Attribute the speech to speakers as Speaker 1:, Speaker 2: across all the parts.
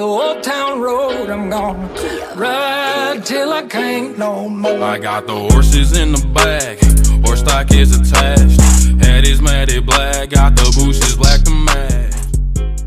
Speaker 1: old town road. I'm gonna ride till I can't no more.
Speaker 2: I got the horses in the back, horse stock is attached. Head is matted black, got the bushes black to match.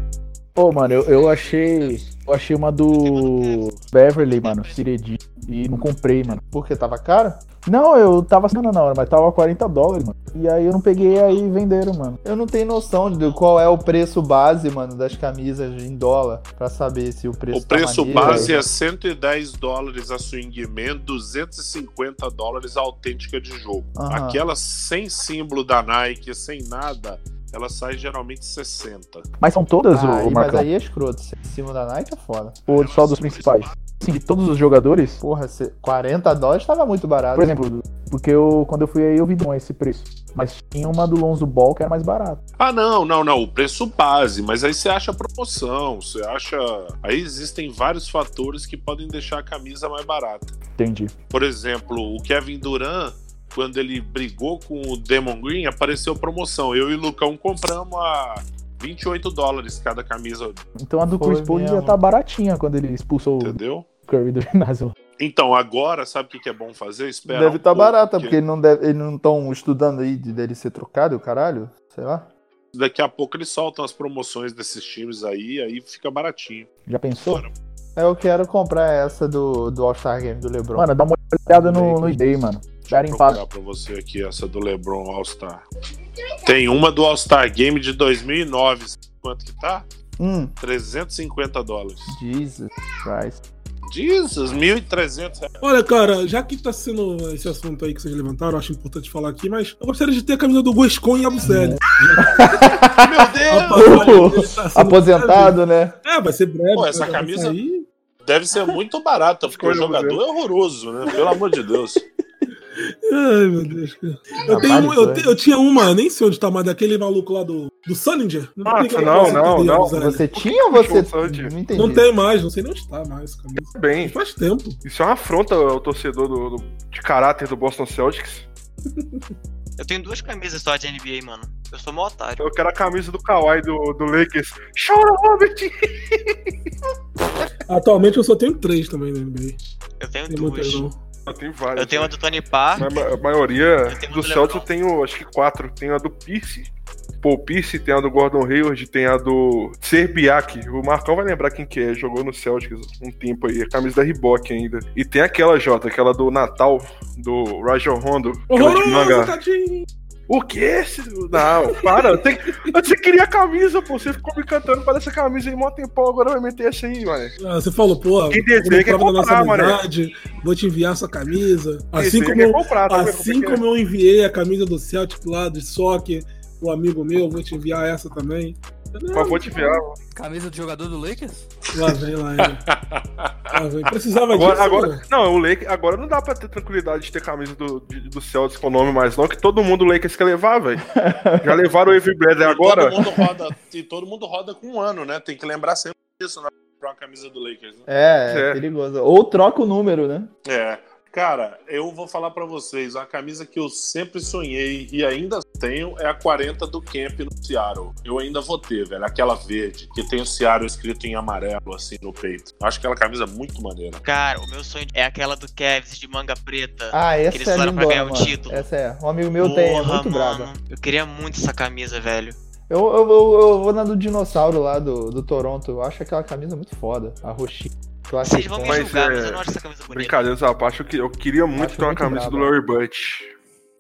Speaker 3: Pô, mano, eu, eu achei. Eu achei uma do Beverly, mano, Ciredi, e não comprei, mano.
Speaker 4: Porque tava caro?
Speaker 3: Não, eu tava assinando na hora, mas tava 40 dólares, mano. E aí eu não peguei, aí venderam, mano.
Speaker 4: Eu não tenho noção de qual é o preço base, mano, das camisas em dólar, pra saber se o preço
Speaker 5: O preço
Speaker 4: tá maneiro,
Speaker 5: base
Speaker 4: aí.
Speaker 5: é 110 dólares a swingman, 250 dólares a autêntica de jogo.
Speaker 4: Aham.
Speaker 5: Aquela sem símbolo da Nike, sem nada, ela sai geralmente 60.
Speaker 3: Mas são todas,
Speaker 4: Ah,
Speaker 3: o
Speaker 4: aí, mas
Speaker 3: Marcão?
Speaker 4: aí é escroto. Em cima da Nike é foda.
Speaker 3: Ou só dos principais?
Speaker 4: tá.
Speaker 3: Sim, de todos os jogadores?
Speaker 4: Porra, cê- 40 dólares tava muito barato.
Speaker 3: Por exemplo, porque eu, quando eu fui aí eu vi bom esse preço. Mas tinha uma do Lonzo Ball que era mais barata.
Speaker 5: Ah, não, não, não. O preço base, mas aí você acha promoção, você acha. Aí existem vários fatores que podem deixar a camisa mais barata.
Speaker 3: Entendi.
Speaker 5: Por exemplo, o Kevin Durant, quando ele brigou com o Demon Green, apareceu promoção. Eu e o Lucão compramos a 28 dólares cada camisa,
Speaker 3: Então a do
Speaker 4: Foi
Speaker 3: Chris Paul
Speaker 4: mesmo.
Speaker 3: já tá baratinha quando ele expulsou
Speaker 4: Tipo,
Speaker 5: entendeu?
Speaker 3: o Curry do ginásio.
Speaker 5: Então, agora, sabe o que que é bom fazer? Espera.
Speaker 4: deve
Speaker 5: um
Speaker 4: tá
Speaker 5: pouco,
Speaker 4: barata, porque não deve- eles não estão estudando aí de dele ser trocado, caralho. Sei lá.
Speaker 5: Daqui a pouco eles soltam as promoções desses times aí, aí fica baratinho.
Speaker 3: Já pensou?
Speaker 4: É, Eu quero comprar essa do, do All-Star Game do LeBron.
Speaker 3: Mano, dá uma olhada no, no eBay, mano.
Speaker 5: Deixa
Speaker 3: Darem
Speaker 5: eu
Speaker 3: passo.
Speaker 5: procurar pra você aqui essa do LeBron All-Star. Tem uma do All-Star Game de 2009. sabe Quanto que tá?
Speaker 4: Hum,
Speaker 5: 350 dólares.
Speaker 4: Jesus Christ.
Speaker 5: Jesus, 1.300 reais.
Speaker 6: Olha, cara, já que tá sendo esse assunto aí que vocês levantaram, eu acho importante falar aqui, mas eu gostaria de ter a camisa do Guescon e Abuselli.
Speaker 5: Meu Deus!
Speaker 4: Aposentado, né?
Speaker 6: É, vai ser breve.
Speaker 5: Pô, essa
Speaker 6: vai
Speaker 5: camisa-
Speaker 6: sair.
Speaker 5: Deve ser muito barata, porque o jogador é horroroso, né? Pelo amor de Deus.
Speaker 6: Ai, meu Deus. cara. Eu,
Speaker 4: Ah,
Speaker 6: tenho,
Speaker 4: vários
Speaker 6: um- eu,
Speaker 4: anos.
Speaker 6: te- eu tinha uma, nem sei onde tá, mas daquele maluco lá do, do Sunninger. é, Não
Speaker 7: Nossa,
Speaker 6: tem aquela
Speaker 7: não,
Speaker 6: calça que
Speaker 7: não,
Speaker 6: tem,
Speaker 7: não,
Speaker 6: Abuselli.
Speaker 4: Você tinha ou
Speaker 7: Puxou
Speaker 4: você.
Speaker 7: o Sandy.
Speaker 4: Não entendi.
Speaker 6: Não tem mais, não sei nem onde tá mais essa camisa.
Speaker 7: Bem,
Speaker 6: Faz tempo.
Speaker 7: isso é uma afronta ao torcedor do- do- de caráter do Boston Celtics.
Speaker 8: Eu tenho duas camisas só de NBA, mano. Eu sou mó otário.
Speaker 7: Eu quero a camisa do Kawhi do, do Lakers. Chora, Robert!
Speaker 6: Atualmente eu só tenho três também na NBA.
Speaker 8: Eu tenho
Speaker 6: Tem
Speaker 8: duas.
Speaker 6: muitas não.
Speaker 7: Ah, Tem várias.
Speaker 8: Eu tenho a
Speaker 7: né?
Speaker 8: do Tony Parr.
Speaker 7: Mas a ma- a maioria
Speaker 8: Eu tenho
Speaker 7: do
Speaker 8: do
Speaker 7: Celtics
Speaker 8: LeBron.
Speaker 7: eu tenho, acho que quatro. Tem a do Pierce, Paul Pierce, tem a do Gordon Hayward, tem a do Serbiak. O Marcão vai lembrar quem que é, jogou no Celtics um tempo aí, a camisa da Reebok ainda. E tem aquela, Jota, aquela do Natal, do Rajon Rondo. aquela de manga.
Speaker 6: Horroroso, tadinho.
Speaker 7: O quê? Esse- Não, para. eu tenho- Você queria a camisa, pô. Você ficou me cantando para essa camisa aí mó tempão, agora vai meter essa aí, mano.
Speaker 6: Ah, você falou, pô, é
Speaker 7: Quem deseja quer
Speaker 6: prova da nossa
Speaker 7: comprar, mano.
Speaker 6: amizade, vou te enviar essa camisa. Assim
Speaker 7: Esse aí
Speaker 6: como,
Speaker 7: quer
Speaker 6: eu,
Speaker 7: comprar, tá vendo
Speaker 6: assim
Speaker 7: como é que
Speaker 6: como eu enviei a camisa do Celtic lá, do Soccer, pro amigo meu, vou te enviar essa também.
Speaker 7: é? Mas vou te ver.
Speaker 9: Camisa de jogador do Lakers?
Speaker 6: Lá vem, lá vem. Lá vem. Precisava
Speaker 7: Agora,
Speaker 6: disso.
Speaker 7: agora,
Speaker 6: né?
Speaker 7: não, o Lake, agora não dá pra ter tranquilidade de ter camisa do, de- do Celtics com o nome mais, não, que todo mundo o Lakers quer levar, velho. Já levaram o Avery Bradley
Speaker 5: E
Speaker 7: agora.
Speaker 5: todo, mundo roda, e todo mundo roda com um ano, né? Tem que lembrar sempre disso na comprar a camisa do Lakers. Né?
Speaker 4: É,
Speaker 7: É.
Speaker 4: é perigoso. Ou troca o número, né?
Speaker 5: É. Cara, eu vou falar pra vocês, a camisa que eu sempre sonhei e ainda tenho é a 40 do Camp no Seattle. Eu ainda vou ter, velho, aquela verde, que tem o Seattle escrito em amarelo, assim, no peito. Acho aquela camisa muito maneira.
Speaker 8: Cara, o meu sonho é aquela do Cavs de manga preta.
Speaker 4: Ah,
Speaker 8: eles
Speaker 4: essa é
Speaker 8: usaram pra
Speaker 4: lindona,
Speaker 8: ganhar o
Speaker 4: mano.
Speaker 8: título.
Speaker 4: Essa é. Um amigo meu tem, é
Speaker 8: Porra,
Speaker 4: muito braba.
Speaker 8: mano. Eu queria muito essa camisa, velho.
Speaker 4: Eu, eu, eu, eu vou na do dinossauro lá do, do Toronto. Eu acho aquela camisa muito foda. A roxinha. Tá
Speaker 8: Vocês vão me
Speaker 7: Mas,
Speaker 8: julgar,
Speaker 7: é,
Speaker 8: mas eu não acho essa camisa bonita.
Speaker 7: Brincadeiras à parte, eu, que- eu queria muito
Speaker 4: Acho
Speaker 7: ter uma
Speaker 4: muito
Speaker 7: camisa do
Speaker 4: brabo.
Speaker 7: Larry Bird.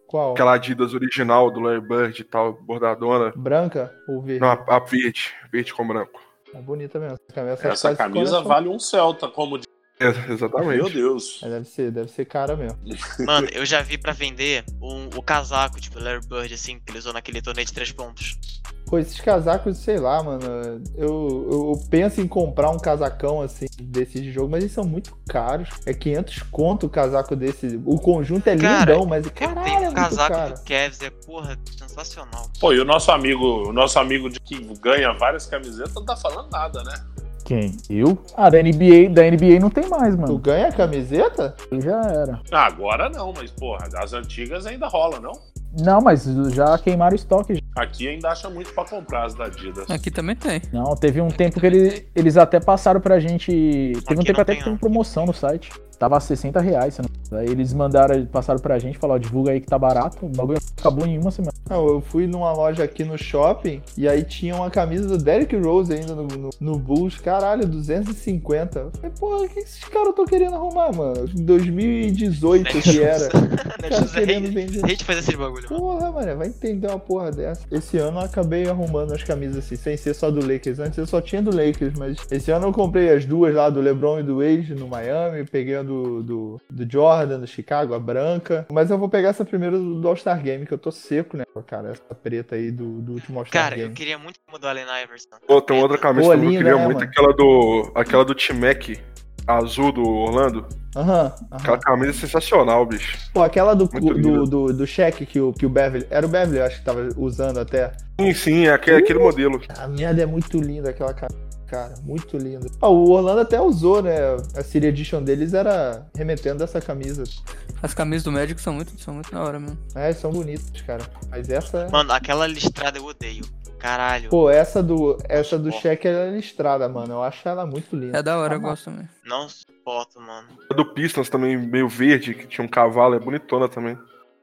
Speaker 4: Qual?
Speaker 7: Aquela Adidas original do Larry Bird e tal, bordadona.
Speaker 4: Branca ou verde?
Speaker 7: Não, a, a verde, verde com branco.
Speaker 4: É bonita mesmo. Essa camisa,
Speaker 5: Essa
Speaker 4: quase
Speaker 5: camisa
Speaker 4: ficou na sua-
Speaker 5: vale um Celta, como diz.
Speaker 7: tá É,
Speaker 5: Meu
Speaker 7: exatamente.
Speaker 5: Deus.
Speaker 4: É, deve ser, deve ser cara mesmo.
Speaker 8: Mano, eu já vi pra vender um, o casaco, tipo, Larry Bird, assim, que ele usou naquele torneio de três pontos.
Speaker 4: Pô, esses casacos, sei lá, mano. Eu, eu, eu penso em comprar um casacão assim desse de jogo, mas eles são muito caros. É 500 conto o casaco desse. O conjunto é
Speaker 8: Cara,
Speaker 4: lindão, mas
Speaker 8: eu
Speaker 4: caralho,
Speaker 8: tenho
Speaker 4: é
Speaker 8: um
Speaker 4: muito
Speaker 8: casaco
Speaker 4: caro.
Speaker 8: do Cavs, é, porra, sensacional.
Speaker 5: Pô, e o nosso amigo, o nosso amigo de que ganha várias camisetas não tá falando nada, né?
Speaker 3: Quem? Eu? Ah, da NBA, da NBA não tem mais,
Speaker 4: Tu
Speaker 3: mano.
Speaker 4: ganha a camiseta?
Speaker 3: Aí Já era.
Speaker 5: Ah, Agora não, mas porra, as antigas ainda rola, não?
Speaker 3: Não, mas já queimaram o estoque. já.
Speaker 5: Aqui ainda acha muito pra comprar as da Adidas.
Speaker 9: Aqui também tem.
Speaker 3: Não, teve um tempo que ele- eles até passaram pra gente. Teve um
Speaker 8: não
Speaker 3: tempo até
Speaker 8: tem,
Speaker 3: que teve
Speaker 8: não.
Speaker 3: promoção no site. Tava a 60 reais, se não... Aí eles mandaram, passaram pra gente, falaram, ó, divulga aí que tá barato. O bagulho acabou em uma semana.
Speaker 4: Não, eu fui numa loja aqui no shopping e aí tinha uma camisa do Derrick Rose ainda no, no, no Bulls. Caralho, 250. Eu falei, porra, o que esses caras estão querendo arrumar, mano? 2018 que era.
Speaker 8: Não,
Speaker 4: Cara,
Speaker 8: Jesus, é
Speaker 4: Tá querendo
Speaker 8: hate-
Speaker 4: vender.
Speaker 8: hate fazer esse bagulho, mano.
Speaker 4: Porra, mano, vai entender uma porra dessa. Esse ano eu acabei arrumando as camisas assim, sem ser só do Lakers. Antes eu só tinha do Lakers, mas esse ano eu comprei as duas lá, do LeBron e do Wade no Miami. Peguei a do, do, do Jordan, do Chicago, a branca. Mas eu vou pegar essa primeira do, do All-Star Game, que eu tô seco, né? Cara, essa preta aí do, do último All-Star
Speaker 8: Cara, eu
Speaker 4: Game.
Speaker 8: queria muito como do Allen Iverson.
Speaker 7: Pô, tem uma outra camisa
Speaker 4: Boa
Speaker 7: também que eu
Speaker 4: linda,
Speaker 7: queria
Speaker 4: né,
Speaker 7: muito,
Speaker 4: mano?
Speaker 7: aquela do. aquela do Timec azul do Orlando.
Speaker 4: Aham, aham.
Speaker 7: Aquela camisa é sensacional, bicho.
Speaker 4: Pô, aquela do,
Speaker 7: Muito
Speaker 4: do, do, do cheque que o, que o Beverly. Era o Beverly, eu acho que tava usando até.
Speaker 7: Sim, sim, é aquele, aquele modelo.
Speaker 4: A merda é muito linda aquela cara. Cara, muito linda. Ah, o Orlando até usou, né? A City Edition deles era remetendo essa camisa.
Speaker 9: As camisas do médico são muito, são muito na hora mesmo.
Speaker 4: É, são bonitos, cara. Mas essa.
Speaker 8: Mano, aquela listrada eu odeio. Caralho.
Speaker 4: Pô, essa do. Essa do
Speaker 8: Pô.
Speaker 4: cheque ela é listrada, mano. Eu acho ela muito linda.
Speaker 9: É da hora, eu gosto também.
Speaker 8: Não suporto, mano.
Speaker 7: A do Pistons também, meio verde, que tinha um cavalo, é bonitona também.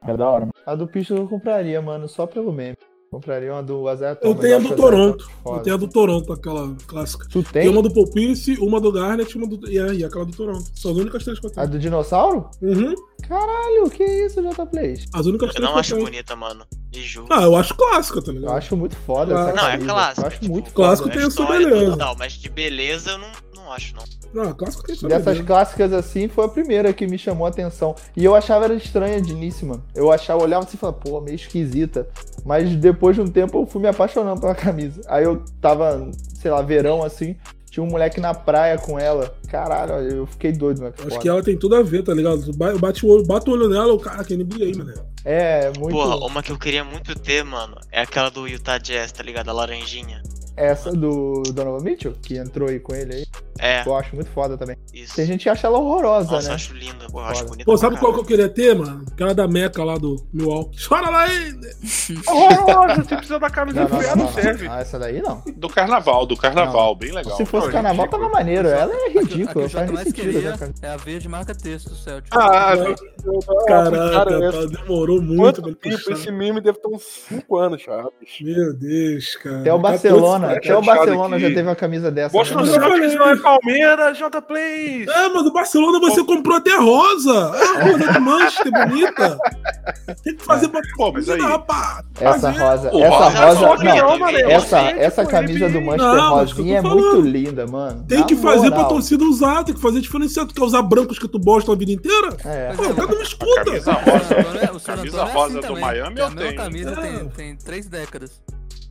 Speaker 3: É da hora.
Speaker 4: A do Pistons eu compraria, mano, só pelo meme. Compraria uma do Isaiah
Speaker 6: Eu
Speaker 4: Thomas.
Speaker 6: tenho a
Speaker 4: acho
Speaker 6: do
Speaker 4: Isaiah
Speaker 6: Toronto.
Speaker 4: Thomas
Speaker 6: Eu
Speaker 4: foda.
Speaker 6: tenho a do Toronto, aquela clássica.
Speaker 4: Tu
Speaker 6: Tem uma
Speaker 4: tem?
Speaker 6: do Paul Pierce, uma do Garnett uma do... e aí, aquela do Toronto. São as únicas três que eu
Speaker 4: A
Speaker 6: tenho.
Speaker 4: do dinossauro?
Speaker 6: Uhum.
Speaker 4: Caralho, que isso, Jota Plays?
Speaker 6: As únicas
Speaker 8: Eu
Speaker 6: três
Speaker 8: não
Speaker 6: que eu
Speaker 8: acho
Speaker 6: tenho.
Speaker 8: bonita, mano. E juro.
Speaker 6: Ah, eu acho clássica, tá
Speaker 4: Eu
Speaker 6: ligado?
Speaker 4: acho muito foda essa
Speaker 6: Não, é
Speaker 8: Não, é
Speaker 4: camisa.
Speaker 8: clássico.
Speaker 4: Eu acho
Speaker 8: tipo,
Speaker 4: muito
Speaker 6: Clássico
Speaker 4: foda.
Speaker 6: tem a sua
Speaker 8: história
Speaker 6: beleza.
Speaker 8: total, mas de beleza eu não, não acho, não.
Speaker 6: Ah, clássica tem saber.
Speaker 4: Dessas
Speaker 6: né?
Speaker 4: clássicas assim, foi a primeira que me chamou a atenção. E eu achava ela estranha de início, mano. Eu achava, olhava assim e falava, pô, meio esquisita. Mas depois de um tempo eu fui me apaixonando pela camisa. Aí eu tava, sei lá, verão assim, tinha um moleque na praia com ela. Caralho, eu fiquei doido, mano.
Speaker 6: Acho
Speaker 9: é
Speaker 6: que ela tem tudo a ver, tá ligado? Tu ba- Eu bate o olho, bato o olho nela, o cara, que NBA, aí, mano.
Speaker 4: É, muito.
Speaker 8: Porra, uma que eu queria muito ter, mano, é aquela do Utah Jazz, tá ligado? A laranjinha.
Speaker 4: Essa do Donovan Mitchell, que entrou aí com ele aí.
Speaker 8: É,
Speaker 4: Eu acho muito foda também.
Speaker 8: isso.
Speaker 4: Tem gente que acha ela horrorosa,
Speaker 8: Nossa, eu
Speaker 4: né?
Speaker 8: acho linda, porra, eu acho
Speaker 4: Foda.
Speaker 8: bonita.
Speaker 6: Pô, sabe
Speaker 8: pra
Speaker 6: qual que
Speaker 8: caralho.
Speaker 6: eu queria ter, mano? Aquela da Meca lá do Milwaukee. Chora lá aí!
Speaker 7: Horrorosa, você precisa da camisa
Speaker 4: Não, não,
Speaker 7: enfiada,
Speaker 4: não,
Speaker 7: não,
Speaker 4: não,
Speaker 7: serve.
Speaker 4: não. Ah, essa daí não.
Speaker 5: Do carnaval, do carnaval, bem legal.
Speaker 4: Se fosse
Speaker 7: Não,
Speaker 4: carnaval,
Speaker 7: ridículo.
Speaker 4: tava maneiro. Ela é
Speaker 9: A que- a que
Speaker 4: ridícula,
Speaker 9: o Jota
Speaker 4: faz
Speaker 9: mais
Speaker 4: nem sentido né,
Speaker 9: queria
Speaker 4: essa camisa.
Speaker 9: é a verde marca texto do Celtic.
Speaker 7: Ah,
Speaker 6: Não.
Speaker 7: velho.
Speaker 6: Caraca,
Speaker 7: Cara,
Speaker 6: tá- demorou
Speaker 7: Quanto
Speaker 6: muito pra ele
Speaker 7: tempo?
Speaker 6: puxar.
Speaker 7: Esse meme deve ter uns 5 anos já, bicho.
Speaker 6: Meu Deus, cara.
Speaker 4: Até o
Speaker 6: 14
Speaker 4: Barcelona,
Speaker 7: cara,
Speaker 4: até o
Speaker 7: chateado
Speaker 4: Barcelona
Speaker 7: aqui.
Speaker 4: já teve uma camisa dessa.
Speaker 7: Mostra no
Speaker 4: né?
Speaker 6: eu
Speaker 7: céu que
Speaker 6: falei.
Speaker 7: isso não é Palmeiras, J Play.
Speaker 6: É, mano, do Barcelona você comprou até rosa. Ah, rosa do Manchester, bonita. Tem que fazer pra
Speaker 5: Pô, mas aí,
Speaker 6: rapaz.
Speaker 4: Essa
Speaker 6: Fazer.
Speaker 4: rosa,
Speaker 5: O
Speaker 4: essa
Speaker 5: rosa
Speaker 8: Mas
Speaker 4: rosa,
Speaker 8: só
Speaker 7: rosa,
Speaker 8: que
Speaker 4: não,
Speaker 8: eu
Speaker 7: não, mano,
Speaker 8: queria-
Speaker 7: é
Speaker 4: essa,
Speaker 7: gente,
Speaker 4: essa
Speaker 7: pô,
Speaker 4: camisa do
Speaker 7: ele-
Speaker 4: Manchester
Speaker 6: Não, mas
Speaker 4: Rosinha é
Speaker 6: que eu tô
Speaker 4: muito
Speaker 6: falando.
Speaker 4: linda, mano.
Speaker 6: Tem
Speaker 4: Na
Speaker 6: que fazer pra
Speaker 4: moral.
Speaker 6: torcida usar, tem que fazer diferenciado. Tu quer usar brancos que tu bosta a vida inteira?
Speaker 4: É.
Speaker 6: Pô, o cara não
Speaker 5: a
Speaker 6: escuta.
Speaker 5: camisa
Speaker 9: O San
Speaker 5: rosa.
Speaker 9: Antonio é- o San
Speaker 5: Camisa
Speaker 9: Antonio é
Speaker 5: rosa do
Speaker 9: também.
Speaker 5: Miami
Speaker 9: É a
Speaker 5: eu
Speaker 9: mesma
Speaker 5: tenho.
Speaker 9: camisa
Speaker 6: Não.
Speaker 9: tem, tem três décadas.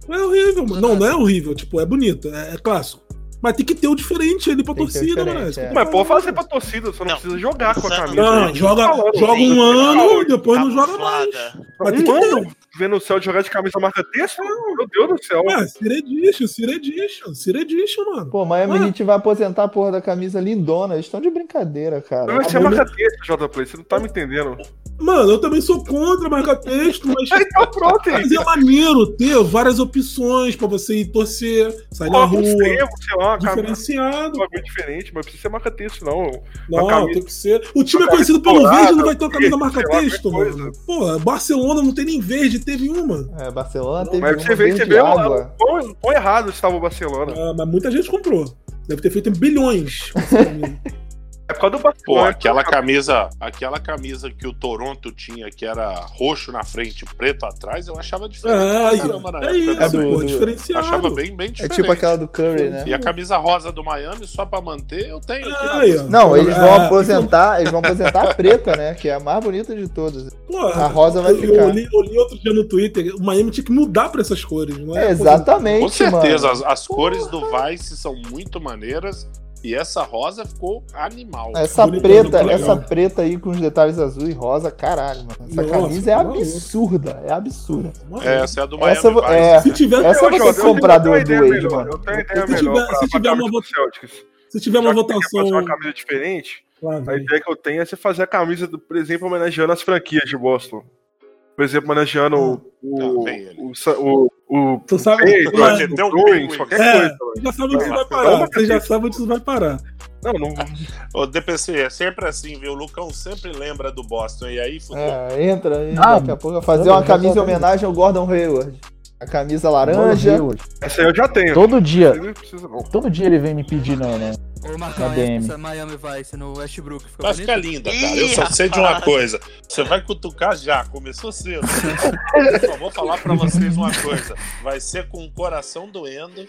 Speaker 6: É horrível, mano. Não, não é horrível. Tipo, é bonito, é, é clássico. Mas tem que ter o diferente ali pra
Speaker 4: Tem que ter o
Speaker 6: torcida, né?
Speaker 4: diferente,
Speaker 6: mano.
Speaker 4: é.
Speaker 7: Mas pode fazer
Speaker 5: assim
Speaker 7: pra torcida, você não,
Speaker 8: Não.
Speaker 7: precisa jogar com a
Speaker 8: Não,
Speaker 7: camisa.
Speaker 6: Não,
Speaker 7: É isso
Speaker 6: Ah, joga,
Speaker 7: que eu tô falando.
Speaker 6: joga
Speaker 5: assim,
Speaker 6: um ano e depois não
Speaker 5: Tá
Speaker 6: joga mais.
Speaker 8: Camuflada.
Speaker 6: Mas tem
Speaker 7: Um
Speaker 6: que ter.
Speaker 7: ano vendo o céu jogar de camisa marca texto? Meu Deus do céu.
Speaker 6: É, Ciredition, Ciredition, Ciredition, mano.
Speaker 4: Pô, Miami
Speaker 6: Ah.
Speaker 4: Heat vai aposentar a porra da camisa lindona. Eles estão de brincadeira, cara.
Speaker 7: Vai ser marca texto, J Play, você não tá me entendendo.
Speaker 6: Mano, eu também sou contra marcar texto, mas.
Speaker 7: Então pronto, hein?
Speaker 6: Mas é maneiro ter várias opções pra você ir torcer, sair na
Speaker 7: Coloca
Speaker 6: rua,
Speaker 7: um sebo, sei lá, uma camisa.
Speaker 6: diferenciado.
Speaker 7: Um bagulho diferente, mas precisa ser marca texto, não.
Speaker 6: Não,
Speaker 7: camisa-
Speaker 6: tem que ser. O time é
Speaker 7: uma
Speaker 6: conhecido
Speaker 7: camisa
Speaker 6: pelo verde, não
Speaker 7: dourada,
Speaker 6: vai ter uma
Speaker 7: verde,
Speaker 6: camisa
Speaker 7: sei
Speaker 6: marca
Speaker 7: lá, qualquer
Speaker 6: texto,
Speaker 7: coisa.
Speaker 6: mano. Pô, Barcelona não tem nem verde, teve uma.
Speaker 4: É, Barcelona teve
Speaker 7: Mas
Speaker 4: uma
Speaker 7: você vê,
Speaker 4: verde
Speaker 7: você vê o- o
Speaker 4: um água.
Speaker 7: quão- o quão errado estava o Barcelona.
Speaker 6: Ah, mas muita gente comprou. Deve ter feito bilhões.
Speaker 7: É por causa do
Speaker 5: Pô,
Speaker 7: Barcelona.
Speaker 5: aquela camisa, aquela camisa que o Toronto tinha, que era roxo na frente e preto atrás, eu achava diferente.
Speaker 6: ah, aí,
Speaker 5: Caramba, na
Speaker 6: ó. é
Speaker 5: época
Speaker 6: isso,
Speaker 5: era
Speaker 4: do-
Speaker 6: pô,
Speaker 4: do-
Speaker 6: diferenciado.
Speaker 5: Achava bem, bem
Speaker 4: É
Speaker 5: diferente.
Speaker 4: tipo aquela do Curry, né?
Speaker 5: E a camisa rosa do Miami, só pra manter, eu tenho aqui na
Speaker 6: Aí, ó.
Speaker 4: Não, eles vão
Speaker 6: Ah,
Speaker 4: aposentar, eles vão aposentar a preta, né? Que é a mais bonita de todas.
Speaker 6: Pô,
Speaker 4: A rosa vai
Speaker 6: eu,
Speaker 4: ficar.
Speaker 6: eu li, eu li outro dia no Twitter, o Miami tinha que mudar pra essas cores, não é?
Speaker 4: Exatamente,
Speaker 5: Com certeza,
Speaker 4: mano.
Speaker 5: as, as cores do Vice são muito maneiras e essa rosa ficou animal.
Speaker 4: Essa
Speaker 6: Bonito,
Speaker 4: Tá preta,
Speaker 6: muito
Speaker 4: essa
Speaker 6: legal.
Speaker 4: preta aí com os detalhes azul e rosa, caralho, mano. Essa
Speaker 6: Nossa,
Speaker 4: camisa é
Speaker 6: tá maluco.
Speaker 4: absurda, é absurda.
Speaker 6: Mano,
Speaker 5: É, Essa é a do Miami
Speaker 4: Essa vo-
Speaker 5: Vice.
Speaker 4: é,
Speaker 6: se tiver,
Speaker 4: essa-
Speaker 7: Ô,
Speaker 4: você
Speaker 7: Jota, eu tenho-
Speaker 4: comprar
Speaker 7: eu tenho uma
Speaker 4: do- do
Speaker 7: ideia
Speaker 4: Wade,
Speaker 7: melhor,
Speaker 4: mano.
Speaker 7: Eu tenho uma
Speaker 6: Se
Speaker 7: ideia
Speaker 6: tiver-
Speaker 7: melhor pra
Speaker 6: se tiver
Speaker 7: pra
Speaker 6: uma
Speaker 7: camisa do
Speaker 6: vota-
Speaker 7: Celtics.
Speaker 6: se tiver uma
Speaker 7: Já que tem que
Speaker 6: votação.
Speaker 7: fazer uma camisa diferente,
Speaker 6: Lá
Speaker 7: a
Speaker 6: vem.
Speaker 7: ideia que eu tenho é você fazer a camisa, do- por exemplo, homenageando as franquias de Boston. Por exemplo, manejando o-
Speaker 5: Tá, bem ele. um
Speaker 7: o. O. Sa- O. O.
Speaker 6: Tu sabe
Speaker 7: Ei,
Speaker 6: tu vai-
Speaker 7: Roger
Speaker 5: Deu
Speaker 7: Bruins,
Speaker 5: bem,
Speaker 7: qualquer
Speaker 6: É,
Speaker 7: coisa.
Speaker 6: tu já sabe onde tu vai
Speaker 7: Dá uma
Speaker 6: parar. Você já sabe onde tu vai parar.
Speaker 7: Não, não.
Speaker 5: Ô, DPC, é sempre assim, viu? O Lucão sempre lembra do Boston. E aí, fudeu.
Speaker 4: É, entra aí,
Speaker 3: Ah,
Speaker 4: daqui a pouco. Fazer
Speaker 3: não,
Speaker 4: uma
Speaker 3: eu já
Speaker 4: camisa em
Speaker 3: tô vendo.
Speaker 4: homenagem ao Gordon Hayward. A camisa
Speaker 3: Mano,
Speaker 4: laranja.
Speaker 3: Hayward.
Speaker 7: Essa aí eu já tenho.
Speaker 3: Todo dia,
Speaker 7: Não precisa, não.
Speaker 3: todo dia ele vem me pedir, não, né?
Speaker 9: Ou marcar uma
Speaker 3: ADM.
Speaker 9: essa Miami Vice no Westbrook. Ficou
Speaker 5: Vai
Speaker 9: bonito?
Speaker 5: ficar linda, cara. Eu
Speaker 8: Ih,
Speaker 5: só sei de uma coisa. Você vai cutucar já, começou cedo. Eu só vou falar pra vocês uma coisa. Vai ser com o coração doendo,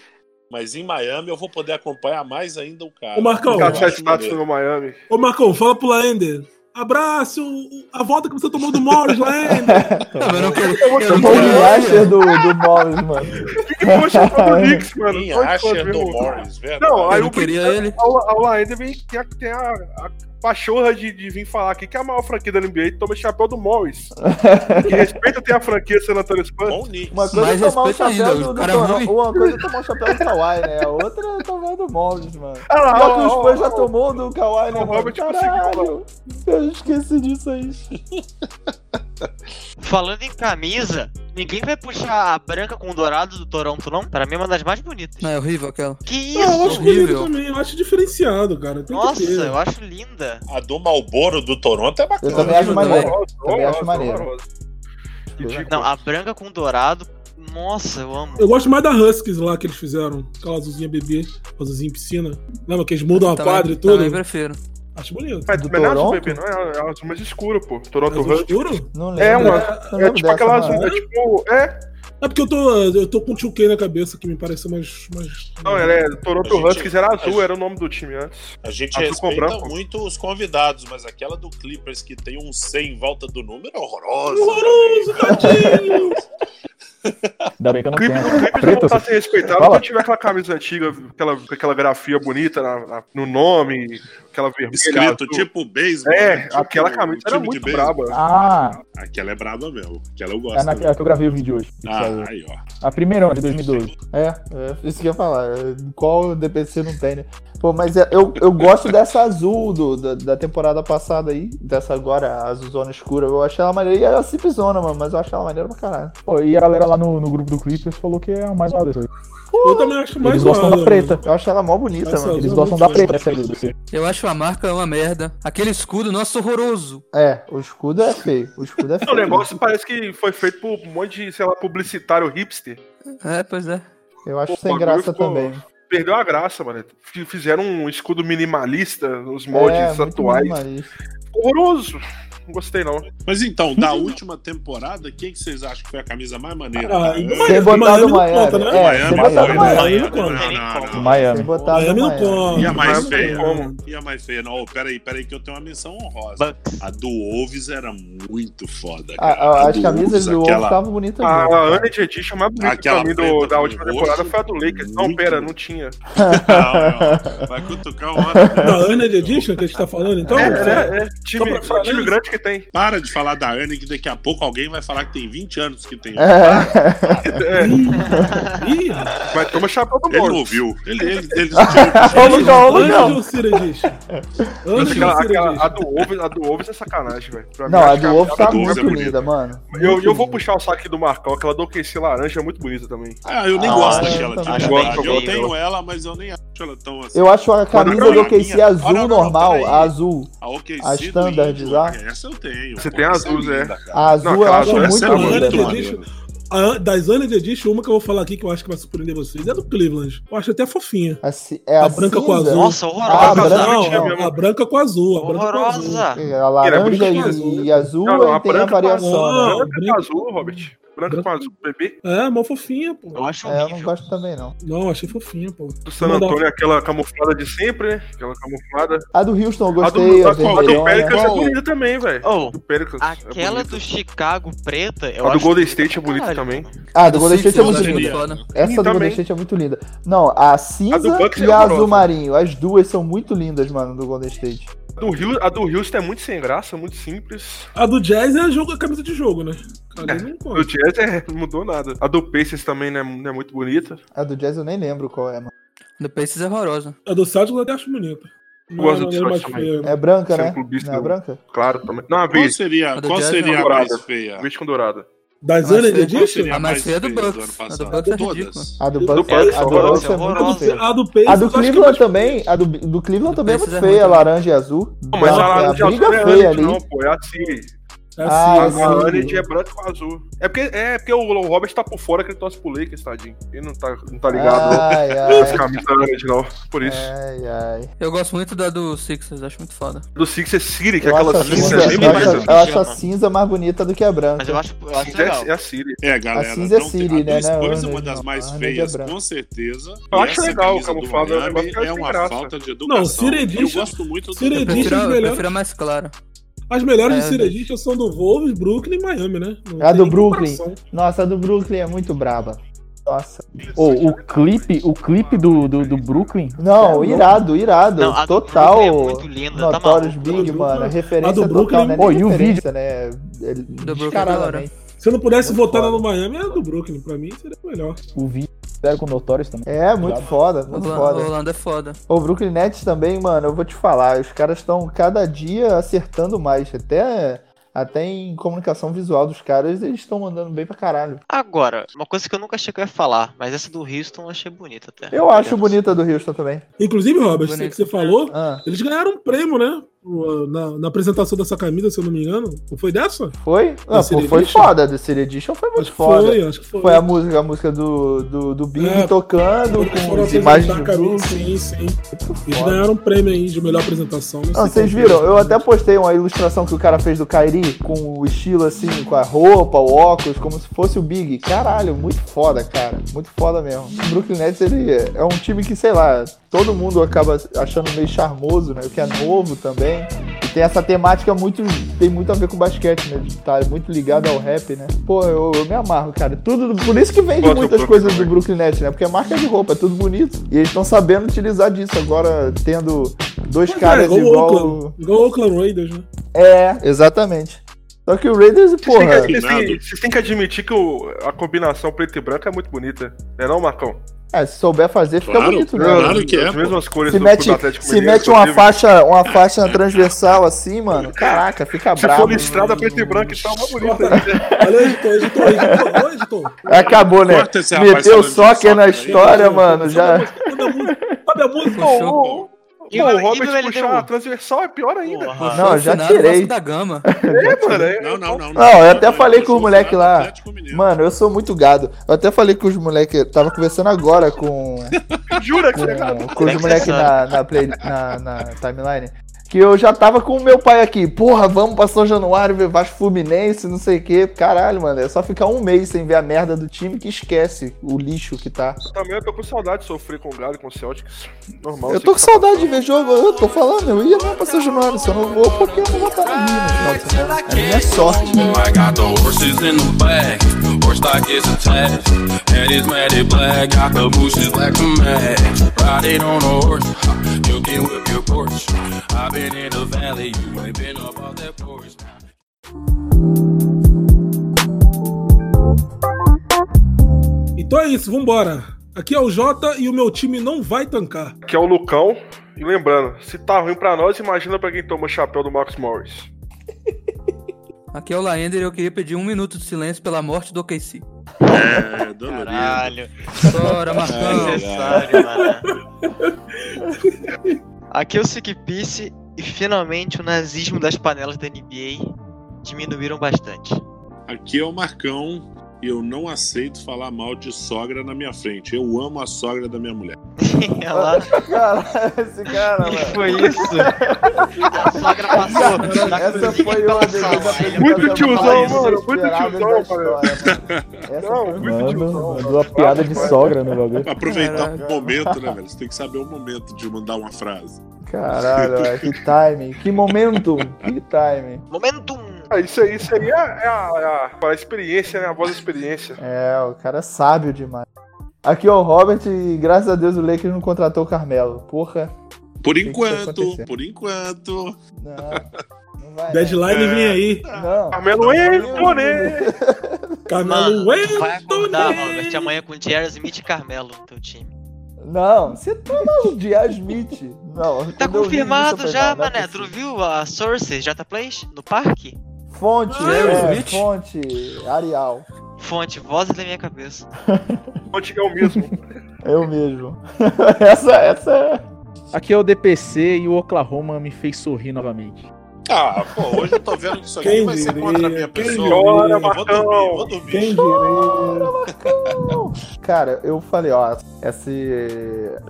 Speaker 5: mas em Miami eu vou poder acompanhar mais ainda o cara.
Speaker 6: Ô, Marcão.
Speaker 5: Eu
Speaker 7: Cara,
Speaker 5: acho
Speaker 7: sete status
Speaker 5: maneiro.
Speaker 7: no Miami.
Speaker 6: Ô, Marcão, fala pro Laender. Abraço, o- a volta que você tomou do Morris, Laender.
Speaker 9: Não, mas eu não quero.
Speaker 7: Eu vou
Speaker 9: eu
Speaker 7: ser
Speaker 9: não
Speaker 4: O
Speaker 7: bom
Speaker 9: quero-
Speaker 4: Tony Asher do, do Morris, mano.
Speaker 7: Que poxa do Knicks, mano. um-
Speaker 5: Em
Speaker 7: Só de fã
Speaker 5: Asher
Speaker 7: mesmo.
Speaker 5: do Morris, verdade.
Speaker 7: Não, aí
Speaker 9: Eu não
Speaker 7: o
Speaker 9: queria ele.
Speaker 7: A aula ainda vem tem a, tem a, a pachorra de, de vir falar aqui que é a maior franquia da NBA e toma chapéu do Morris. que respeita tem a franquia San Antonio Spurs.
Speaker 5: Bom Nick.
Speaker 4: Uma coisa
Speaker 9: Mais
Speaker 4: é tomar o
Speaker 9: respeito
Speaker 4: chapéu
Speaker 9: ainda,
Speaker 4: do,
Speaker 9: o
Speaker 4: do
Speaker 9: cara ruim.
Speaker 4: Kawhi- Uma coisa é tomar o chapéu do Kawhi, né? A outra é tomar do Morris, mano.
Speaker 7: Ah lá,
Speaker 4: Pior que
Speaker 7: ó,
Speaker 4: o Spurs
Speaker 7: ó,
Speaker 4: já
Speaker 7: ó.
Speaker 4: tomou do Kawhi, né?
Speaker 7: O Robert
Speaker 4: mano? Caralho, eu esqueci disso aí.
Speaker 8: Falando em camisa, ninguém vai puxar a branca com o dourado do Toronto, não? Pra mim é uma das mais bonitas.
Speaker 9: Não, é horrível aquela.
Speaker 8: Que
Speaker 6: Eu
Speaker 8: isso?
Speaker 6: acho bonito
Speaker 9: horrível.
Speaker 6: também, eu acho diferenciado, cara. Tem
Speaker 8: Nossa,
Speaker 6: que ter.
Speaker 8: eu acho linda.
Speaker 5: A do Malboro do Toronto é
Speaker 4: Eu
Speaker 5: bacana.
Speaker 4: também acho
Speaker 9: né?
Speaker 4: maneiro.
Speaker 7: Horrorosa,
Speaker 4: Também acho
Speaker 7: horrorosa,
Speaker 4: maneiro.
Speaker 7: horrorosa. Ridículo.
Speaker 8: Não, a branca com dourado, nossa, eu amo.
Speaker 6: Eu gosto mais da Huskies lá que eles fizeram. Aquela azulzinha bebê, azulzinha em piscina. Lembra que eles mudam a
Speaker 9: Também-
Speaker 6: quadra e tudo?
Speaker 9: Também tá, prefiro.
Speaker 6: Acho bonito.
Speaker 7: Mas
Speaker 4: Do
Speaker 7: não é azul,
Speaker 4: Toronto?
Speaker 7: bebê, não é, é azul mais escuro, pô. Toronto
Speaker 6: Azul
Speaker 7: Rush.
Speaker 6: escuro?
Speaker 4: Não lembro.
Speaker 7: É, uma,
Speaker 4: Eu
Speaker 7: é
Speaker 4: lembro
Speaker 7: tipo
Speaker 4: dessa,
Speaker 7: aquela
Speaker 4: mano.
Speaker 7: azul, é tipo, é,
Speaker 6: É porque eu tô, eu tô com o 2K na cabeça, que me pareceu mais. mais...
Speaker 7: não, ela é Toronto
Speaker 5: A gente-
Speaker 7: Huskies, era azul,
Speaker 5: a-
Speaker 7: era o nome do time antes.
Speaker 5: A gente
Speaker 7: Azul com
Speaker 5: respeita
Speaker 7: branco.
Speaker 5: muito os convidados, mas aquela do Clippers que tem um C em volta do número é horrorosa.
Speaker 6: Horroroso, tadinho!
Speaker 3: Ainda bem que eu não
Speaker 7: O clipe,
Speaker 3: tenho.
Speaker 7: o clipe não
Speaker 3: Preto,
Speaker 7: tá sendo respeitado
Speaker 3: Fala.
Speaker 7: quando tiver aquela camisa antiga, aquela, com aquela grafia bonita na- na- no nome, aquela vermelha.
Speaker 5: Escrito
Speaker 7: azul.
Speaker 5: tipo beisebol.
Speaker 7: É,
Speaker 5: né? Tipo
Speaker 7: aquela camisa
Speaker 5: time
Speaker 7: era
Speaker 5: de
Speaker 7: muito
Speaker 5: beisebol.
Speaker 7: braba.
Speaker 3: Ah,
Speaker 5: Aquela é braba mesmo. Aquela eu gosto.
Speaker 3: é na
Speaker 5: também.
Speaker 3: é que eu gravei o vídeo hoje. que saiu.
Speaker 5: Ah, aí, ó.
Speaker 3: A primeira, de 2012.
Speaker 4: É, é, isso que eu ia falar. é, Qual DPC não tem, né? Pô, mas é- eu, eu gosto dessa azul do, da, da temporada passada aí. Dessa agora, a azulzona escura. Eu achei ela maneira. E ela é simplesona, mano. Mas eu achei ela maneira pra caralho.
Speaker 3: Pô, e a galera lá no, no grupo do Clippers falou que é a mais zoada. Eles
Speaker 6: Eu também acho mais
Speaker 3: gostam
Speaker 6: zoado,
Speaker 3: da preta.
Speaker 4: Eu achei ela mó bonita,
Speaker 6: Essa
Speaker 4: mano.
Speaker 3: Eles
Speaker 6: Não,
Speaker 3: gostam
Speaker 6: não
Speaker 3: da
Speaker 6: sei.
Speaker 3: preta, essa aí, você.
Speaker 9: Eu acho a marca uma merda. Aquele escudo, nossa, horroroso.
Speaker 4: É, o escudo é feio. O escudo é feio.
Speaker 7: O um negócio parece que foi feito por um monte de, sei lá, publicitário hipster.
Speaker 9: É, pois é.
Speaker 4: Eu acho
Speaker 7: Pô,
Speaker 4: sem
Speaker 7: o bagulho
Speaker 4: graça
Speaker 7: ficou-
Speaker 4: também.
Speaker 7: Perdeu a graça, mano. F- Fizeram um escudo minimalista nos moldes
Speaker 4: É, muito
Speaker 7: atuais.
Speaker 4: minimalista.
Speaker 7: Horroroso. Não gostei, não.
Speaker 5: Mas então, da última temporada, quem que vocês acham que foi a camisa mais maneira?
Speaker 6: Ah,
Speaker 5: cara?
Speaker 6: e-
Speaker 4: Sem botar
Speaker 6: Miami
Speaker 4: do
Speaker 6: não
Speaker 4: Miami.
Speaker 6: conta, né?
Speaker 4: É, sem
Speaker 5: Miami,
Speaker 4: botar do
Speaker 5: Miami,
Speaker 4: Miami.
Speaker 5: Miami,
Speaker 8: Miami, Miami,
Speaker 5: Miami, não, não, não.
Speaker 3: Miami.
Speaker 4: Sem botar do
Speaker 6: Miami é não
Speaker 4: Miami.
Speaker 6: conta.
Speaker 5: E a mais
Speaker 7: Miami não
Speaker 5: feia?
Speaker 7: tem como.
Speaker 5: E a mais feia? Não, peraí, peraí, que eu tenho uma menção honrosa.
Speaker 8: Bucks.
Speaker 5: A do Wolves era muito foda,
Speaker 4: A-
Speaker 5: cara.
Speaker 4: a- as
Speaker 5: do
Speaker 4: camisas
Speaker 5: Wolves,
Speaker 4: do ovo
Speaker 5: aquela-
Speaker 4: estavam bonitas
Speaker 7: A
Speaker 4: mesmo.
Speaker 7: Andy Edition mais bonita
Speaker 5: Aquela
Speaker 7: pra mim do-
Speaker 5: preta
Speaker 7: da
Speaker 5: com
Speaker 7: última
Speaker 5: roxo. é
Speaker 7: temporada foi a do Lakers. Não,
Speaker 5: Muito
Speaker 7: pera,
Speaker 5: bom.
Speaker 7: não tinha.
Speaker 5: Não, não. Vai cutucar né? uma hora.
Speaker 6: Da Ana de Edition que a gente tá falando, então?
Speaker 7: É, é, é.
Speaker 6: Só pra-
Speaker 7: Time, só time
Speaker 6: pra-
Speaker 7: grande que tem.
Speaker 5: Para de falar da Anne, que daqui a pouco alguém vai falar que tem 20 anos que tem.
Speaker 7: É,
Speaker 6: Ih,
Speaker 7: mas toma chapéu do
Speaker 5: Ele não
Speaker 7: Morris.
Speaker 5: ouviu. Ele, ele, ele
Speaker 4: Ô, Lucão, ô,
Speaker 6: Ana é de
Speaker 4: Lucão.
Speaker 6: Ocira Edition. Ana
Speaker 7: Mas
Speaker 6: de
Speaker 7: aquela- aquela-
Speaker 6: Ocira
Speaker 7: a do Wolves, a do Wolves é sacanagem, velho. Pra mim,
Speaker 4: Não, a
Speaker 7: acho que
Speaker 4: do ovo tá
Speaker 5: do ovo é
Speaker 4: muito
Speaker 5: bonita.
Speaker 4: linda, mano.
Speaker 7: Eu, eu vou puxar o saque do Marcão, aquela do QC laranja é muito bonita também.
Speaker 5: Ah, eu nem
Speaker 8: Ah,
Speaker 5: gosto
Speaker 4: eu
Speaker 5: daquela,
Speaker 4: também.
Speaker 5: de verdade.
Speaker 7: Gosto,
Speaker 5: Eu
Speaker 7: gosto.
Speaker 5: tenho ela, mas eu nem acho ela tão assim.
Speaker 4: Eu acho a camisa
Speaker 5: não,
Speaker 4: do
Speaker 5: a
Speaker 4: OKC
Speaker 5: minha-
Speaker 4: azul
Speaker 5: Ah, não, não, não,
Speaker 4: normal,
Speaker 5: peraí.
Speaker 4: a azul.
Speaker 5: A OKC
Speaker 4: A
Speaker 5: do
Speaker 4: standard,
Speaker 5: Índio,
Speaker 4: já?
Speaker 5: Essa eu tenho.
Speaker 7: Você
Speaker 5: pô,
Speaker 7: tem
Speaker 5: essa
Speaker 7: azuis, é.
Speaker 5: linda, cara.
Speaker 4: A azul
Speaker 7: Não,
Speaker 4: eu
Speaker 7: aquela
Speaker 4: acho
Speaker 7: azul é
Speaker 4: muito linda.
Speaker 5: essa
Speaker 6: Edition. Ana de
Speaker 5: maneira.
Speaker 4: mano.
Speaker 6: Edition. A An- Das Ana de Edition, uma que eu vou falar aqui que eu acho que vai surpreender vocês, é do Cleveland. Eu acho até fofinha.
Speaker 4: A, ci- é a,
Speaker 6: A Tá branca tá com
Speaker 4: cinza?
Speaker 6: azul.
Speaker 8: Nossa,
Speaker 4: Ah,
Speaker 8: horrorosa.
Speaker 4: branca-
Speaker 6: não,
Speaker 4: não.
Speaker 6: a- a branca com azul. A branca com azul.
Speaker 8: horrorosa.
Speaker 4: A laranja
Speaker 7: branca
Speaker 4: e
Speaker 6: com
Speaker 4: azul,
Speaker 6: azul.
Speaker 4: e azul
Speaker 7: Não, não,
Speaker 4: aí
Speaker 7: a
Speaker 4: tem a
Speaker 7: branca com
Speaker 4: variação, né?
Speaker 6: azul.
Speaker 7: Branca
Speaker 6: branco.
Speaker 7: com azul, Robert. Branca com azul, bebê
Speaker 6: É, mó fofinha, pô.
Speaker 8: Eu acho
Speaker 4: É, eu não
Speaker 8: horrível.
Speaker 4: gosto também, não.
Speaker 6: Não, achei fofinha, pô.
Speaker 7: do San
Speaker 6: Vou mandar-
Speaker 7: Antônio, aquela camuflada de sempre, né? Aquela camuflada.
Speaker 4: A do Houston eu
Speaker 7: A do,
Speaker 4: gostei, a,
Speaker 7: a, do- a do
Speaker 4: vermelhona.
Speaker 7: Pelicans é
Speaker 5: Qual?
Speaker 7: bonita também, velho.
Speaker 8: Oh,
Speaker 7: Do Pelicans. é
Speaker 8: aquela
Speaker 7: bonita.
Speaker 8: do Chicago preta, eu
Speaker 7: A do
Speaker 8: acho
Speaker 7: Golden
Speaker 8: bonita
Speaker 7: State é
Speaker 8: pra
Speaker 7: bonita
Speaker 8: caralho,
Speaker 7: também.
Speaker 8: mano.
Speaker 4: Ah, a do Golden State é
Speaker 9: Sixers
Speaker 4: muito
Speaker 9: acho
Speaker 5: bonita.
Speaker 4: linda.
Speaker 9: foda.
Speaker 4: Essa do Golden
Speaker 7: também.
Speaker 4: State é muito linda. Não, a cinza
Speaker 7: Bucks é
Speaker 4: e a
Speaker 7: horrorosa.
Speaker 4: azul marinho. As duas são muito lindas, mano, do Golden State.
Speaker 7: A do, Rio, a do Houston é muito sem graça, muito simples.
Speaker 6: A do Jazz é jogo, a camisa de jogo, né? Ali não
Speaker 7: A do
Speaker 6: conta.
Speaker 7: Jazz é, não mudou nada. A do Pacers também não é, não é muito bonita.
Speaker 4: A do Jazz eu nem lembro qual é, mano.
Speaker 9: Do Pacers é horrorosa.
Speaker 6: A do Celtics eu até acho bonita.
Speaker 7: gosto do
Speaker 6: maneira mais
Speaker 7: Detroit também.
Speaker 6: feia.
Speaker 4: É branca,
Speaker 7: Você é um
Speaker 4: né?
Speaker 7: clubista,
Speaker 4: Não é
Speaker 7: não.
Speaker 4: branca?
Speaker 7: Claro, também. Não, a
Speaker 5: Qual
Speaker 7: vez.
Speaker 5: seria,
Speaker 9: A do
Speaker 5: qual
Speaker 9: Jazz
Speaker 5: seria
Speaker 9: é
Speaker 5: a
Speaker 7: uma
Speaker 5: mais
Speaker 7: dourada.
Speaker 5: feia?
Speaker 7: Vez com dourada.
Speaker 6: Das
Speaker 9: Mas
Speaker 6: Ana
Speaker 4: é-
Speaker 9: tem-
Speaker 5: Qual
Speaker 6: Edition?
Speaker 5: seria
Speaker 9: A mais feia é do
Speaker 5: do ano
Speaker 9: Bucks. A do
Speaker 5: passado?
Speaker 9: Bucks é
Speaker 5: Todas.
Speaker 9: ridícula.
Speaker 4: A do
Speaker 7: Do
Speaker 4: Bucks
Speaker 7: Bucks,
Speaker 4: a do
Speaker 7: horrorosa,
Speaker 4: Bucks é muito
Speaker 8: horrorosa.
Speaker 4: feia.
Speaker 6: A do Pacers,
Speaker 4: A do
Speaker 6: eu acho que é
Speaker 4: Cleveland
Speaker 6: mais feia.
Speaker 4: também, a do, do Cleveland
Speaker 9: Do
Speaker 4: também é
Speaker 9: Pacers
Speaker 4: muito
Speaker 9: é
Speaker 4: feia,
Speaker 9: ruim também.
Speaker 4: laranja e azul.
Speaker 7: Não, mas
Speaker 4: Dá-
Speaker 7: a
Speaker 4: dá
Speaker 7: laranja azul
Speaker 4: briga
Speaker 7: não é
Speaker 4: feia
Speaker 7: laranja,
Speaker 4: ali.
Speaker 7: não, pô. É a Siri.
Speaker 6: É
Speaker 4: Ah,
Speaker 7: A
Speaker 6: assim,
Speaker 4: esse-
Speaker 6: assim.
Speaker 7: laranja é branca com azul. É porque, é porque o Robert tá por fora que ele torce pro Lakers, tadinho. Ele não tá, não tá ligado.
Speaker 4: Ai,
Speaker 7: As
Speaker 4: ai,
Speaker 7: camisas laranja, não. Por isso.
Speaker 4: ai, ai.
Speaker 9: Eu gosto muito da do Sixers, acho muito foda.
Speaker 7: Do Six é Siri, que é
Speaker 4: Eu acho
Speaker 7: aquela
Speaker 4: a
Speaker 7: cinza
Speaker 4: cinza,
Speaker 7: é
Speaker 4: eu
Speaker 7: bem mais. assim.
Speaker 4: acho,
Speaker 8: azul.
Speaker 4: eu acho a cinza mais bonita do que a branca.
Speaker 8: Mas eu acho, eu acho
Speaker 7: Cinza é-
Speaker 8: legal.
Speaker 7: É a Siri.
Speaker 5: É, galera.
Speaker 4: A cinza é
Speaker 5: não tem-
Speaker 4: Siri, né,
Speaker 5: A do
Speaker 4: né,
Speaker 5: Spurs é uma
Speaker 4: Arnold?
Speaker 5: das mais
Speaker 4: Arnold é
Speaker 5: feias,
Speaker 4: branco.
Speaker 5: com certeza.
Speaker 7: Eu
Speaker 5: E
Speaker 7: acho
Speaker 5: essa
Speaker 7: legal o
Speaker 5: camisa do
Speaker 7: camuflado, é um
Speaker 5: Miami
Speaker 7: negócio que eu
Speaker 5: é
Speaker 7: acho
Speaker 5: uma
Speaker 7: graça.
Speaker 5: falta de educação.
Speaker 6: Não, Siri
Speaker 5: Eu
Speaker 6: Edition-
Speaker 5: gosto muito do
Speaker 6: Siri
Speaker 9: Eu
Speaker 6: Edition
Speaker 9: prefiro,
Speaker 6: é
Speaker 9: eu
Speaker 6: melhor.
Speaker 9: prefiro a mais clara.
Speaker 6: As melhores
Speaker 9: É,
Speaker 6: de Cira
Speaker 9: verdade.
Speaker 6: Edition são do Wolves, Brooklyn e Miami, né? Não
Speaker 4: É A
Speaker 6: tem
Speaker 4: do
Speaker 6: nem
Speaker 4: Brooklyn.
Speaker 6: comparação.
Speaker 4: Nossa, a do Brooklyn é muito braba. Nossa.
Speaker 3: Ô, o clipe, o clipe do, do, do Brooklyn.
Speaker 6: É,
Speaker 4: Não, irado, irado.
Speaker 8: Não, a do
Speaker 4: total.
Speaker 8: Brooklyn é muito linda, tá
Speaker 4: Notorious
Speaker 8: maluco.
Speaker 4: Big,
Speaker 6: A do é
Speaker 4: mano.
Speaker 6: Brooklyn-
Speaker 4: Referência
Speaker 6: a do
Speaker 4: total,
Speaker 6: Brooklyn-
Speaker 4: né?
Speaker 3: Pô, e o
Speaker 4: Referência, né? É- né?
Speaker 9: Brooklyn é
Speaker 4: Descaradamente.
Speaker 6: Se eu não pudesse
Speaker 4: Muito
Speaker 6: votar na
Speaker 4: É foda.
Speaker 6: do Miami, era do Brooklyn. Pra mim seria melhor.
Speaker 3: O vídeo fizeram com o Notorious também.
Speaker 4: É, muito foda, muito
Speaker 9: Holanda,
Speaker 4: foda.
Speaker 9: Holanda é foda.
Speaker 4: O Brooklyn Nets também, mano, eu vou te falar, os caras estão cada dia acertando mais, até, até em comunicação visual dos caras, eles estão mandando bem pra caralho.
Speaker 8: Agora, uma coisa que eu nunca achei que eu ia falar, mas essa do Houston eu achei bonita até.
Speaker 4: Eu acho bonita do Houston também.
Speaker 6: Inclusive, Robert,
Speaker 9: Bonito.
Speaker 6: sei que você falou,
Speaker 4: Ah,
Speaker 6: eles ganharam um prêmio, né? Pro- Na, na apresentação dessa camisa, se eu não me engano. Ou foi dessa?
Speaker 4: foi? Ah,
Speaker 6: City
Speaker 4: pô, foi
Speaker 6: Edition?
Speaker 4: foda, The City Edition foi muito
Speaker 6: Acho que
Speaker 4: foda.
Speaker 6: foi, acho que foi.
Speaker 4: Foi a música, a música do, do, do Big
Speaker 6: É,
Speaker 4: tocando,
Speaker 6: Eles
Speaker 4: com
Speaker 6: foram
Speaker 4: as imagens
Speaker 6: apresentar
Speaker 4: do
Speaker 6: a camisa,
Speaker 4: Big.
Speaker 6: sim, sim. Eles
Speaker 4: foda.
Speaker 6: ganharam um prêmio aí de melhor apresentação. não sei é
Speaker 4: Ah, vocês
Speaker 6: qual
Speaker 4: viram?
Speaker 6: foi.
Speaker 4: Eu até postei uma ilustração que o cara fez do Kairi com o estilo assim, com a roupa, o óculos, como se fosse o Big. Caralho, muito foda, cara. Muito foda mesmo. O Brooklyn Nets, ele é- é um time que, sei lá, todo mundo acaba achando meio charmoso, né? Que é novo também. E tem essa temática muito. Tem muito a ver com basquete, né? de Tá muito ligado ao rap, né? Pô, eu, eu me amarro, cara. Tudo. Por isso que vende
Speaker 7: Bota o
Speaker 4: muitas
Speaker 7: Brooklyn
Speaker 4: coisas do
Speaker 7: também.
Speaker 4: Brooklyn Nets, né? Porque é marca de roupa, é tudo bonito. E eles estão sabendo utilizar disso agora, tendo dois
Speaker 7: um
Speaker 6: Pois é,
Speaker 4: caras
Speaker 6: igual o
Speaker 4: igual.
Speaker 6: Oakland- Igual o Oakland Raiders, né?
Speaker 4: É, exatamente. Só que o Raiders,
Speaker 7: Vocês têm que-
Speaker 4: porra.
Speaker 7: vocês têm- Vocês têm que admitir que o- a combinação preto e branco é muito bonita. Né não, Marcão?
Speaker 4: é, se souber fazer, fica
Speaker 5: Claro,
Speaker 4: bonito, né?
Speaker 5: claro. que é,
Speaker 7: As
Speaker 5: pô.
Speaker 7: mesmas cores
Speaker 4: Se
Speaker 7: do
Speaker 4: mete,
Speaker 7: do Atlético
Speaker 4: se
Speaker 7: Mineiro,
Speaker 4: mete uma
Speaker 7: inclusive.
Speaker 4: faixa, uma faixa na transversal assim, mano. Caraca, fica
Speaker 7: Se for
Speaker 4: brabo.
Speaker 7: listrada preto e branco, tá uma bonita. né?
Speaker 6: Olha, editor, editor, editor, ô, editor.
Speaker 4: Acabou, né?
Speaker 5: Corta
Speaker 7: é
Speaker 5: esse rapaz
Speaker 4: Meteu
Speaker 5: falando de
Speaker 4: soccer na
Speaker 7: né?
Speaker 5: soccer aí.
Speaker 4: história, mano. Já.
Speaker 6: Sobe a música, sobe a música.
Speaker 9: Puxou,
Speaker 8: E
Speaker 7: Pô,
Speaker 8: o-
Speaker 7: o
Speaker 8: e
Speaker 7: Robert
Speaker 8: do LDU?
Speaker 7: puxar a transversal é pior ainda.
Speaker 8: Porra.
Speaker 4: Não, eu já
Speaker 9: Afinado,
Speaker 4: tirei.
Speaker 9: Vasco da Gama.
Speaker 7: É, mano. é-
Speaker 5: Não, não, não.
Speaker 4: Não, eu até
Speaker 5: Ele
Speaker 4: falei com o
Speaker 5: puxou
Speaker 4: moleque
Speaker 5: do
Speaker 4: lá.
Speaker 5: Atlético Mineiro.
Speaker 4: Mano, eu sou muito gado. Eu até falei com os moleques. Tava conversando agora com.
Speaker 7: Jura que você é
Speaker 4: com,
Speaker 8: Tem
Speaker 4: com os
Speaker 8: que
Speaker 4: moleques
Speaker 8: ser
Speaker 4: na, na, play- na- na timeline. Que eu já tava com o meu pai aqui. Porra, vamos pra São Januário ver Vasco Fluminense, não sei o quê. Caralho, mano. É só ficar um mês sem ver a merda do time que esquece o lixo que tá.
Speaker 7: Também eu tô com saudade de sofrer com o Galo e com o Celtics. Normal.
Speaker 4: Eu
Speaker 7: assim.
Speaker 4: tô com saudade de ver jogo. Eu tô falando, eu ia mesmo pra São Januário. Só não vou porque eu não vou estar no Rio no final de semana. É minha sorte.
Speaker 2: I got the horses in the back, horse stock is attached. Head is matted black, got the bushes like a match. Riding on a horse, ha, you can whip your porch. I've been in the valley, you ain't been up off that porch.
Speaker 6: Então é isso, vambora. Aqui é o Jota e o meu time não vai tancar.
Speaker 7: Que é o Lucão. E lembrando, se tá ruim pra nós, imagina pra quem toma o chapéu do Marcos Morris.
Speaker 9: Aqui é o Laender e eu queria pedir um minuto de silêncio pela morte do OKC.
Speaker 5: É, dolorido.
Speaker 8: Caralho.
Speaker 9: Bora,
Speaker 6: É.
Speaker 9: Marcão.
Speaker 8: Necessário, mano. Aqui é o Sigpice e finalmente o nazismo das panelas da NBA diminuíram bastante.
Speaker 5: Aqui é o Marcão e eu não aceito falar mal de sogra na minha frente. Eu amo a sogra da minha mulher.
Speaker 8: Olha lá,
Speaker 4: Caralho, esse cara,
Speaker 8: o que
Speaker 4: mano.
Speaker 8: foi isso? A sogra passou. na
Speaker 4: Essa
Speaker 8: cozinha
Speaker 4: foi
Speaker 8: pela
Speaker 4: uma das
Speaker 8: sala.
Speaker 7: Muito tiozão, mano. Muito
Speaker 4: Desesperada
Speaker 7: tiozão,
Speaker 4: da
Speaker 7: mano.
Speaker 4: história, mano. Essa
Speaker 7: Não,
Speaker 4: foi
Speaker 7: muito tiozão.
Speaker 3: Mano, mandou uma piada de sogra no bagulho.
Speaker 5: Aproveitar
Speaker 9: Caraca.
Speaker 5: o momento, né, velho? Você tem que saber o momento de mandar uma frase.
Speaker 4: Caralho, velho, que timing, que momento, que timing.
Speaker 8: Momentum!
Speaker 7: Ah, isso aí, isso aí é, é a, é a- a experiência, né? A voz da experiência.
Speaker 4: É, o cara é sábio demais. Aqui, ó, o Robert, e graças a Deus o Lakers não contratou o Carmelo. Porra,
Speaker 5: Por
Speaker 4: que
Speaker 5: enquanto,
Speaker 4: acontecer.
Speaker 5: por enquanto.
Speaker 4: não, não vai. né?
Speaker 6: Deadline vem aí.
Speaker 4: Não.
Speaker 7: Carmelo entrou, né?
Speaker 6: Carmelo
Speaker 8: Mano, vai acordar,
Speaker 6: Anthony.
Speaker 8: Robert, amanhã com Jerry Smith e Carmelo no teu time.
Speaker 4: Não, você tá maluco de Smith. Não,
Speaker 8: Tá
Speaker 4: quando eu li
Speaker 8: confirmado
Speaker 4: isso, eu falei,
Speaker 8: já,
Speaker 4: não, não é
Speaker 8: mané. Tu não
Speaker 4: possível.
Speaker 8: viu a Sources J Plays no parque?
Speaker 4: Fonte,
Speaker 9: Jerry
Speaker 4: é,
Speaker 9: Smith?
Speaker 4: fonte, Arial.
Speaker 8: Fonte, vozes da minha cabeça.
Speaker 7: Fonte é o mesmo.
Speaker 4: Eu mesmo. essa, essa é.
Speaker 3: Aqui é o DPC e o Oklahoma me fez sorrir novamente.
Speaker 5: Ah, pô, hoje eu tô vendo que isso aqui
Speaker 6: Quem
Speaker 5: vai ser
Speaker 6: diria,
Speaker 5: contra a minha
Speaker 6: quem
Speaker 5: pessoa.
Speaker 7: diria.
Speaker 5: Eu vou dormir, eu vou dormir.
Speaker 6: Quem diria?
Speaker 4: Cara, eu falei, ó, essa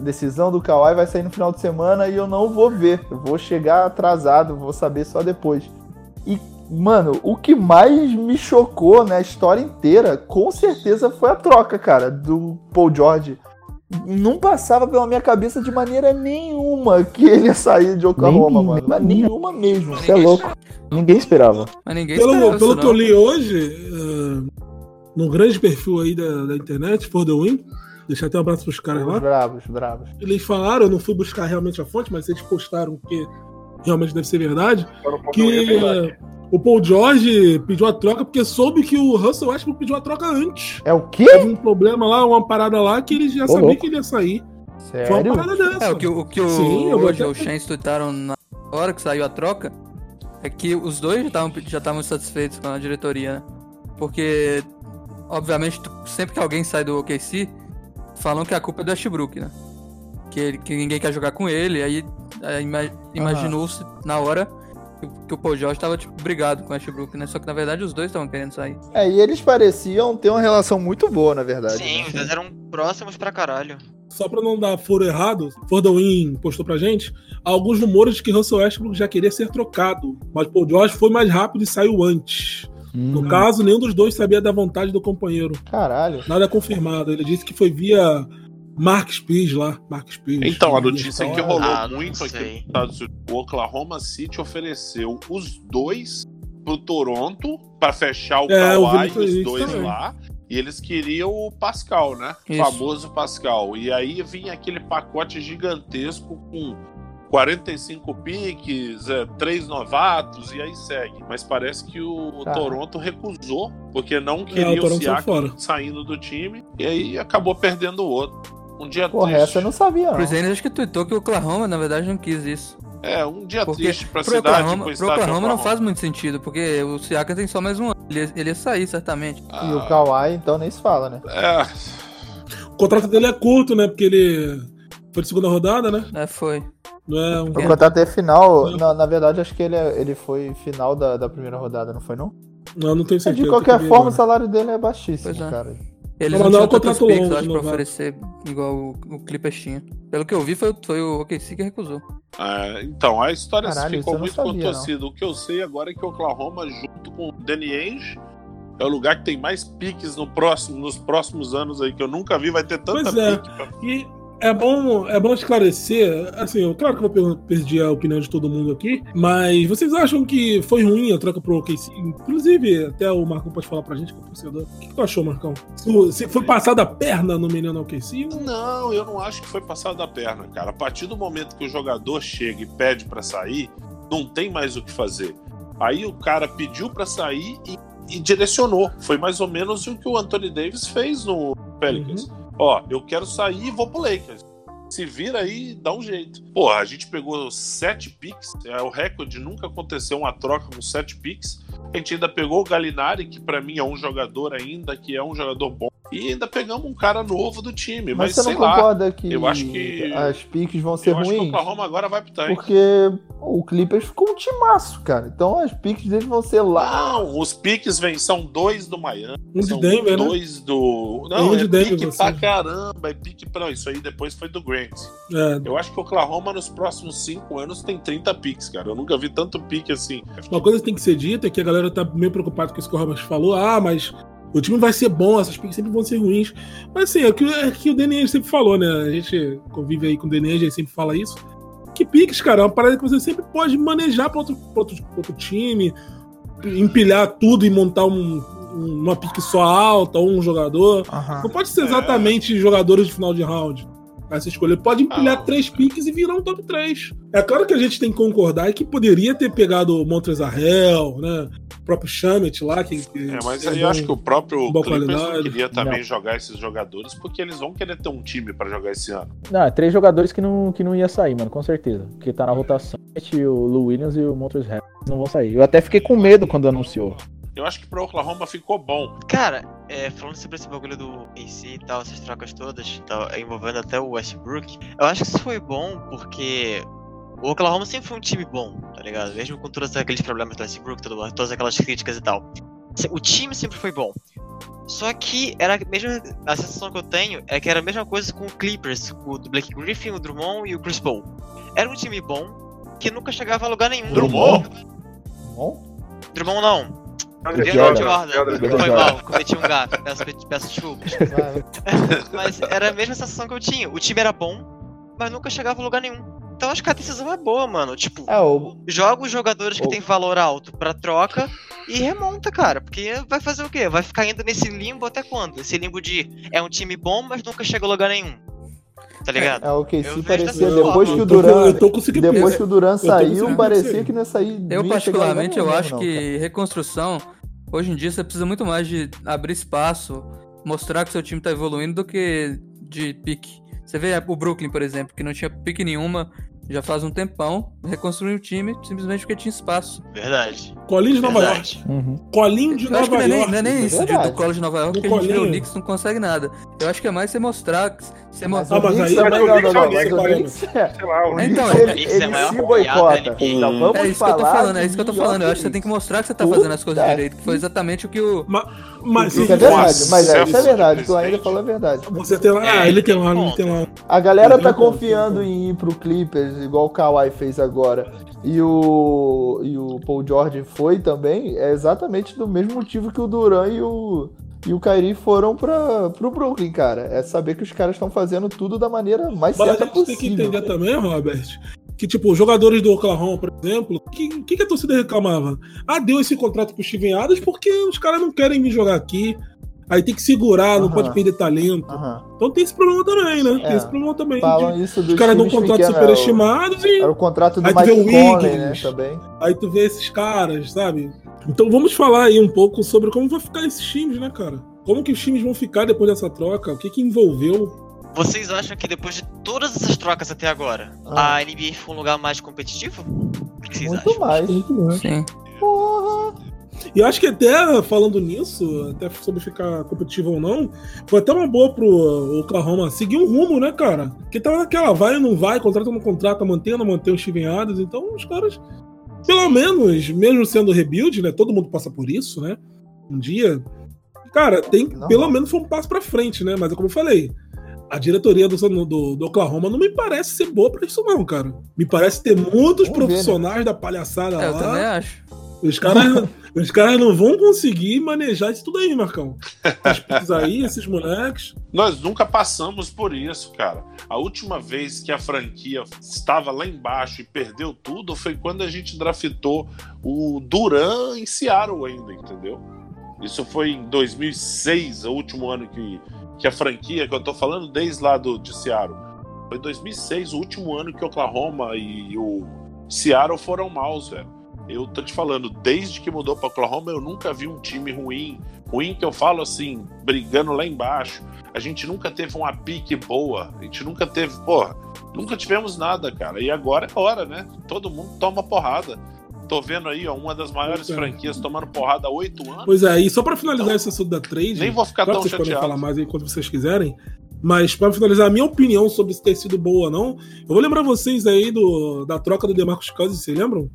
Speaker 4: decisão do Kawhi vai sair no final de semana e eu não vou ver. Eu vou chegar atrasado, vou saber só depois. E, mano, o que mais me chocou na história inteira, com certeza, foi a troca, cara, do Paul George. Não passava pela minha cabeça de maneira nenhuma que ele ia sair de Oklahoma,
Speaker 3: Nem-
Speaker 4: mano. Mas
Speaker 3: nem-
Speaker 4: nenhuma mesmo.
Speaker 3: Você é louco. Ninguém esperava.
Speaker 9: Mas ninguém
Speaker 6: Pelo,
Speaker 9: esperava
Speaker 6: pelo
Speaker 9: isso,
Speaker 6: que eu
Speaker 9: não.
Speaker 6: li hoje, eh, num grande perfil aí da, da internet, For The Win, deixar até um abraço pros caras
Speaker 4: Os
Speaker 6: lá.
Speaker 4: bravos, bravos.
Speaker 6: Eles falaram, eu não fui buscar realmente a fonte, mas eles postaram que realmente deve ser verdade.
Speaker 7: Agora o Paul
Speaker 6: que
Speaker 7: George é verdade.
Speaker 6: eh, o Paul George pediu a troca porque soube que o Russell Westbrook pediu a troca antes.
Speaker 4: É o quê?
Speaker 6: Teve um problema lá, uma parada lá que ele já
Speaker 3: Ô,
Speaker 6: sabia
Speaker 3: louco.
Speaker 6: que ele ia sair. Foi um uma
Speaker 4: Sério?
Speaker 6: parada dessa.
Speaker 9: É, o que o, que o
Speaker 6: Sim, eu vou
Speaker 9: Roger e
Speaker 6: até-
Speaker 9: o Shane tuitaram na hora que saiu a troca é que os dois já estavam já estavam satisfeitos com a diretoria, né? Porque, obviamente, tu- sempre que alguém sai do OKC, falam que a culpa é do Westbrook, né? Que, ele- que ninguém quer jogar com ele, aí, aí ima- imaginou-se na hora que, o- que o Paul George tava, tipo, brigado com o Westbrook, né? Só que, na verdade, os dois estavam querendo sair.
Speaker 4: É, e eles pareciam ter uma relação muito boa, na verdade. né?
Speaker 8: Sim, os dois eram próximos pra caralho.
Speaker 6: Só pra não dar foro errado, Fordowin postou pra gente alguns rumores de que Russell Westbrook já queria ser trocado, mas Paul George foi mais rápido e saiu antes. No
Speaker 3: Hum.
Speaker 6: caso, nenhum dos dois sabia da vontade do companheiro.
Speaker 4: Caralho.
Speaker 6: Nada é confirmado. Ele disse que foi via Mark Spears lá. Mark Spears.
Speaker 5: Então, a notícia que rolou
Speaker 8: Ah, não
Speaker 5: muito aqui
Speaker 8: sei.
Speaker 5: nos Estados Unidos. O Oklahoma City ofereceu os dois pro Toronto pra fechar o
Speaker 6: É, eu vi
Speaker 5: Kawhi,
Speaker 6: muito
Speaker 5: os
Speaker 6: isso
Speaker 5: dois
Speaker 6: também.
Speaker 5: lá. E eles queriam o Pascal, né? O
Speaker 9: Isso.
Speaker 5: famoso Pascal. E aí vinha aquele pacote gigantesco com 45 piques, é, três novatos e aí segue. Mas parece que o
Speaker 4: Tá.
Speaker 5: Toronto recusou, porque não
Speaker 6: É, o
Speaker 5: queria o
Speaker 6: Toronto saiu
Speaker 5: Siakam
Speaker 6: fora.
Speaker 5: saindo do time. E aí acabou perdendo o outro. Um dia
Speaker 4: Porra,
Speaker 5: triste.
Speaker 4: essa eu não
Speaker 9: O
Speaker 4: sabia, não.
Speaker 9: Cruzeiro acho que tuitou que o Oklahoma, na verdade, não quis isso.
Speaker 5: É, um dia
Speaker 9: Porque
Speaker 5: triste pra
Speaker 9: Pro
Speaker 5: cidade,
Speaker 9: Oklahoma,
Speaker 5: pro
Speaker 9: pro
Speaker 5: estado de
Speaker 9: Oklahoma não
Speaker 5: Oklahoma.
Speaker 9: faz muito sentido, porque o Siaka tem só mais um ano. Ele, ia- ele ia sair, certamente.
Speaker 5: Ah,
Speaker 4: E o Kawhi, então, nem se fala, né?
Speaker 5: é,
Speaker 6: O contrato dele é curto, né? Porque ele foi de segunda rodada, né?
Speaker 9: É, foi.
Speaker 6: Não é um...
Speaker 4: O contrato é final. Na, na verdade, acho que ele, é- ele foi final da, da primeira rodada, não foi, não?
Speaker 6: Não, não tenho certeza.
Speaker 4: É, De
Speaker 6: eu
Speaker 4: qualquer
Speaker 6: tô
Speaker 4: forma, o
Speaker 6: vendo
Speaker 4: salário dele é baixíssimo,
Speaker 9: Pois é.
Speaker 4: cara.
Speaker 9: Eles
Speaker 6: Mas
Speaker 9: não
Speaker 6: não é um
Speaker 9: tinham tantas
Speaker 6: contrato
Speaker 9: picks,
Speaker 6: longo,
Speaker 9: eu acho,
Speaker 6: não
Speaker 9: pra
Speaker 6: vai.
Speaker 9: oferecer igual o, o Clippers tinha. Pelo que eu vi, foi, o- foi o OKC que recusou.
Speaker 5: é, então, a história
Speaker 4: Caralho, isso
Speaker 5: ficou
Speaker 4: eu não
Speaker 5: muito
Speaker 4: sabia,
Speaker 5: contorcida. O que eu sei agora é que o Oklahoma, junto com o Danny Ainge, é o lugar que tem mais piques no próximo, nos próximos anos aí, que eu nunca vi, vai ter tanta
Speaker 6: Pois é.
Speaker 5: pique. pra-
Speaker 6: E é bom, é bom esclarecer, assim, eu- claro que eu vou per- perder a opinião de todo mundo aqui, mas vocês acham que foi ruim a troca pro OKC? Inclusive, até o Marcão pode falar pra gente, que é torcedor. O que que tu achou, Marcão? Se, se foi passada a perna no menino OKC?
Speaker 5: Não, eu não acho que foi passado da perna, cara. A partir do momento que o jogador chega e pede pra sair, não tem mais o que fazer. Aí o cara pediu pra sair e, e direcionou. Foi mais ou menos o que o Anthony Davis fez no Pelicans. Ó, eu quero sair e vou pro Lakers. Se vira aí, dá um jeito. Porra, a gente pegou sete picks, é o recorde, nunca aconteceu uma troca com sete picks. A gente ainda pegou o Galinari, que pra mim é um jogador ainda, que é um jogador bom. E ainda pegamos um cara novo do time,
Speaker 4: Mas,
Speaker 5: mas,
Speaker 4: você
Speaker 5: sei
Speaker 4: não
Speaker 5: lá.
Speaker 4: concorda que,
Speaker 5: eu acho que-
Speaker 4: as piques vão
Speaker 6: é
Speaker 4: ser
Speaker 5: Eu acho que o
Speaker 4: ruins?
Speaker 5: Oklahoma agora vai pro tanque.
Speaker 4: Porque o Clippers ficou um timaço, cara. Então as piques dele vão ser lá.
Speaker 5: Não, os piques vêm, são dois do Miami.
Speaker 6: Um de
Speaker 5: são
Speaker 6: Denver, né?
Speaker 5: dois do. Não,
Speaker 6: Um
Speaker 5: é
Speaker 6: de Denver,
Speaker 5: pique
Speaker 6: você.
Speaker 5: pra caramba, é pique pra. Isso aí depois foi do Grant.
Speaker 6: É,
Speaker 5: Eu acho que o Oklahoma nos próximos cinco anos tem 30 piques, cara. Eu nunca vi tanto pique assim.
Speaker 6: Uma coisa que tem que ser dita é que a galera tá meio preocupada com isso que o Robert falou. Ah, mas o time vai ser bom, essas picks sempre vão ser ruins. Mas assim, é o que, é o que o DNA sempre falou, né? A gente convive aí com o DNA, ele sempre fala isso. Que piques, cara, é uma parada que você sempre pode manejar pra outro, pra outro, pra outro time, empilhar tudo e montar um- um- uma pique só alta ou um jogador.
Speaker 4: Aham.
Speaker 6: Não pode ser exatamente jogadores de final de round. Aí você escolher. Pode empilhar
Speaker 5: Ah.
Speaker 6: três piques e virar um top 3. É claro que a gente tem que concordar que poderia ter pegado o Montrezl Harrell, né? próprio Chamet lá. Que, que
Speaker 5: É, mas
Speaker 6: é
Speaker 5: aí
Speaker 6: bom-
Speaker 5: eu acho que o próprio
Speaker 6: boa
Speaker 5: Clippers não
Speaker 6: qualidade.
Speaker 5: queria também jogar esses jogadores, porque eles vão querer ter um time pra jogar esse ano.
Speaker 3: Não, é três jogadores que não, que não ia sair, mano, com certeza. Porque tá na rotação o Lou Williams e o Montrezl Harrell não vão sair. Eu até fiquei com medo quando anunciou.
Speaker 5: Eu acho que pra Oklahoma ficou bom.
Speaker 8: Cara, é, falando sobre esse bagulho do AC e tal, essas trocas todas, e tal, envolvendo até o Westbrook, eu acho que isso foi bom porque o Oklahoma sempre foi um time bom, tá ligado? Mesmo com todos aqueles problemas do Westbrook, tudo- todas aquelas críticas e tal. Se- O time sempre foi bom. Só que era a mesma a sensação que eu tenho é que era a mesma coisa com o Clippers, com o do Blake Griffin, o Drummond e o Chris Paul. Era um time bom que nunca chegava a lugar nenhum.
Speaker 5: Drummond?
Speaker 4: Bom?
Speaker 8: Drummond não.
Speaker 7: Andrew
Speaker 8: Leonard
Speaker 7: Jordan,
Speaker 8: Jordan.
Speaker 7: Andrew
Speaker 8: Foi
Speaker 7: Jordan.
Speaker 8: mal, cometi um gafe. Peço, peço desculpas. Mas era a mesma sensação que eu tinha. O time era bom, mas nunca chegava a lugar nenhum. Então acho que a decisão é boa, mano. Tipo,
Speaker 4: É, o,
Speaker 8: joga os jogadores que
Speaker 4: O-
Speaker 8: têm valor alto pra troca e remonta, cara. Porque vai fazer o quê? Vai ficar ainda nesse limbo até quando? Esse limbo de é um time bom, mas nunca chega a lugar nenhum. Tá ligado?
Speaker 4: é o
Speaker 8: Eu
Speaker 4: KC
Speaker 8: vejo
Speaker 4: parecia,
Speaker 8: dessa
Speaker 4: depois
Speaker 8: forma.
Speaker 4: que o
Speaker 6: Eu tô com-
Speaker 4: Duran.
Speaker 6: Eu tô conseguindo.
Speaker 4: Depois que o Duran
Speaker 6: tô com certeza
Speaker 4: saiu,
Speaker 6: que
Speaker 4: parecia
Speaker 6: sim.
Speaker 4: que não ia sair.
Speaker 9: Eu,
Speaker 4: não ia chegar em lugar
Speaker 9: particularmente, eu
Speaker 4: nenhum,
Speaker 9: acho
Speaker 4: não, cara.
Speaker 9: que reconstrução, hoje em dia, você precisa muito mais de abrir espaço, mostrar que seu time tá evoluindo do que de pique. Você vê o Brooklyn, por exemplo, que não tinha pique nenhuma já faz um tempão, reconstruiu o time simplesmente porque tinha espaço.
Speaker 8: Verdade.
Speaker 6: Colinho de Nova York.
Speaker 8: Verdade.
Speaker 6: Colinho de
Speaker 9: Eu acho que
Speaker 6: Nova
Speaker 9: não é nem,
Speaker 6: York.
Speaker 9: não é nem
Speaker 4: é
Speaker 9: isso de,
Speaker 4: verdade.
Speaker 9: do College de Nova York,
Speaker 6: Do
Speaker 9: que a gente vê o
Speaker 6: colinho.
Speaker 9: Knicks não consegue nada. Eu acho que é mais você mostrar. que- Você
Speaker 4: Mas
Speaker 9: mostrar
Speaker 6: Ah,
Speaker 4: o
Speaker 6: mas
Speaker 4: Knicks
Speaker 6: aí-
Speaker 4: também-
Speaker 7: mas o
Speaker 4: não, não,
Speaker 7: Knicks é
Speaker 4: não,
Speaker 7: o
Speaker 4: mas o
Speaker 6: Knicks,
Speaker 4: Knicks é-
Speaker 7: Sei lá, um o
Speaker 9: É,
Speaker 7: Knicks
Speaker 9: então,
Speaker 4: ele,
Speaker 8: Knicks é
Speaker 4: ele
Speaker 8: maior
Speaker 4: se
Speaker 8: piada,
Speaker 4: boicota.
Speaker 8: ele-
Speaker 4: Então vamos
Speaker 9: É isso que eu
Speaker 4: falar
Speaker 9: tô falando, é isso que eu tô
Speaker 4: de New
Speaker 9: falando. Eu
Speaker 4: York
Speaker 9: acho que você tem que
Speaker 4: Knicks.
Speaker 9: mostrar que você tá
Speaker 4: Puta
Speaker 9: fazendo as coisas
Speaker 4: que-
Speaker 9: direito, que foi exatamente o que o.
Speaker 6: Mas
Speaker 4: Isso é
Speaker 6: vocês-
Speaker 4: verdade, mas é,
Speaker 5: Acesso
Speaker 4: isso é verdade,
Speaker 5: de
Speaker 4: tu ainda
Speaker 5: presidente.
Speaker 4: falou a verdade.
Speaker 6: Você tem lá.
Speaker 8: É,
Speaker 6: Ah, ele tem lá, ele tem lá.
Speaker 4: A galera tá
Speaker 6: Exatamente.
Speaker 4: confiando em ir pro Clippers, igual o Kawhi fez agora, e o, e o Paul George foi também, é exatamente do mesmo motivo que o Duran e o, e o Kyrie foram pra, pro Brooklyn, cara. É saber que os caras estão fazendo tudo da maneira mais
Speaker 6: Mas a
Speaker 4: certa
Speaker 6: gente tem que
Speaker 4: é possível.
Speaker 6: entender também, Robert, que, tipo, os jogadores do Oklahoma, por exemplo, o que, que, que a torcida reclamava? Ah, deu esse contrato pro Steven Adams porque os caras não querem vir jogar aqui. Aí tem que segurar, não
Speaker 4: Aham.
Speaker 6: pode perder talento.
Speaker 4: Aham.
Speaker 6: Então tem esse problema também, né?
Speaker 4: É.
Speaker 6: Tem esse problema também. de-
Speaker 4: Falam isso dos
Speaker 6: os caras dão
Speaker 4: times pequenos,
Speaker 6: contratos
Speaker 4: é o-
Speaker 6: superestimados e
Speaker 4: Era o contrato do
Speaker 6: Aí tu vê
Speaker 4: Mike
Speaker 6: o
Speaker 4: Conley, né,
Speaker 6: Wiggins.
Speaker 4: também.
Speaker 6: aí tu vê esses caras, sabe? Então vamos falar aí um pouco sobre como vai ficar esses times, né, cara? Como que os times vão ficar depois dessa troca? O que que envolveu?
Speaker 8: Vocês acham que depois de todas essas trocas até agora,
Speaker 4: Ah.
Speaker 8: a NBA ficou um lugar mais competitivo? O que que vocês acham?
Speaker 4: Muito mais.
Speaker 9: Sim.
Speaker 4: Porra!
Speaker 6: E eu acho que até falando nisso, até sobre ficar competitivo ou não, foi até uma boa pro Oklahoma seguir um rumo, né, cara? Porque tava naquela vai ou não vai, contrata ou não contrata, mantém ou não mantém os Steven Adams, então os caras, pelo menos, mesmo sendo rebuild, né, todo mundo passa por isso, né, um dia, cara, tem,
Speaker 4: Normal.
Speaker 6: pelo menos foi um passo pra frente, né, mas é como eu falei, a diretoria do, do, do Oklahoma não me parece ser boa pra isso não, cara. Me parece ter
Speaker 4: Vamos ver,
Speaker 6: muitos
Speaker 4: né?
Speaker 6: profissionais da palhaçada
Speaker 9: É, eu
Speaker 6: lá,
Speaker 9: também acho.
Speaker 6: os caras, os caras não vão conseguir manejar isso tudo aí, Marcão. Esses picos aí, esses moleques.
Speaker 5: Nós nunca passamos por isso, cara. A última vez que a franquia estava lá embaixo e perdeu tudo foi quando a gente draftou o Duran em Seattle ainda, entendeu? Isso foi em 2006, o último ano que, que a franquia, que eu tô falando desde lá do, de Seattle. Foi 2006, o último ano que Oklahoma e o Seattle foram maus, velho. Eu tô te falando, desde que mudou pra Oklahoma, eu nunca vi um time ruim. Ruim que eu falo assim, brigando lá embaixo. A gente nunca teve uma pique boa. A gente nunca teve, porra, nunca tivemos nada, cara. E agora é hora, né? Todo mundo toma porrada. Tô vendo aí, ó, uma das maiores
Speaker 6: Pois é.
Speaker 5: franquias tomando porrada há oito anos.
Speaker 6: Pois é, e só pra finalizar esse assunto da trade,
Speaker 5: Nem vou ficar
Speaker 6: claro
Speaker 5: tão
Speaker 6: que vocês podem falar
Speaker 5: chateado.
Speaker 6: mais aí quando vocês quiserem, mas pra finalizar a minha opinião sobre se ter sido boa ou não, eu vou lembrar vocês aí do, da troca do DeMarcus Cousins, vocês lembram?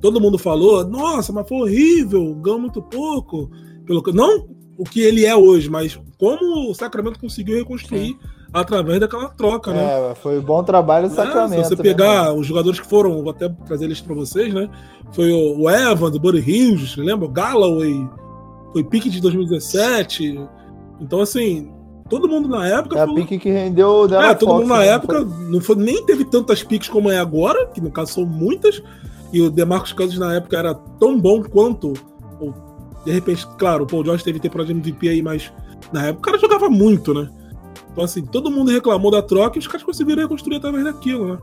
Speaker 6: Todo mundo falou, nossa, mas foi horrível, ganhou muito pouco. Pelo, que- não o que ele é hoje, mas como o Sacramento conseguiu reconstruir através daquela troca, né?
Speaker 4: É, foi bom trabalho o
Speaker 6: É,
Speaker 4: Sacramento.
Speaker 6: se você
Speaker 4: né,
Speaker 6: pegar os jogadores que foram, vou até trazer eles pra vocês, né? Foi o o Evans, o Buddy Hughes, lembra? O Galloway, foi pique de 2017. Então, assim, todo mundo na época. um
Speaker 4: É a
Speaker 6: falou-
Speaker 4: pique que rendeu o Darren
Speaker 6: é, todo
Speaker 4: Fox,
Speaker 6: mundo na
Speaker 4: né?
Speaker 6: época não foi, nem teve tantas piques como é agora, que no caso são muitas, e o DeMarcus Cousins na época era tão bom quanto, ou, de repente, claro, o Paul George teve temporada de MVP aí, mas na época o cara jogava muito, né? Então assim, todo mundo reclamou da troca e os caras conseguiram reconstruir através daquilo, né?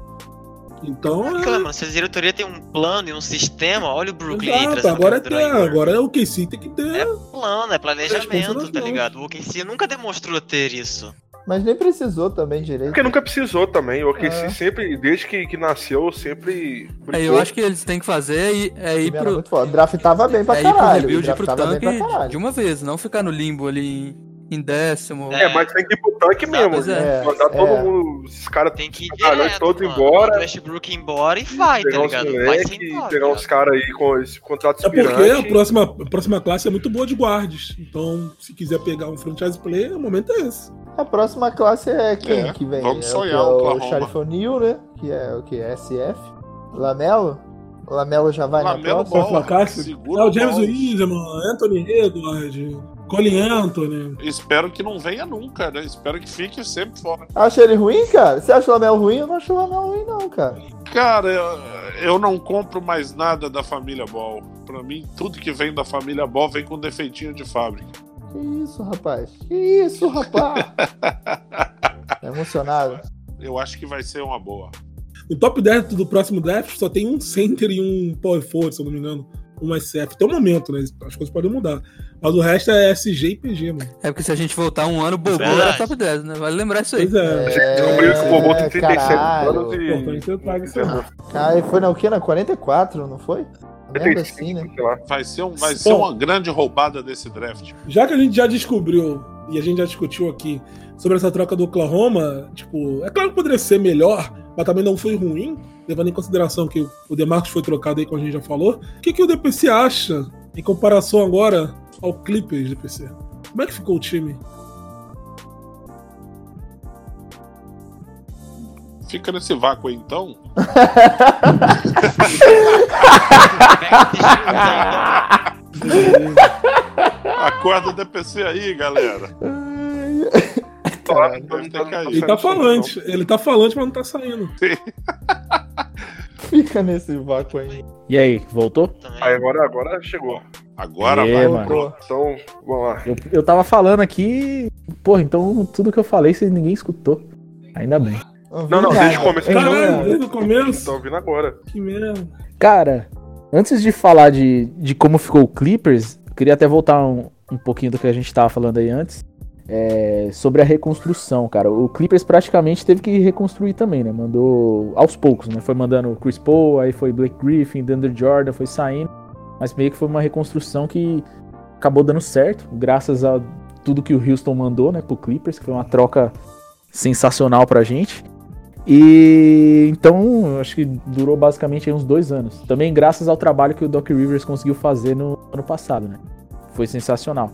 Speaker 6: Então, é,
Speaker 8: Claro, mano, se a diretoria tem um plano e um sistema, olha o Brooklyn aí
Speaker 6: exato,
Speaker 8: trazendo
Speaker 6: agora,
Speaker 8: pro
Speaker 6: tem,
Speaker 8: drawing board.
Speaker 6: agora né, é o KC tem que ter.
Speaker 8: É plano, é
Speaker 6: Responsa nas
Speaker 8: planejamento, tá
Speaker 6: mãos.
Speaker 8: ligado? O OKC nunca demonstrou ter isso.
Speaker 4: Mas nem precisou também direito.
Speaker 7: Porque nunca precisou também. O OKC
Speaker 4: É.
Speaker 7: sempre, desde que, que nasceu, sempre.
Speaker 9: É, eu acho que eles têm que fazer e, é ir
Speaker 4: Ele era
Speaker 9: pro,
Speaker 4: muito foda. Draftava bem pra
Speaker 9: é ir pro
Speaker 4: caralho.
Speaker 9: rebuild e pro
Speaker 4: Draftava bem
Speaker 9: tanque
Speaker 4: pra caralho.
Speaker 9: de um- uma vez, não ficar no limbo ali em, em décimo.
Speaker 7: É, mas tem que ir pro tanque
Speaker 8: Exato,
Speaker 7: mesmo.
Speaker 9: pois é.
Speaker 7: né? Mandar
Speaker 4: É,
Speaker 7: todo
Speaker 4: é.
Speaker 7: mundo. Os caras
Speaker 8: Tem que ir
Speaker 7: Caralho,
Speaker 8: direto,
Speaker 7: todo
Speaker 8: mano.
Speaker 7: Ah, embora.
Speaker 8: Manda o Westbrook embora e vai, tá
Speaker 7: pegar os
Speaker 8: ligado? Vai
Speaker 7: moleques,
Speaker 8: sem dó,
Speaker 7: pegar
Speaker 8: tá
Speaker 7: uns caras aí com esse contrato
Speaker 6: É porque a
Speaker 7: expirante.
Speaker 6: próxima, a próxima classe é muito boa de guardes. Então, se quiser pegar um franchise player, o momento é esse.
Speaker 4: A próxima classe é quem
Speaker 5: É,
Speaker 4: que vem?
Speaker 5: vamos
Speaker 4: é,
Speaker 5: sonhar,
Speaker 4: o, que é o
Speaker 5: Oklahoma.
Speaker 4: Sheriff O'Neal, né? Que é o que? SF? Lamelo? Lamelo já vai
Speaker 5: Lamelo
Speaker 4: na próxima?
Speaker 5: Ball.
Speaker 6: Próxima classe.
Speaker 5: segura
Speaker 6: é o
Speaker 5: o
Speaker 6: James
Speaker 5: ball.
Speaker 6: Wiseman, é Anthony Edward, Colin Anthony.
Speaker 5: Espero que não venha nunca, né? Espero que fique sempre fora.
Speaker 4: Acha Ah, ele ruim, cara? Você acha o Lamelo ruim? Eu não acho o Lamelo ruim, não, cara.
Speaker 5: Cara, eu- eu não compro mais nada da família Ball. Pra mim, tudo que vem da família Ball vem com defeitinho de fábrica.
Speaker 4: Que isso, rapaz? Que isso, rapaz? tá emocionado.
Speaker 5: Eu acho que vai ser uma boa.
Speaker 6: No top 10 do próximo draft só tem um center e um power forward, se eu não me engano. Um SF. Até o momento, né? As coisas podem mudar. Mas o resto é SG e PG, mano.
Speaker 9: É porque se a gente voltar um ano, o Bobo
Speaker 8: Verdade.
Speaker 9: era top 10, né? Vale lembrar isso aí.
Speaker 6: Pois é.
Speaker 7: Eu lembro que o Bobô tem 37
Speaker 4: caralho.
Speaker 7: anos e.
Speaker 6: Importante você traga isso aí.
Speaker 4: Cara, ele foi na o quê? Na 44, não foi? Merda assim, né?
Speaker 7: sei lá.
Speaker 5: Vai ser, um, vai ser
Speaker 6: Bom.
Speaker 5: uma grande roubada desse draft.
Speaker 6: Já que a gente já descobriu e a gente já discutiu aqui sobre essa troca do Oklahoma, tipo, é claro que poderia ser melhor, mas também não foi ruim, levando em consideração que o DeMarcus foi trocado aí, como a gente já falou. O que, que o DPC acha em comparação agora ao Clippers, DPC? Como é que ficou o time?
Speaker 5: Fica nesse vácuo aí, então.
Speaker 8: ligado?
Speaker 5: Acorda da PC aí, galera.
Speaker 7: Caralho,
Speaker 5: deve ter
Speaker 7: tá-
Speaker 5: caído.
Speaker 6: Ele tá falante, ele tá falante, mas não tá saindo.
Speaker 4: Fica nesse vácuo aí.
Speaker 3: E aí, voltou?
Speaker 7: então. Aí
Speaker 8: Também.
Speaker 7: agora, agora chegou.
Speaker 5: Agora
Speaker 3: É,
Speaker 5: vai.
Speaker 3: mano.
Speaker 5: pro-
Speaker 7: Então, vamos lá.
Speaker 3: Eu, eu tava falando aqui. Porra, então tudo que eu falei, vocês ninguém escutou. Ainda bem.
Speaker 7: Não, não, desde o começo.
Speaker 3: Caralho.
Speaker 6: Caralho, desde o
Speaker 7: Tá
Speaker 6: começo.
Speaker 7: ouvindo agora.
Speaker 6: Que merda.
Speaker 3: Cara, antes de falar de, de como ficou o Clippers, eu queria até voltar um, um pouquinho do que a gente tava falando aí antes. é, sobre a reconstrução, cara. O Clippers praticamente teve que reconstruir também, né? Mandou aos poucos, né? Foi mandando Chris Paul, aí foi Blake Griffin, Thunder Jordan, foi saindo. Mas meio que foi uma reconstrução que acabou dando certo, graças a tudo que o Houston mandou, né, pro Clippers, que foi uma troca sensacional pra gente. E então, acho que durou basicamente aí uns dois anos. Também graças ao trabalho que o Doc Rivers conseguiu fazer no ano passado, né? Foi sensacional.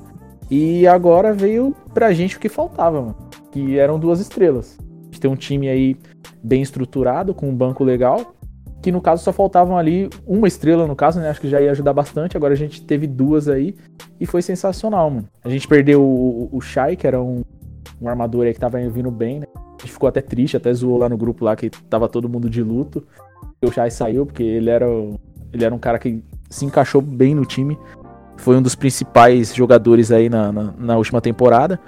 Speaker 3: E agora veio pra gente o que faltava, mano. Que eram duas estrelas. A gente tem um time aí bem estruturado, com um banco legal. Que no caso só faltavam ali uma estrela, no caso, né? Acho que já ia ajudar bastante. Agora a gente teve duas aí. E foi sensacional, mano. A gente perdeu o, o Shai, que era um, um armador aí que tava vindo bem, né? A gente ficou até triste, até zoou lá no grupo lá que tava todo mundo de luto. E o Shai saiu, porque ele era, o- ele era um cara que se encaixou bem no time. Foi um dos principais jogadores aí na, na, na última temporada.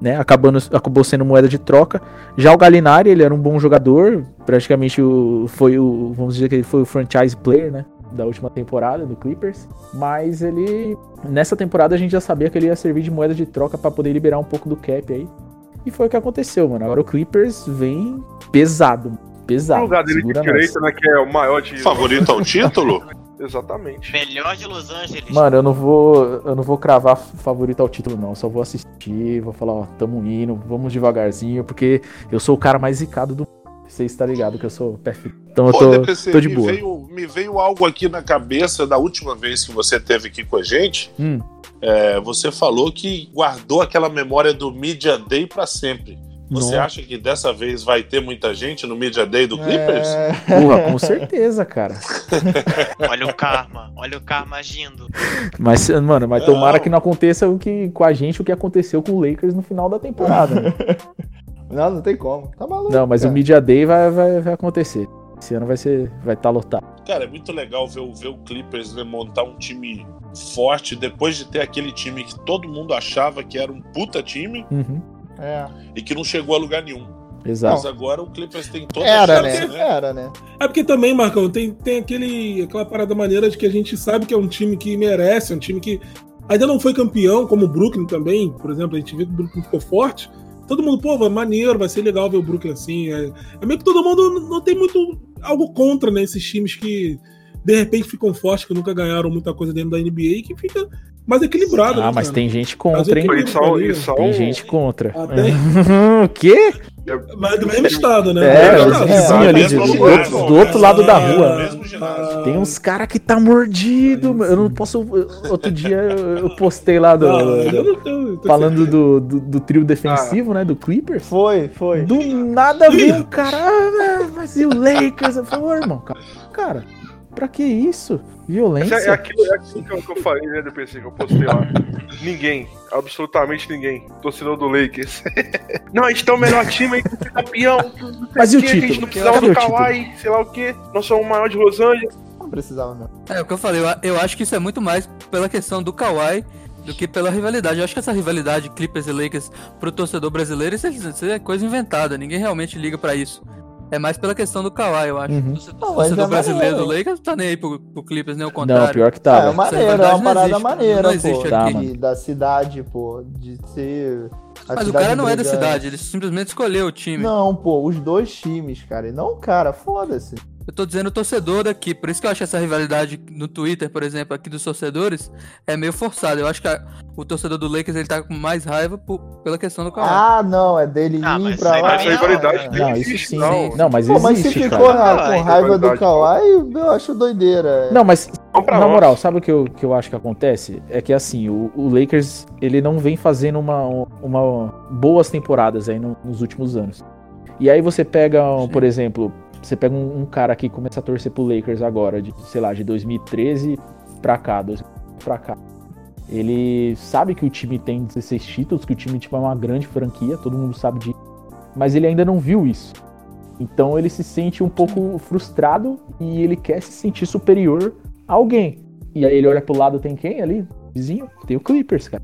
Speaker 3: Né, acabando, acabou sendo moeda de troca. Já o Galinari, ele era um bom jogador, praticamente o, foi o, vamos dizer que ele foi o franchise player, né, da última temporada do Clippers, mas ele nessa temporada a gente já sabia que ele ia servir de moeda de troca pra poder liberar um pouco do cap aí. E foi o que aconteceu, mano. Agora o Clippers vem pesado,
Speaker 7: O
Speaker 3: pesado.
Speaker 7: um lugar dele de
Speaker 3: segura nós.
Speaker 7: direita, né? Que é o maior de.
Speaker 5: Favorito ao título?
Speaker 7: Exatamente.
Speaker 8: Melhor de Los Angeles.
Speaker 3: Mano, eu não vou, eu não vou cravar favorito ao título não, eu só vou assistir, vou falar, ó, tamo indo, vamos devagarzinho, porque eu sou o cara mais zicado do mundo. Você está ligado que eu sou perfeito. Então eu
Speaker 5: Pô,
Speaker 3: tô,
Speaker 5: DPC,
Speaker 3: tô de
Speaker 5: me
Speaker 3: boa.
Speaker 5: Veio, me veio algo aqui na cabeça da última vez que você esteve aqui com a gente.
Speaker 3: Hum.
Speaker 5: É, você falou que guardou aquela memória do Media Day pra sempre. Você
Speaker 3: Nossa.
Speaker 5: acha que dessa vez vai ter muita gente no Media Day do Clippers?
Speaker 4: É,
Speaker 3: Porra, com certeza, cara.
Speaker 8: Olha o karma, olha o karma agindo.
Speaker 3: Mas, mano, mas
Speaker 5: Não.
Speaker 3: tomara que não aconteça o que, com a gente o que aconteceu com o Lakers no final da temporada. né?
Speaker 4: não, não tem como. Tá maluco.
Speaker 3: Não, mas o
Speaker 4: cara.
Speaker 3: Media Day vai, vai, vai acontecer. Esse ano vai ser, vai estar lotado.
Speaker 5: Cara, é muito legal ver, o- ver o Clippers né, montar um time forte depois de ter aquele time que todo mundo achava que era um puta time
Speaker 3: Uhum.
Speaker 4: É.
Speaker 5: e que não chegou a lugar nenhum. Mas
Speaker 3: Exato.
Speaker 5: agora o Clippers tem toda
Speaker 4: Era,
Speaker 5: a chance,
Speaker 4: né? Era, né?
Speaker 6: É porque também, Marcão, tem, tem aquele, aquela parada maneira de que a gente sabe que é um time que merece, é um time que ainda não foi campeão, como o Brooklyn também, por exemplo, a gente viu que o Brooklyn ficou forte. Todo mundo, pô, vai maneiro, vai ser legal ver o Brooklyn assim. É, é meio que todo mundo não tem muito algo contra né, esses times que de repente ficam fortes, que nunca ganharam muita coisa dentro da NBA e que fica mais equilibrado. né,
Speaker 3: Ah, mas
Speaker 6: cara?
Speaker 3: tem gente
Speaker 6: Mas
Speaker 3: contra,
Speaker 6: eu
Speaker 3: hein?
Speaker 6: tenho-
Speaker 7: E só, e só
Speaker 3: Tem
Speaker 7: um-
Speaker 3: gente contra.
Speaker 6: Ah, tem?
Speaker 3: o quê?
Speaker 6: Mas é do mesmo estado, né?
Speaker 3: É,
Speaker 6: Do
Speaker 3: os
Speaker 6: mesmo
Speaker 3: vizinhos
Speaker 6: estado.
Speaker 3: ali de-
Speaker 5: mesmo
Speaker 3: do,
Speaker 5: lugar,
Speaker 3: outro-
Speaker 5: pô.
Speaker 3: do outro lado da
Speaker 5: Ah,
Speaker 3: rua.
Speaker 5: mesmo ginásio.
Speaker 3: Tem uns cara que tá mordido. mano. Eu não posso. eu- Outro dia eu eu postei lá do.
Speaker 6: Não, Ah, eu
Speaker 3: do-
Speaker 6: não tenho- eu tô-
Speaker 3: falando do, do, do trio defensivo, né? Do Clippers.
Speaker 4: Foi, foi.
Speaker 3: Do nada veio um cara. "Ah, Mas e o Lakers? Eu falei, ô irmão, cara, cara, pra que isso?
Speaker 7: Mas é, é
Speaker 3: Violência?
Speaker 7: aquilo, é aquilo que, eu, que eu falei, né, DPC, que eu postei lá. Ninguém, absolutamente ninguém, torcedor do Lakers. não, a gente tem o melhor time, a gente é campeão. não sei
Speaker 3: Mas e
Speaker 7: o
Speaker 3: o
Speaker 7: quê, A gente
Speaker 3: título?
Speaker 7: não precisava
Speaker 3: Cadê
Speaker 7: do
Speaker 3: o título?
Speaker 7: Kawhi, sei lá o quê. Nós somos o maior de Los Angeles.
Speaker 4: Não precisava mesmo.
Speaker 9: É, o que eu falei, eu, a- eu acho que isso é muito mais pela questão do Kawhi do que pela rivalidade. Eu acho que essa rivalidade Clippers e Lakers pro torcedor brasileiro, isso é, isso é coisa inventada, ninguém realmente liga pra isso. É mais pela questão do Kawhi, eu acho.
Speaker 3: Uhum.
Speaker 9: O torcedor,
Speaker 4: Não, mas
Speaker 9: torcedor
Speaker 4: é
Speaker 9: brasileiro do
Speaker 4: maneiro.
Speaker 9: Lakers não tá nem aí pro, pro Clippers, nem o contrário.
Speaker 3: Não, pior que
Speaker 4: é,
Speaker 3: tá.
Speaker 4: é
Speaker 3: velho.
Speaker 4: maneiro, é
Speaker 9: verdade
Speaker 4: uma
Speaker 9: não
Speaker 4: parada
Speaker 9: existe,
Speaker 4: maneira,
Speaker 9: não existe
Speaker 4: pô.
Speaker 3: Dá,
Speaker 4: de-
Speaker 3: mano.
Speaker 4: da cidade, pô. De ser. a
Speaker 9: Mas o
Speaker 4: cidade
Speaker 9: cara não é da
Speaker 4: brilhante.
Speaker 9: cidade, ele simplesmente escolheu o time.
Speaker 4: Não, pô, os dois times, cara. E não, o cara, foda-se.
Speaker 9: Eu tô dizendo o torcedor aqui, por isso que eu acho que essa rivalidade no Twitter, por exemplo, aqui dos torcedores, é meio forçada. Eu acho que a- o torcedor do Lakers ele tá com mais raiva por- pela questão do Kawhi.
Speaker 4: Ah, não, é dele
Speaker 8: Ah,
Speaker 4: ir
Speaker 8: mas
Speaker 4: pra
Speaker 8: aí
Speaker 4: lá.
Speaker 8: vai
Speaker 7: Essa
Speaker 8: Não,
Speaker 7: rivalidade
Speaker 4: cara.
Speaker 7: nem
Speaker 3: Não,
Speaker 7: existe,
Speaker 3: isso sim.
Speaker 7: É, não.
Speaker 3: Não, mas
Speaker 4: Pô, mas se
Speaker 3: existe,
Speaker 4: ficou
Speaker 3: cara.
Speaker 4: ra- com raiva do
Speaker 7: Rivalidade, pô.
Speaker 4: Kawhi, eu acho doideira.
Speaker 3: Não, mas
Speaker 7: Vamos pra
Speaker 3: na
Speaker 7: lá.
Speaker 3: moral, sabe o que eu, que eu acho que acontece? É que assim, o, o Lakers ele não vem fazendo uma, uma boas temporadas aí no- nos últimos anos. E aí você pega, um, por exemplo, você pega um, um cara que começa a torcer pro Lakers agora, de, sei lá, de 2013 pra cá, 2014 pra cá. Ele sabe que o time tem 16 títulos, que o time tipo, é uma grande franquia, todo mundo sabe disso. Mas ele ainda não viu isso. Então ele se sente um pouco frustrado e ele quer se sentir superior a alguém. E aí ele olha pro lado, tem quem ali? Vizinho? Tem o Clippers, cara.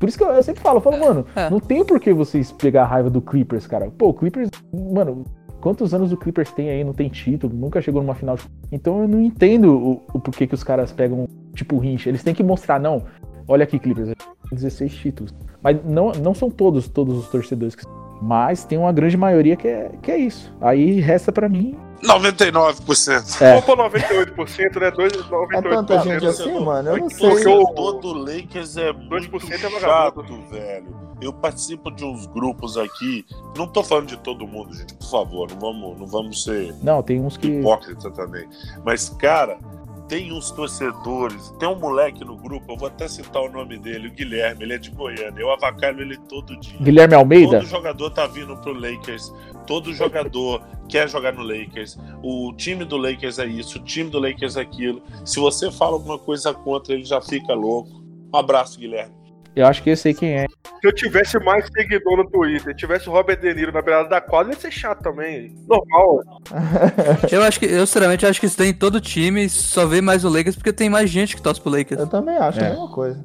Speaker 3: Por isso que eu, eu sempre falo, eu falo, mano,
Speaker 9: É.
Speaker 3: não tem por que vocês pegar a raiva do Clippers, cara. Pô, o Clippers, mano, quantos anos o Clippers tem aí? Não tem título, nunca chegou numa final. de- Então eu não entendo o, o porquê que os caras pegam, tipo, rincha. Eles têm que mostrar, não, olha aqui, Clippers, a gente tem 16 títulos. Mas não, não são todos, todos os torcedores que mas tem uma grande maioria que é, que é isso. Aí resta pra mim.
Speaker 5: 99%.
Speaker 3: É.
Speaker 7: Vamos pra 98%, né? Dois-
Speaker 4: É
Speaker 7: 98%.
Speaker 4: tanta gente
Speaker 8: né,
Speaker 4: assim, mano? Eu não
Speaker 5: O
Speaker 4: sei.
Speaker 7: Porque eu-
Speaker 5: torcedor do Lakers é muito
Speaker 7: 2% é
Speaker 5: chato,
Speaker 7: vagabundo.
Speaker 5: velho. Eu participo de uns grupos aqui. Não tô falando de todo mundo, gente. Por favor, não vamos, não vamos ser
Speaker 3: Não, tem uns que.
Speaker 5: hipócrita também. Mas, cara, tem uns torcedores, tem um moleque no grupo, eu vou até citar o nome dele, o Guilherme, ele é de Goiânia. Eu avacalho ele todo dia.
Speaker 3: Guilherme Almeida?
Speaker 5: Todo jogador tá vindo pro Lakers. Todo jogador quer jogar no Lakers. O time do Lakers é isso, o time do Lakers é aquilo. Se você fala alguma coisa contra, ele já fica louco. Um abraço, Guilherme.
Speaker 3: Eu acho que eu sei quem é.
Speaker 7: Se eu tivesse mais seguidor no Twitter, tivesse o Robert De Niro na beirada da quadra, ia ser chato também. Normal.
Speaker 9: Eu acho que, eu sinceramente acho que isso tem em todo time, só vê mais o Lakers porque tem mais gente que torce pro Lakers.
Speaker 4: Eu também acho
Speaker 3: É.
Speaker 4: a mesma coisa.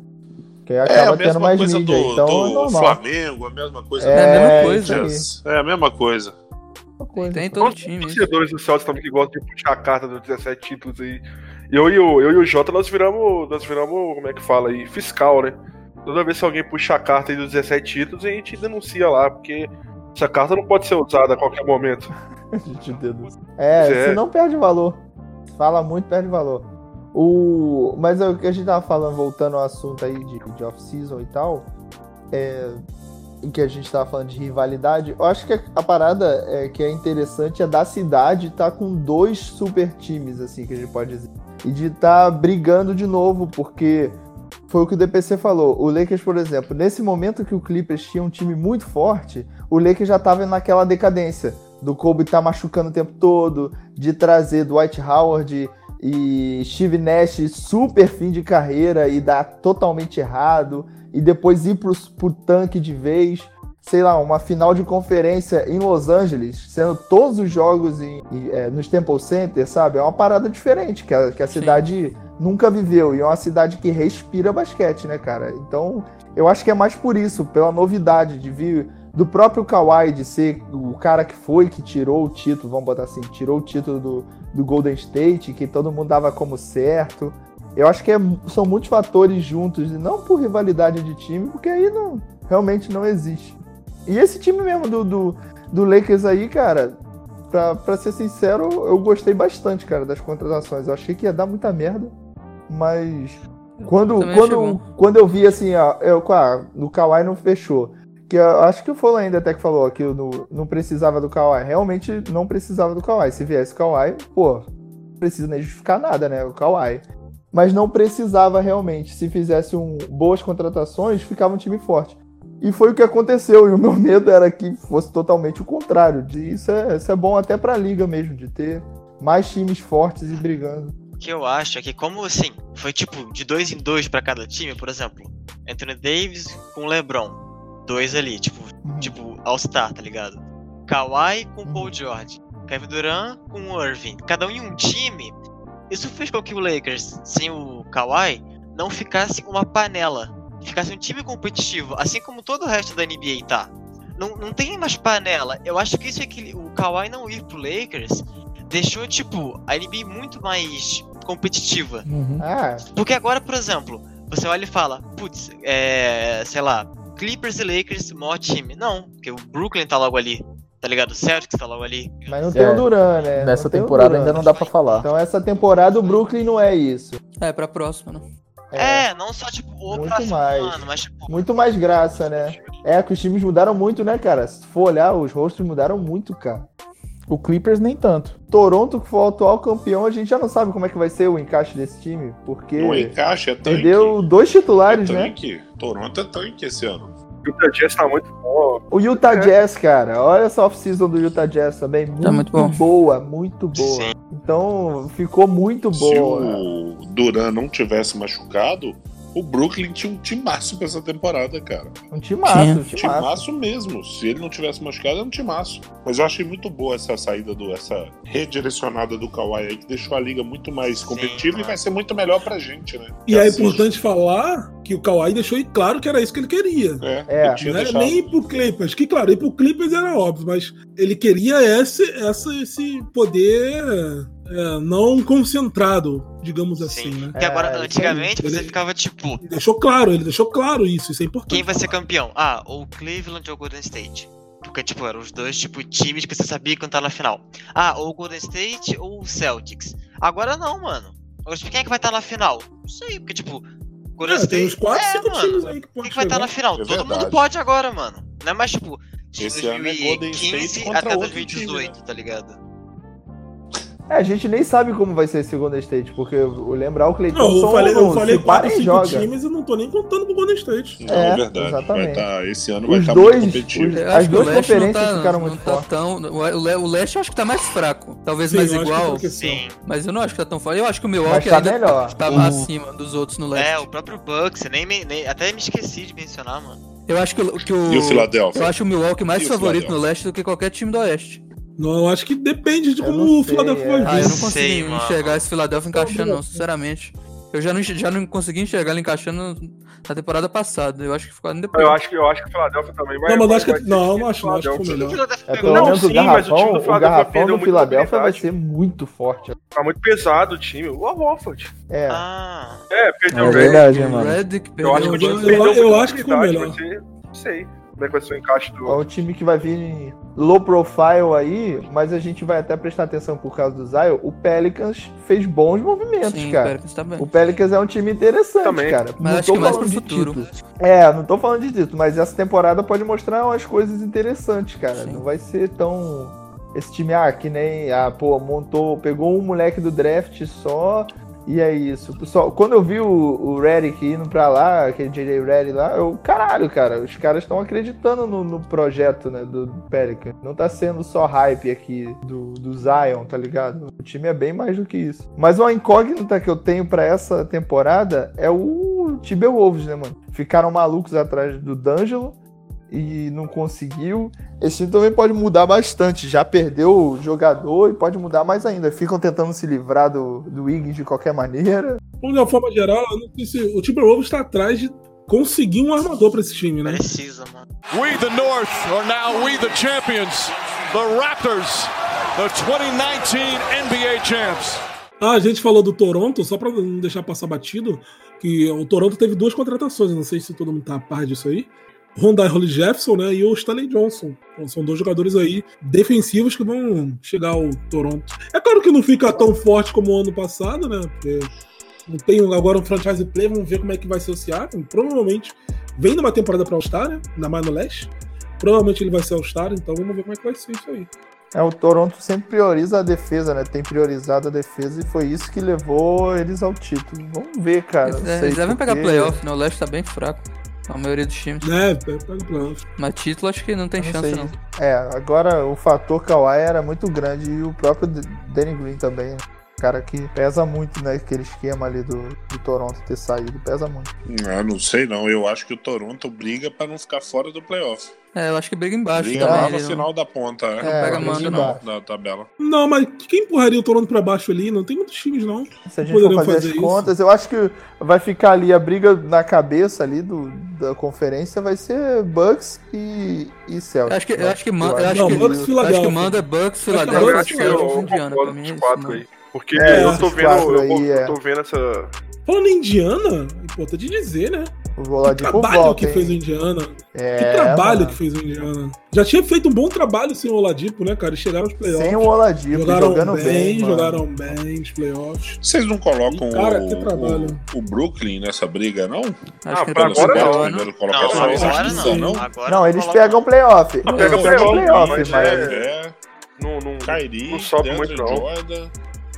Speaker 4: Porque
Speaker 8: É,
Speaker 5: É,
Speaker 4: acaba tendo mais mídia, então é normal.
Speaker 5: Flamengo, a mesma coisa
Speaker 9: É a mesma
Speaker 4: isso
Speaker 9: coisa.
Speaker 4: aí,
Speaker 5: do É a mesma coisa.
Speaker 4: mesma coisa.
Speaker 9: Tem em Tá todo
Speaker 7: Quantos
Speaker 9: time. isso.
Speaker 7: torcedores do Celtics também que gostam de puxar a carta dos 17 títulos aí? Eu e o, eu e o Jota, nós viramos, nós viramos, como é que fala aí, fiscal, né? Toda vez que alguém puxa a carta aí dos 17 títulos, a gente denuncia lá, porque essa carta não pode ser usada a qualquer momento.
Speaker 4: Gente, Deus do céu. É,
Speaker 7: É.
Speaker 4: se não perde valor. Fala muito, perde valor. O... Mas é o que a gente tava falando, voltando ao assunto aí de, de off-season e tal, é... em que a gente tava falando de rivalidade, eu acho que a, a parada é, que é interessante é da cidade tá com dois super times, assim, que a gente pode dizer. E de tá brigando de novo, porque foi o que o DPC falou. O Lakers, por exemplo, nesse momento que o Clippers tinha um time muito forte, o Lakers já tava naquela decadência do Kobe tá machucando o tempo todo, de trazer Dwight Howard e Steve Nash super fim de carreira e dar totalmente errado, e depois ir pro, pro tanque de vez, sei lá, uma final de conferência em Los Angeles, sendo todos os jogos em, em- é, nos Temple Center, sabe? É uma parada diferente que a, que a
Speaker 9: Sim.
Speaker 4: cidade nunca viveu, e é uma cidade que respira basquete, né, cara? Então, eu acho que é mais por isso, pela novidade de vir do próprio Kawhi de ser o cara que foi, que tirou o título, vamos botar assim, tirou o título do, do Golden State, que todo mundo dava como certo. Eu acho que é- são muitos fatores juntos, e não por rivalidade de time, porque aí não, realmente não existe. E esse time mesmo do, do, do Lakers aí, cara, pra, pra ser sincero, eu gostei bastante, cara, das contratações. Eu achei que ia dar muita merda, mas quando,
Speaker 9: Também achei
Speaker 4: quando,
Speaker 9: bom.
Speaker 4: quando eu vi assim, ó, eu, ah, no Kawhi não fechou. Que eu acho que o Fola ainda até que falou que eu não, não precisava do Kawhi. Realmente não precisava do Kawhi. Se viesse o Kawhi, pô, não precisa nem justificar nada, né? O Kawhi. Mas não precisava realmente. Se fizesse um, boas contratações, ficava um time forte. E foi o que aconteceu. E o meu medo era que fosse totalmente o contrário. De- Isso é, isso é bom até pra liga mesmo, de ter mais times fortes e brigando.
Speaker 8: O que eu acho é que, como assim, foi tipo de dois em dois pra cada time, por exemplo, Anthony Davis com LeBron, dois ali, tipo,
Speaker 3: Uhum.
Speaker 8: tipo All-Star, tá ligado? Kawhi com
Speaker 6: Uhum.
Speaker 8: Paul George, Kevin Durant com Irving, cada um em um time. Isso fez com que o Lakers, sem o Kawhi, não ficasse uma panela, ficasse um time competitivo, assim como todo o resto da NBA tá. Não, não tem mais panela. Eu acho que isso é que o Kawhi não ir pro Lakers deixou, tipo, a NBA muito mais
Speaker 6: é
Speaker 8: competitiva.
Speaker 4: Ah,
Speaker 8: Porque agora, por exemplo, você olha e fala, putz, é. sei lá, Clippers e Lakers, maior time. Não, porque o Brooklyn tá logo ali, tá ligado? O Celtics tá logo ali.
Speaker 4: mas não tem
Speaker 3: É,
Speaker 4: o Duran, né?
Speaker 3: Nessa
Speaker 4: Não tem o
Speaker 3: temporada
Speaker 4: Duran.
Speaker 3: ainda não dá pra falar.
Speaker 4: Então essa temporada o Brooklyn não é isso.
Speaker 9: É, pra próxima, né?
Speaker 8: É, não só, tipo, o
Speaker 4: Muito
Speaker 8: próximo
Speaker 4: mais.
Speaker 8: ano, mas, tipo,
Speaker 4: Muito mais graça, né? É, que os times mudaram muito, né, cara? Se tu for olhar, os rostos mudaram muito, cara.
Speaker 3: O Clippers nem tanto.
Speaker 4: Toronto, que foi o atual campeão, a gente já não sabe como é que vai ser o encaixe desse time, porque
Speaker 5: Não encaixa, é tanque.
Speaker 4: perdeu dois
Speaker 5: é
Speaker 4: titulares, né?
Speaker 5: tanque. Toronto é tanque esse ano.
Speaker 7: E o Jazz tá muito bom.
Speaker 4: O Utah Jazz, cara, olha essa off-season do Utah Jazz também, muito,
Speaker 9: muito bom.
Speaker 4: boa, muito boa.
Speaker 8: Sim.
Speaker 4: Então, ficou muito é.
Speaker 5: Se
Speaker 4: boa.
Speaker 5: o Duran não tivesse machucado, o Brooklyn tinha um timaço pra essa temporada, cara.
Speaker 4: Um timaço, um timaço.
Speaker 5: Timaço mesmo. Se ele não tivesse machucado, era um timaço. Mas eu achei muito boa essa saída, do, essa redirecionada do Kawhi aí, que deixou a liga muito mais
Speaker 8: Sim,
Speaker 5: competitiva e
Speaker 9: é.
Speaker 8: mano.
Speaker 5: vai ser muito melhor pra gente, né?
Speaker 6: E é
Speaker 5: Assim,
Speaker 6: importante falar que o Kawhi deixou claro que era isso que ele queria.
Speaker 5: É,
Speaker 4: É.
Speaker 5: eu tinha
Speaker 6: Não era
Speaker 5: deixado-
Speaker 6: Né? nem pro Clippers, que claro, ir pro Clippers era óbvio, mas ele queria esse, essa, esse poder é, não concentrado, digamos assim,
Speaker 8: sim.
Speaker 6: né?
Speaker 8: Porque agora,
Speaker 4: É, isso aí.
Speaker 8: antigamente, você
Speaker 6: Ele-
Speaker 8: ficava, tipo,
Speaker 6: Ele deixou claro, ele deixou claro isso, isso é importante.
Speaker 8: quem vai ser campeão? Ah, ou Cleveland ou Golden State. Porque, tipo, eram os dois tipo, times que você sabia que iam estar na final. Ah, ou Golden State ou Celtics. Agora não, mano. Hoje, quem é que vai estar na final? Não sei, porque, tipo, Golden
Speaker 6: É,
Speaker 8: State.
Speaker 6: tem uns 4,
Speaker 8: é,
Speaker 6: 5
Speaker 8: mano.
Speaker 6: times aí que
Speaker 8: Quem
Speaker 6: pode
Speaker 8: que vai estar
Speaker 6: chegar.
Speaker 8: na final?
Speaker 5: É
Speaker 8: Todo
Speaker 5: verdade.
Speaker 8: mundo pode agora, mano. Não é mais, tipo, de
Speaker 5: Esse ano é Golden State
Speaker 8: 2015
Speaker 5: contra
Speaker 8: até
Speaker 5: outro time, né?
Speaker 8: 2018, tá ligado?
Speaker 4: É, a gente nem sabe como vai ser esse Golden State, porque o- lembrar o Clay
Speaker 6: Não,
Speaker 4: Thompson
Speaker 6: eu falei, eu
Speaker 4: não,
Speaker 6: falei
Speaker 4: se para
Speaker 6: 4,
Speaker 4: e
Speaker 6: 5
Speaker 4: joga.
Speaker 6: times e não tô nem contando pro Golden State.
Speaker 5: Não,
Speaker 4: É,
Speaker 5: é verdade.
Speaker 4: exatamente.
Speaker 5: Vai tá, esse ano vai
Speaker 4: Os
Speaker 5: estar muito
Speaker 4: dois,
Speaker 5: competitivo.
Speaker 4: os-
Speaker 9: Eu
Speaker 4: as
Speaker 9: acho que o
Speaker 4: duas
Speaker 9: Leste não
Speaker 4: conferências
Speaker 9: tá-
Speaker 4: ficaram
Speaker 9: não
Speaker 4: muito
Speaker 9: tá
Speaker 4: fortes.
Speaker 9: tão- o Le- o Leste eu acho que tá mais fraco. Talvez mais
Speaker 6: Sim, eu acho que
Speaker 9: igual.
Speaker 6: porque assim, são-
Speaker 8: Sim.
Speaker 9: Mas eu não acho que tá tão forte. Eu acho que o Milwaukee
Speaker 4: tá
Speaker 9: ainda
Speaker 4: melhor.
Speaker 9: tá
Speaker 4: O-
Speaker 9: acima dos outros no
Speaker 8: É,
Speaker 9: leste.
Speaker 8: o próprio Bucks, nem, me- nem, até me esqueci de mencionar, mano.
Speaker 9: Eu acho que o, que o-
Speaker 5: E o Philadelphia?
Speaker 9: Eu acho o Milwaukee mais
Speaker 5: E o
Speaker 9: favorito no
Speaker 5: Philadelphia?
Speaker 9: leste do que qualquer time do oeste.
Speaker 6: Não, eu acho que depende de
Speaker 4: Eu
Speaker 6: como
Speaker 4: não sei,
Speaker 6: o Philadelphia
Speaker 4: é.
Speaker 6: vai
Speaker 9: Ah,
Speaker 6: vir.
Speaker 9: eu não
Speaker 8: sei,
Speaker 9: consigo
Speaker 8: mano.
Speaker 9: enxergar esse Philadelphia encaixando, não, sinceramente. Eu já não, enx- já não consegui enxergar ele encaixando na temporada passada. Eu acho que ficou ainda depois.
Speaker 7: Eu acho que, eu acho que o Philadelphia também vai.
Speaker 6: Não, mas eu
Speaker 7: vai-
Speaker 6: acho que-
Speaker 7: vai ser
Speaker 6: não, eu não
Speaker 7: difícil
Speaker 6: acho, não, acho que foi
Speaker 7: Philadelphia.
Speaker 6: melhor.
Speaker 4: É,
Speaker 8: Philadelphia
Speaker 4: pelo
Speaker 7: Não,
Speaker 8: ganhou.
Speaker 4: menos o
Speaker 7: sim, mas o time
Speaker 4: garrafão,
Speaker 7: do
Speaker 4: o,
Speaker 7: Philadelphia
Speaker 4: garrafão
Speaker 7: perdeu
Speaker 4: do
Speaker 7: muita
Speaker 4: Philadelphia vai
Speaker 7: habilidade.
Speaker 4: ser muito forte.
Speaker 7: Tá muito pesado o time. O Horford.
Speaker 4: É,
Speaker 8: Ah,
Speaker 7: É, perdeu
Speaker 4: É
Speaker 7: o Ray.
Speaker 4: verdade.
Speaker 9: O
Speaker 4: mano.
Speaker 9: Redick
Speaker 7: Eu acho que o
Speaker 9: perdeu o
Speaker 7: time
Speaker 9: Butler.
Speaker 7: perdeu
Speaker 6: eu
Speaker 7: muita
Speaker 6: acho que foi
Speaker 7: habilidade,
Speaker 6: melhor.
Speaker 7: vai ser- Não sei como é que vai ser o encaixe
Speaker 4: é
Speaker 7: do.
Speaker 4: um time que vai vir em low profile aí, mas a gente vai até prestar atenção por causa do Zion. O Pelicans fez bons movimentos,
Speaker 9: Sim, o
Speaker 4: cara.
Speaker 9: Pelicans tá bem.
Speaker 4: O Pelicans é um time interessante,
Speaker 7: Também.
Speaker 4: cara.
Speaker 9: Mas
Speaker 4: não
Speaker 9: acho
Speaker 4: tô
Speaker 9: que mais pro
Speaker 4: falando de
Speaker 9: futuro.
Speaker 4: título. É, não tô falando de título, mas essa temporada pode mostrar umas coisas interessantes, cara.
Speaker 9: Sim.
Speaker 4: Não vai ser tão. Esse time, ah, que nem. Ah, pô, montou. Pegou um moleque do draft só. E é isso. Só, quando eu vi o, o Redick indo pra lá, aquele JJ Redick lá, eu. Caralho, cara, os caras estão acreditando no, no projeto, né, do Pelican. Não tá sendo só hype aqui do, do Zion, tá ligado? O time é bem mais do que isso. Mas uma incógnita que eu tenho pra essa temporada é o Timberwolves, né, mano? Ficaram malucos atrás do D'Angelo e não conseguiu. Esse time também pode mudar bastante. Já perdeu o jogador e pode mudar mais ainda. Ficam tentando se livrar do, do Wiggins de qualquer maneira.
Speaker 6: Bom, de uma forma geral, eu não sei se o Timberwolves está tá atrás de conseguir um armador pra esse time, né?
Speaker 8: Precisa, mano.
Speaker 2: We the North are now we the champions, the Raptors, the 2019 NBA champs.
Speaker 6: Ah, a gente falou do Toronto, só pra não deixar passar batido, que o Toronto teve duas contratações, não sei se todo mundo tá a par disso aí. Rondai Holly Jefferson, né? E o Stanley Johnson. Então, são dois jogadores aí defensivos que vão chegar ao Toronto. É claro que não fica tão forte como o ano passado, né? Porque não tem agora um franchise play, vamos ver como é que vai ser o Seattle. Provavelmente vem numa temporada pra All-Star, né? Ainda mais no leste. Provavelmente ele vai ser All-Star, então vamos ver como é que vai ser isso aí.
Speaker 4: É, o Toronto sempre prioriza a defesa, né? Tem priorizado a defesa e foi isso que levou eles ao título. Vamos ver, cara.
Speaker 9: Eles,
Speaker 4: Não
Speaker 9: é,
Speaker 4: sei
Speaker 9: eles devem
Speaker 4: por
Speaker 9: pegar
Speaker 4: quê.
Speaker 9: playoff, né? O leste tá bem fraco. A maioria dos times.
Speaker 6: É, pega o playoff.
Speaker 9: Mas título acho que não tem
Speaker 4: Não
Speaker 9: chance,
Speaker 4: sei.
Speaker 9: não.
Speaker 4: É, agora o fator Kawhi era muito grande e o próprio D- Danny Green também. né? Cara que pesa muito, né? Aquele esquema ali do, do Toronto ter saído, pesa muito.
Speaker 5: Ah, não sei não. Eu acho que o Toronto briga pra não ficar fora do playoff.
Speaker 9: É, eu acho que briga embaixo.
Speaker 5: Briga
Speaker 9: também,
Speaker 5: lá no
Speaker 9: ele não-
Speaker 5: final da ponta, né?
Speaker 4: É,
Speaker 9: pega
Speaker 5: no
Speaker 9: mando,
Speaker 5: final da tabela.
Speaker 6: Não, mas quem empurraria o Toronto pra baixo ali? Não tem muitos times, não.
Speaker 4: Se a gente for
Speaker 6: Poderiam
Speaker 4: fazer,
Speaker 6: fazer
Speaker 4: as
Speaker 6: isso.
Speaker 4: contas, eu acho que vai ficar ali a briga na cabeça ali do, da conferência, vai ser Bucks e, e
Speaker 9: Eu
Speaker 4: Celtics.
Speaker 9: acho que, eu
Speaker 4: né?
Speaker 9: acho que, man- eu
Speaker 4: acho.
Speaker 9: acho
Speaker 6: Não,
Speaker 9: que,
Speaker 6: Bucks,
Speaker 9: eu acho
Speaker 6: Philadelphia.
Speaker 9: que manda Bucks,
Speaker 7: Eu
Speaker 9: Philadelphia,
Speaker 7: acho que eu
Speaker 9: Celtics e Indiana. Pra
Speaker 7: concordo com
Speaker 9: mim é
Speaker 7: os
Speaker 9: isso,
Speaker 7: quatro
Speaker 9: mano.
Speaker 7: aí. Porque
Speaker 4: É,
Speaker 7: eu tô
Speaker 4: esses
Speaker 7: vendo,
Speaker 4: quatro
Speaker 7: eu,
Speaker 4: aí, é.
Speaker 7: tô vendo essa.
Speaker 6: Falando em Indiana, é importante dizer, né?
Speaker 4: O Voladico
Speaker 6: que trabalho
Speaker 4: volta,
Speaker 6: que
Speaker 4: hein?
Speaker 6: fez o Indiana.
Speaker 4: É,
Speaker 6: que trabalho
Speaker 4: mano.
Speaker 6: que fez o Indiana. Já tinha feito um bom trabalho sem o Oladipo, né, cara? Eles chegaram aos
Speaker 4: Sem
Speaker 6: playoffs.
Speaker 4: o Oladipo,
Speaker 6: jogaram
Speaker 4: tipo, jogando
Speaker 6: bem,
Speaker 4: bem, mano.
Speaker 6: jogaram bem nos playoffs.
Speaker 5: Vocês não colocam
Speaker 6: Ih, cara,
Speaker 5: o-
Speaker 6: que trabalho.
Speaker 5: o, o Brooklyn nessa briga, não?
Speaker 9: Acho
Speaker 7: Ah,
Speaker 9: que
Speaker 7: pra
Speaker 9: ele tá
Speaker 7: agora
Speaker 5: é
Speaker 9: bem,
Speaker 7: não,
Speaker 9: né?
Speaker 5: primeiro
Speaker 8: Não,
Speaker 5: colocação,
Speaker 6: agora
Speaker 5: vocês acham que
Speaker 6: não.
Speaker 5: são, não?
Speaker 8: Agora
Speaker 4: Não, eles
Speaker 8: coloca-
Speaker 4: pegam playoff. Eles
Speaker 7: pega
Speaker 4: pegam
Speaker 7: playoff,
Speaker 4: playoff,
Speaker 7: mas
Speaker 4: mas...
Speaker 7: é-
Speaker 5: É,
Speaker 7: Não, não,
Speaker 5: Kyrie,
Speaker 7: não sobe
Speaker 5: DeAndre
Speaker 7: muito, não.
Speaker 5: Jordan.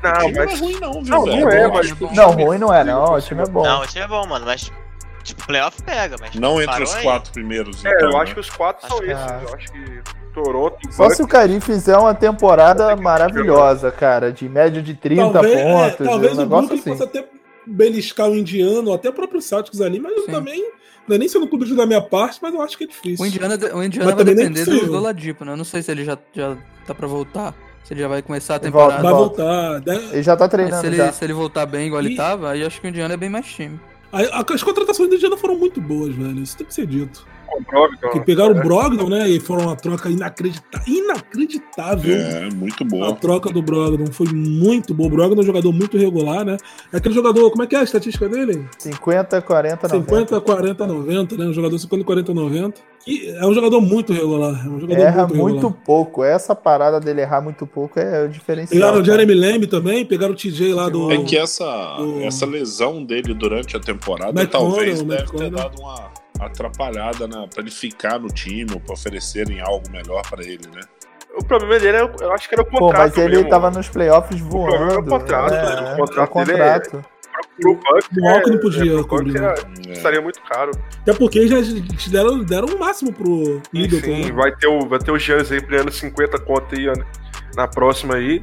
Speaker 9: Tá
Speaker 7: Não,
Speaker 5: O time não é
Speaker 7: mas.
Speaker 5: ruim não, viu,
Speaker 7: Não,
Speaker 5: velho?
Speaker 7: não é,
Speaker 9: É bom,
Speaker 7: mas.
Speaker 9: é bom.
Speaker 4: Não, ruim não é, não. O time é bom.
Speaker 8: Não, o time é bom, mano, mas. Tipo, playoff pega, mas.
Speaker 5: Não entre
Speaker 8: parou
Speaker 5: os
Speaker 8: aí.
Speaker 5: quatro primeiros,
Speaker 7: É,
Speaker 5: então,
Speaker 7: eu
Speaker 5: né?
Speaker 7: acho que os quatro são
Speaker 8: Acho
Speaker 9: é.
Speaker 4: que-
Speaker 7: esses. Eu acho que Toronto,
Speaker 4: Só se o Cari fizer uma temporada maravilhosa, cara, de média de 30
Speaker 6: talvez é,
Speaker 4: pontos,
Speaker 6: talvez
Speaker 4: um
Speaker 6: o
Speaker 4: negócio
Speaker 6: Brooklyn
Speaker 4: assim.
Speaker 6: possa até beliscar o Indiana, ou até o próprio Celtics ali, mas eu
Speaker 9: Sim.
Speaker 6: também. Não é nem sendo clube da minha parte, mas eu acho que é difícil.
Speaker 9: O Indiana, o Indiana
Speaker 6: Mas
Speaker 9: vai
Speaker 6: também não é
Speaker 9: depender do,
Speaker 6: possível.
Speaker 9: do Ladipo, né? Eu não sei se ele já, já tá pra voltar. Se ele já vai começar a
Speaker 4: Ele volta,
Speaker 9: temporada.
Speaker 6: Vai
Speaker 4: volta.
Speaker 6: voltar. né?
Speaker 4: Ele já tá
Speaker 9: Mas se
Speaker 4: treinando já.
Speaker 9: ele, se ele voltar bem igual
Speaker 6: E-
Speaker 9: ele tava, aí acho que o Indiana é bem mais time.
Speaker 6: Aí, a- As contratações do Indiana foram muito boas, velho. Isso tem que ser dito.
Speaker 7: comprove, cara.
Speaker 6: Que pegaram
Speaker 5: é.
Speaker 6: o Brogdon, né? E foram uma troca inacredita- inacreditável.
Speaker 5: É, muito
Speaker 6: A
Speaker 5: boa.
Speaker 6: troca do Brogdon foi muito boa. O Brogdon é um jogador muito regular, né? É aquele jogador, como é que é a estatística dele?
Speaker 4: 50, 40, 90.
Speaker 6: 50, 40, 90, né? Um jogador 50, 40, 90. E é um jogador muito regular. É um jogador
Speaker 4: Erra
Speaker 6: muito regular.
Speaker 4: muito pouco. Essa parada dele errar muito pouco é o diferencial.
Speaker 6: Pegaram o
Speaker 4: cara.
Speaker 6: Jeremy Lamb também, pegaram o TJ lá do.
Speaker 5: É que essa,
Speaker 6: o-
Speaker 5: essa lesão dele durante a temporada
Speaker 6: McConnell,
Speaker 5: talvez deve ter
Speaker 6: McConnell.
Speaker 5: dado uma atrapalhada na, pra ele ficar no time ou pra oferecerem algo melhor pra ele, né?
Speaker 7: O problema dele era, eu acho que era o
Speaker 4: Pô,
Speaker 7: contrato.
Speaker 4: mas ele
Speaker 7: mesmo.
Speaker 4: tava nos playoffs
Speaker 7: problema é o
Speaker 4: voando.
Speaker 7: contrato, né? O
Speaker 4: é,
Speaker 7: contrato
Speaker 4: é o
Speaker 7: dele é-
Speaker 4: contrato.
Speaker 7: Pro Bucks,
Speaker 6: O Malcolm não podia
Speaker 7: pro
Speaker 6: cobrir,
Speaker 7: Bucks
Speaker 6: né?
Speaker 7: era- Estaria muito caro.
Speaker 6: Até porque já te deram, deram o máximo pro Middleton.
Speaker 7: Enfim,
Speaker 6: né?
Speaker 7: vai ter o, vai ter o Giannis aí ganhando 50 conto aí ó, na próxima aí.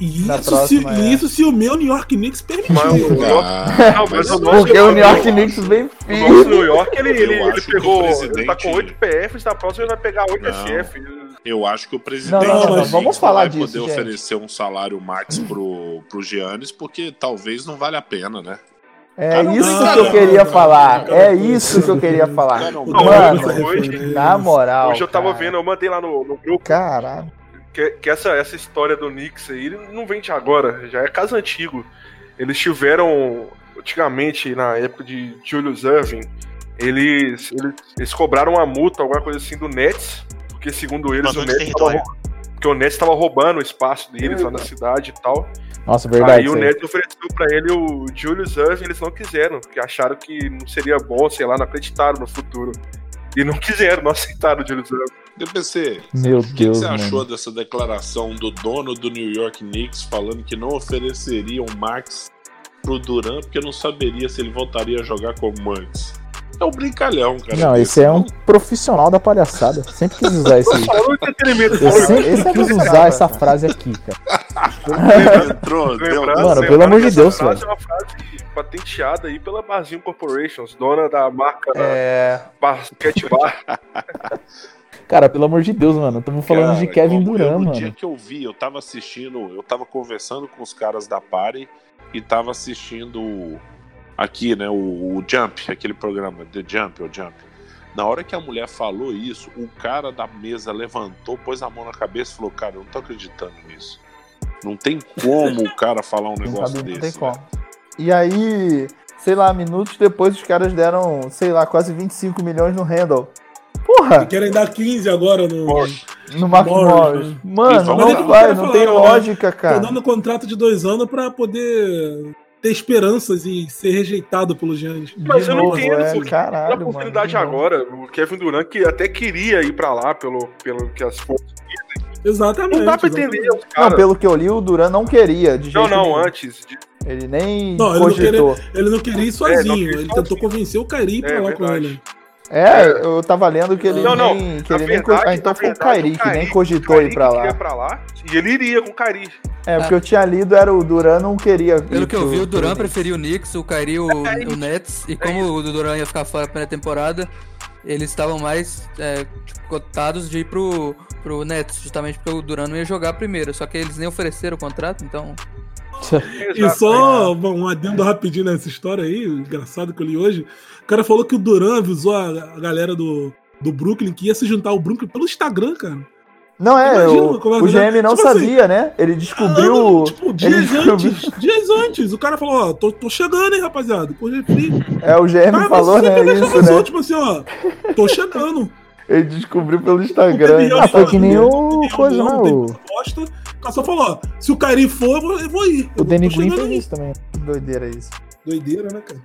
Speaker 6: E
Speaker 4: Na
Speaker 6: isso, se,
Speaker 4: próxima,
Speaker 6: e
Speaker 4: é.
Speaker 6: isso se o meu New York Knicks permitiu.
Speaker 7: Mas o York.
Speaker 5: Ah,
Speaker 7: Não, mas o nosso.
Speaker 4: Porque o New York
Speaker 5: acho.
Speaker 4: Knicks vem
Speaker 7: O
Speaker 4: firme.
Speaker 7: nosso New York, ele,
Speaker 5: Eu
Speaker 7: ele,
Speaker 5: acho
Speaker 7: ele
Speaker 5: que o
Speaker 7: pegou. Ele
Speaker 5: presidente-
Speaker 7: tá com 8 PFs, na próxima ele vai pegar 8
Speaker 5: Não.
Speaker 7: SF.
Speaker 5: eu acho que o presidente
Speaker 6: não, não,
Speaker 5: do
Speaker 6: mas
Speaker 5: Knicks
Speaker 4: vamos falar
Speaker 5: vai
Speaker 4: disso,
Speaker 5: poder
Speaker 4: gente.
Speaker 5: oferecer um salário max pro, pro Giannis, porque talvez não vale a pena, né?
Speaker 7: Tá
Speaker 4: É
Speaker 5: Não,
Speaker 4: isso
Speaker 5: não,
Speaker 4: que eu
Speaker 5: não,
Speaker 4: queria
Speaker 6: não,
Speaker 4: falar.
Speaker 6: não,
Speaker 4: É
Speaker 6: não,
Speaker 4: isso que eu
Speaker 6: não,
Speaker 4: queria
Speaker 6: não,
Speaker 4: falar.
Speaker 5: não,
Speaker 6: Não,
Speaker 4: Mano,
Speaker 6: mas
Speaker 7: hoje-
Speaker 6: foi-
Speaker 4: na moral.
Speaker 7: Tá Hoje eu tava
Speaker 4: cara.
Speaker 7: vendo, eu mandei lá no, no grupo
Speaker 4: Caralho.
Speaker 7: que, que essa, essa história do Knicks aí ele não vem de agora, já é caso antigo. Eles tiveram, antigamente, na época de Julius Irving, eles, eles, eles cobraram uma multa, alguma coisa assim, do Nets, porque segundo eles,
Speaker 8: Invasão
Speaker 7: o
Speaker 8: de
Speaker 7: Nets, tava,
Speaker 8: território.
Speaker 7: rou- porque o Nets tava roubando o espaço deles lá na cidade e tal.
Speaker 3: Nossa, verdade.
Speaker 7: aí o
Speaker 3: isso aí.
Speaker 7: Nets ofereceu pra ele o Julius Irving, eles não quiseram, porque acharam que não seria bom, sei lá, não acreditaram no futuro. E não quiseram, não aceitaram o Julius Irving.
Speaker 5: DPC,
Speaker 3: Meu
Speaker 5: o que, que
Speaker 3: Deus,
Speaker 5: você
Speaker 3: mano.
Speaker 5: achou dessa declaração do dono do New York Knicks falando que não ofereceria um max pro Duran porque não saberia se ele voltaria a jogar como antes? É um brincalhão, cara.
Speaker 3: Não, esse é um profissional da palhaçada. Sempre quis usar isso aí.
Speaker 7: Falou entretenimento,
Speaker 3: Eu
Speaker 7: falou
Speaker 3: sempre quis usar essa frase aqui, cara.
Speaker 5: Ele entrou, deu um-
Speaker 7: Lembrando,
Speaker 3: Mano,
Speaker 7: lembrando
Speaker 3: pelo amor de
Speaker 7: que essa
Speaker 3: Deus,
Speaker 7: frase É uma frase patenteada aí pela Barzinho Corporations, dona da marca
Speaker 4: É.
Speaker 7: Basket Bar.
Speaker 3: Cara, pelo amor de Deus, mano. Estamos falando
Speaker 5: Cara,
Speaker 3: de Kevin
Speaker 5: como- eu,
Speaker 3: Durant,
Speaker 5: no
Speaker 3: mano.
Speaker 5: dia que eu vi, eu tava assistindo, eu tava conversando com os caras da Party e tava assistindo aqui, né? O, o Jump, aquele programa, The Jump ou Jump. Na hora que a mulher falou isso, o cara da mesa levantou, pôs a mão na cabeça e falou: Cara, eu não tô acreditando nisso. Não tem como o cara falar um
Speaker 4: Não
Speaker 5: negócio
Speaker 4: sabe, não
Speaker 5: desse.
Speaker 4: tem
Speaker 5: né?
Speaker 4: como. E aí, sei lá, minutos depois os caras deram, sei lá, quase 25 milhões no Randall. Porra,
Speaker 6: Querem dar 15 agora no.
Speaker 4: no Mark
Speaker 6: Morris,
Speaker 4: Morris.
Speaker 6: né?
Speaker 5: Isso,
Speaker 4: Mano,
Speaker 5: mas é
Speaker 4: não vai,
Speaker 5: que
Speaker 6: os caras
Speaker 4: não tem
Speaker 6: falaram, né?
Speaker 4: lógica,
Speaker 6: Tô
Speaker 4: cara.
Speaker 6: dando contrato de dois anos pra poder ter esperanças e ser rejeitado pelo Giannis.
Speaker 7: Mas
Speaker 4: De
Speaker 7: eu não
Speaker 4: novo,
Speaker 7: entendo,
Speaker 4: é,
Speaker 7: porque
Speaker 4: caralho,
Speaker 7: a oportunidade
Speaker 4: mano, de novo.
Speaker 7: agora, o Kevin Durant, que até queria ir pra lá, pelo, pelo que as forças.
Speaker 6: Exatamente.
Speaker 7: Não dá pra
Speaker 6: exatamente.
Speaker 7: entender, os
Speaker 4: Não,
Speaker 7: caras.
Speaker 4: pelo que eu li, o Duran não queria, de
Speaker 7: Não,
Speaker 4: jeito
Speaker 7: não,
Speaker 4: nenhum.
Speaker 7: antes. de-
Speaker 4: Ele nem
Speaker 6: Não, ele não
Speaker 4: cogitou.
Speaker 6: Ele não queria ir
Speaker 7: É, queria
Speaker 6: sozinho.
Speaker 7: ir
Speaker 6: ele tentou
Speaker 7: sozinho.
Speaker 6: convencer o Kairi pra
Speaker 7: É,
Speaker 6: lá com
Speaker 7: verdade.
Speaker 6: ele.
Speaker 4: É, eu tava lendo que ele
Speaker 7: Não, não,
Speaker 4: nem. Que
Speaker 7: na
Speaker 4: ele nem co-
Speaker 7: verdade-
Speaker 4: ah, então
Speaker 7: na
Speaker 4: foi o
Speaker 7: verdade,
Speaker 4: Kairi que nem
Speaker 7: Kyrie-
Speaker 4: cogitou ir
Speaker 7: Kyrie
Speaker 4: pra
Speaker 7: queria
Speaker 4: lá.
Speaker 7: pra lá. E ele iria com o Cari.
Speaker 4: É, porque eu tinha lido, era o Duran não queria.
Speaker 9: Pelo
Speaker 4: ir
Speaker 9: que eu
Speaker 4: pro-
Speaker 9: vi, o Duran
Speaker 4: pro-
Speaker 9: preferiu o Knicks, o Kyrie o, o Nets,
Speaker 5: É
Speaker 9: e como o Duran ia ficar fora na temporada, eles estavam mais é, tipo, cotados de ir pro, pro Nets, justamente porque o Duran não ia jogar primeiro, só que eles nem ofereceram o contrato, então...
Speaker 6: E só um adendo rapidinho nessa história aí, engraçado que eu li hoje. O cara falou que o Duran avisou a, a galera do, do Brooklyn que ia se juntar ao Brooklyn pelo Instagram, cara.
Speaker 4: Não, é,
Speaker 6: Imagina
Speaker 4: o,
Speaker 6: como é
Speaker 4: o
Speaker 6: que é.
Speaker 4: GM não
Speaker 6: Tipo assim,
Speaker 4: sabia, né? Ele descobriu.
Speaker 6: Falando, tipo,
Speaker 4: ele
Speaker 6: dias antes. Dias antes. O cara falou, ó, tô, tô chegando, hein, rapaziada. Corre frio.
Speaker 4: É, o GM
Speaker 6: Cara,
Speaker 4: falou,
Speaker 6: você
Speaker 4: né?
Speaker 6: sempre
Speaker 4: Isso,
Speaker 6: avisou,
Speaker 4: né?
Speaker 6: tipo assim, ó, tô chegando.
Speaker 4: Ele descobriu pelo
Speaker 6: Não
Speaker 4: Instagram.
Speaker 6: teve
Speaker 3: Ah,
Speaker 6: reunião,
Speaker 3: foi que nem
Speaker 6: não
Speaker 3: o
Speaker 6: teve
Speaker 3: coisa,
Speaker 6: reunião,
Speaker 3: né,
Speaker 6: não
Speaker 3: o-
Speaker 6: teve proposta. O cara só falou, ó, se o Kairi for, eu vou, eu vou ir. Eu
Speaker 3: O Danny
Speaker 6: tô
Speaker 3: Green
Speaker 6: chegando
Speaker 3: fez
Speaker 6: aí.
Speaker 3: isso também.
Speaker 4: Doideira isso.
Speaker 6: Doideira, né, cara?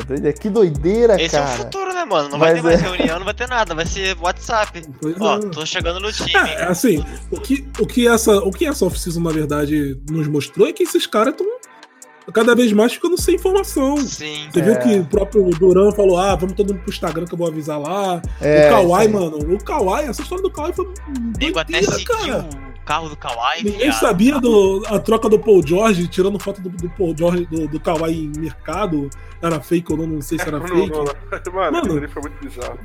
Speaker 4: É doideira. Que doideira,
Speaker 8: Esse é o
Speaker 4: cara.
Speaker 8: futuro, né, mano? Não vai
Speaker 4: Mas
Speaker 8: ter mais
Speaker 4: é.
Speaker 8: reunião, não vai ter nada, vai ser WhatsApp.
Speaker 6: Pois
Speaker 8: Ó,
Speaker 6: é.
Speaker 8: tô chegando no time. né?
Speaker 6: É, assim, o que, o que essa, o que essa off-season, na verdade, nos mostrou é que esses caras estão cada vez mais ficando sem informação.
Speaker 8: Sim.
Speaker 6: Você
Speaker 3: É.
Speaker 6: viu que o próprio Duran falou: ah, vamos todo mundo pro Instagram que eu vou avisar lá.
Speaker 4: É,
Speaker 6: o Kawhi,
Speaker 4: isso aí.
Speaker 6: mano, o Kawhi, essa história do Kawhi foi
Speaker 8: Nego até
Speaker 6: doideira,
Speaker 8: seguiu
Speaker 6: cara.
Speaker 8: o carro do Kawhi.
Speaker 6: Ninguém
Speaker 8: viado.
Speaker 6: sabia do, a troca do Paul George, tirando foto do, do Paul George, do, do Kawhi em mercado. Era fake ou não, não sei se
Speaker 7: É,
Speaker 6: era fake.
Speaker 7: Mano,
Speaker 6: Mano.
Speaker 7: ele foi muito bizarro.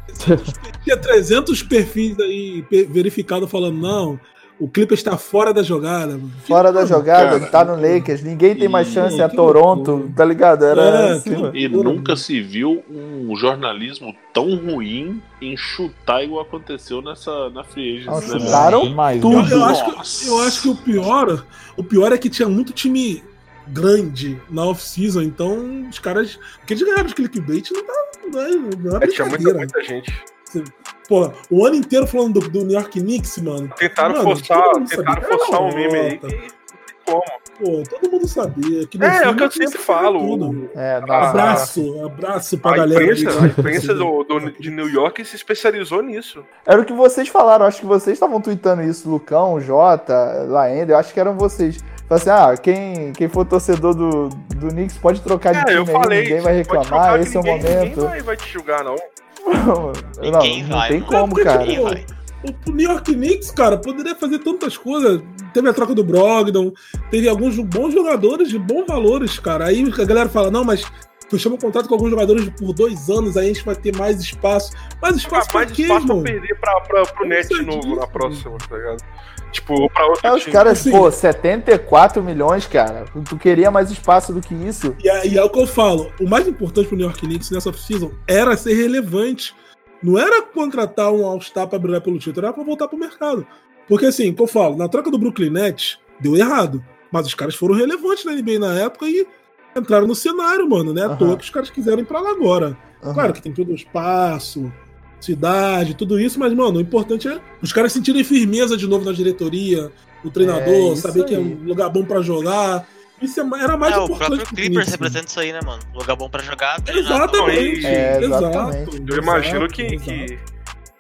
Speaker 6: Tinha 300 perfis aí pe- verificado falando: não, o clipe está fora da jogada. mano.
Speaker 4: Fora da jogada,
Speaker 5: cara.
Speaker 4: tá no Lakers. Ninguém tem mais
Speaker 5: Ih,
Speaker 4: chance, é
Speaker 6: que
Speaker 4: Toronto,
Speaker 6: loucura.
Speaker 4: tá ligado? Era
Speaker 6: É,
Speaker 4: assim,
Speaker 6: que
Speaker 4: mano.
Speaker 5: E
Speaker 6: Loucura,
Speaker 5: nunca se viu um jornalismo tão ruim em chutar igual aconteceu nessa, na Free
Speaker 4: Não,
Speaker 5: Agents. né, velho?
Speaker 4: chutaram
Speaker 3: Demais,
Speaker 6: Eu,
Speaker 3: né?
Speaker 6: eu acho
Speaker 5: Nossa.
Speaker 6: que, eu acho que o pior, o pior é que tinha muito time grande na off-season, então os caras. Porque eles ganharam de clickbait não dá. Não é, não é
Speaker 7: É, tinha muita,
Speaker 6: brincadeira.
Speaker 7: muita gente.
Speaker 6: Porra, o ano inteiro falando do, do New York Knicks, mano.
Speaker 7: Tentaram
Speaker 6: Mano,
Speaker 7: forçar,
Speaker 6: todo mundo
Speaker 7: tentaram
Speaker 6: sabia.
Speaker 7: forçar um
Speaker 6: Não,
Speaker 7: meme aí.
Speaker 6: tá.
Speaker 7: que não tem Como?
Speaker 6: Pô, todo mundo sabia. Que no
Speaker 7: É, é o
Speaker 6: fim,
Speaker 7: que eu
Speaker 6: tudo
Speaker 7: sempre
Speaker 6: se
Speaker 7: falo.
Speaker 6: tudo.
Speaker 7: o-
Speaker 4: É,
Speaker 6: Ah,
Speaker 4: nossa.
Speaker 6: Abraço, abraço pra
Speaker 7: A
Speaker 6: galera.
Speaker 7: imprensa, a imprensa do, do- de New York se especializou nisso.
Speaker 4: Era o que vocês falaram, acho que vocês estavam tweetando isso, Lucão, Jota, Laenda, eu acho que eram vocês. Falaram assim, ah, quem, quem for torcedor do, do Knicks pode trocar de
Speaker 7: Cara, É, eu
Speaker 4: time aí,
Speaker 7: falei.
Speaker 4: É ninguém vai
Speaker 7: você pode trocar
Speaker 4: reclamar,
Speaker 7: que
Speaker 4: esse é o
Speaker 7: ninguém- Ninguém
Speaker 4: momento.
Speaker 7: vai, vai te julgar, não.
Speaker 4: Não,
Speaker 8: Ninguém
Speaker 4: não
Speaker 8: vai,
Speaker 4: tem
Speaker 8: mano.
Speaker 4: como,
Speaker 6: Não,
Speaker 4: cara.
Speaker 6: porque,
Speaker 8: Ninguém vai.
Speaker 6: tipo, O New York Knicks, cara, poderia fazer tantas coisas. Teve a troca do Brogdon, teve alguns bons jogadores de bons valores, cara. Aí a galera fala, não, mas fechamos um contrato com alguns jogadores por dois anos, aí a gente vai ter mais espaço. Mais espaço pra
Speaker 7: Ah, mais
Speaker 6: quê,
Speaker 7: espaço pra
Speaker 6: irmão? é
Speaker 7: perder pra, pra, pro
Speaker 6: Eu
Speaker 7: Net
Speaker 6: sei
Speaker 7: no,
Speaker 6: disso.
Speaker 7: na próxima, tá ligado? Tipo, ou pra outro
Speaker 4: É, os
Speaker 7: time.
Speaker 4: caras,
Speaker 6: Assim.
Speaker 4: pô, 74 milhões, cara. Tu queria mais espaço do que isso?
Speaker 6: E é, e é o que eu falo, o mais importante pro New York Knicks nessa off-season era ser relevante. Não era contratar um All-Star pra brigar pelo título, era pra voltar pro mercado. Porque assim, o que eu falo, na troca do Brooklyn Nets, deu errado. Mas os caras foram relevantes na NBA na época e entraram no cenário, mano. Não é à
Speaker 4: Aham.
Speaker 6: toa que os caras quiseram ir pra lá agora. Claro que tem todo o espaço, cidade, tudo isso, mas, mano, o importante é os caras sentirem firmeza de novo na diretoria, o treinador,
Speaker 4: isso
Speaker 6: saber que é
Speaker 4: aí.
Speaker 6: um lugar bom pra jogar. Isso é- era mais
Speaker 8: É, o
Speaker 6: importante.
Speaker 8: próprio
Speaker 6: pro
Speaker 8: Clippers
Speaker 6: Knicks, mano.
Speaker 8: representa isso aí, né, mano? Lugar bom pra jogar. treinador.
Speaker 6: Exatamente.
Speaker 4: É, exatamente.
Speaker 6: Exato,
Speaker 7: Eu imagino
Speaker 6: exato,
Speaker 7: que,
Speaker 6: exato.
Speaker 7: que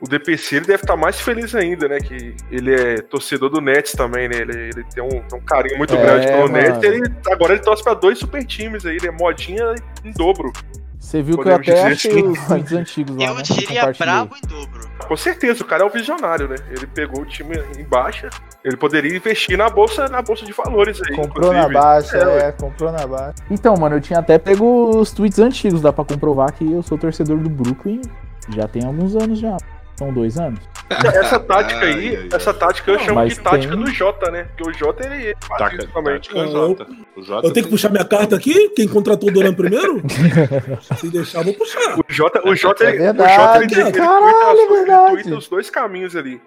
Speaker 7: o DPC ele deve estar mais feliz ainda, né? Que ele é torcedor do Nets também, né? Ele, ele tem, um, tem um carinho muito
Speaker 4: É,
Speaker 7: grande pelo
Speaker 4: mano.
Speaker 7: Nets. Ele, agora ele torce pra dois super times aí, ele é modinha em dobro.
Speaker 3: Você viu
Speaker 7: Podemos
Speaker 3: que eu até
Speaker 7: dizer
Speaker 3: achei
Speaker 7: assim.
Speaker 3: os tweets antigos lá,
Speaker 8: Eu
Speaker 3: né?
Speaker 8: diria
Speaker 3: Compartilhei.
Speaker 8: brabo em dobro.
Speaker 7: Com certeza, o cara é um visionário, né? Ele pegou o time em baixa, ele poderia investir na bolsa, na bolsa de valores aí.
Speaker 4: Comprou na
Speaker 7: inclusive.
Speaker 4: baixa,
Speaker 7: É,
Speaker 4: é, comprou na baixa.
Speaker 3: Então, mano, eu tinha até pego os tweets antigos, dá pra comprovar que eu sou torcedor do Brooklyn já tem alguns anos já. São dois anos.
Speaker 7: Essa tática aí,
Speaker 5: Ai, ai, ai.
Speaker 7: essa tática eu
Speaker 3: Não,
Speaker 7: chamo
Speaker 3: mas
Speaker 7: de tática
Speaker 3: tem.
Speaker 7: do Jota, né? Porque o Jota ele, ele faz
Speaker 5: Taca,
Speaker 7: isso também.
Speaker 5: tática
Speaker 6: Não,
Speaker 5: Jota. O Jota
Speaker 6: Eu tenho que puxar minha carta aqui? Quem contratou o Doran primeiro? Se deixar, eu vou puxar.
Speaker 7: O Jota,
Speaker 5: É,
Speaker 7: o Jota, ele-
Speaker 4: é verdade,
Speaker 7: o Jota ele, ele,
Speaker 4: caralho,
Speaker 7: twitta, as-
Speaker 4: verdade.
Speaker 7: ele twitta os dois caminhos ali.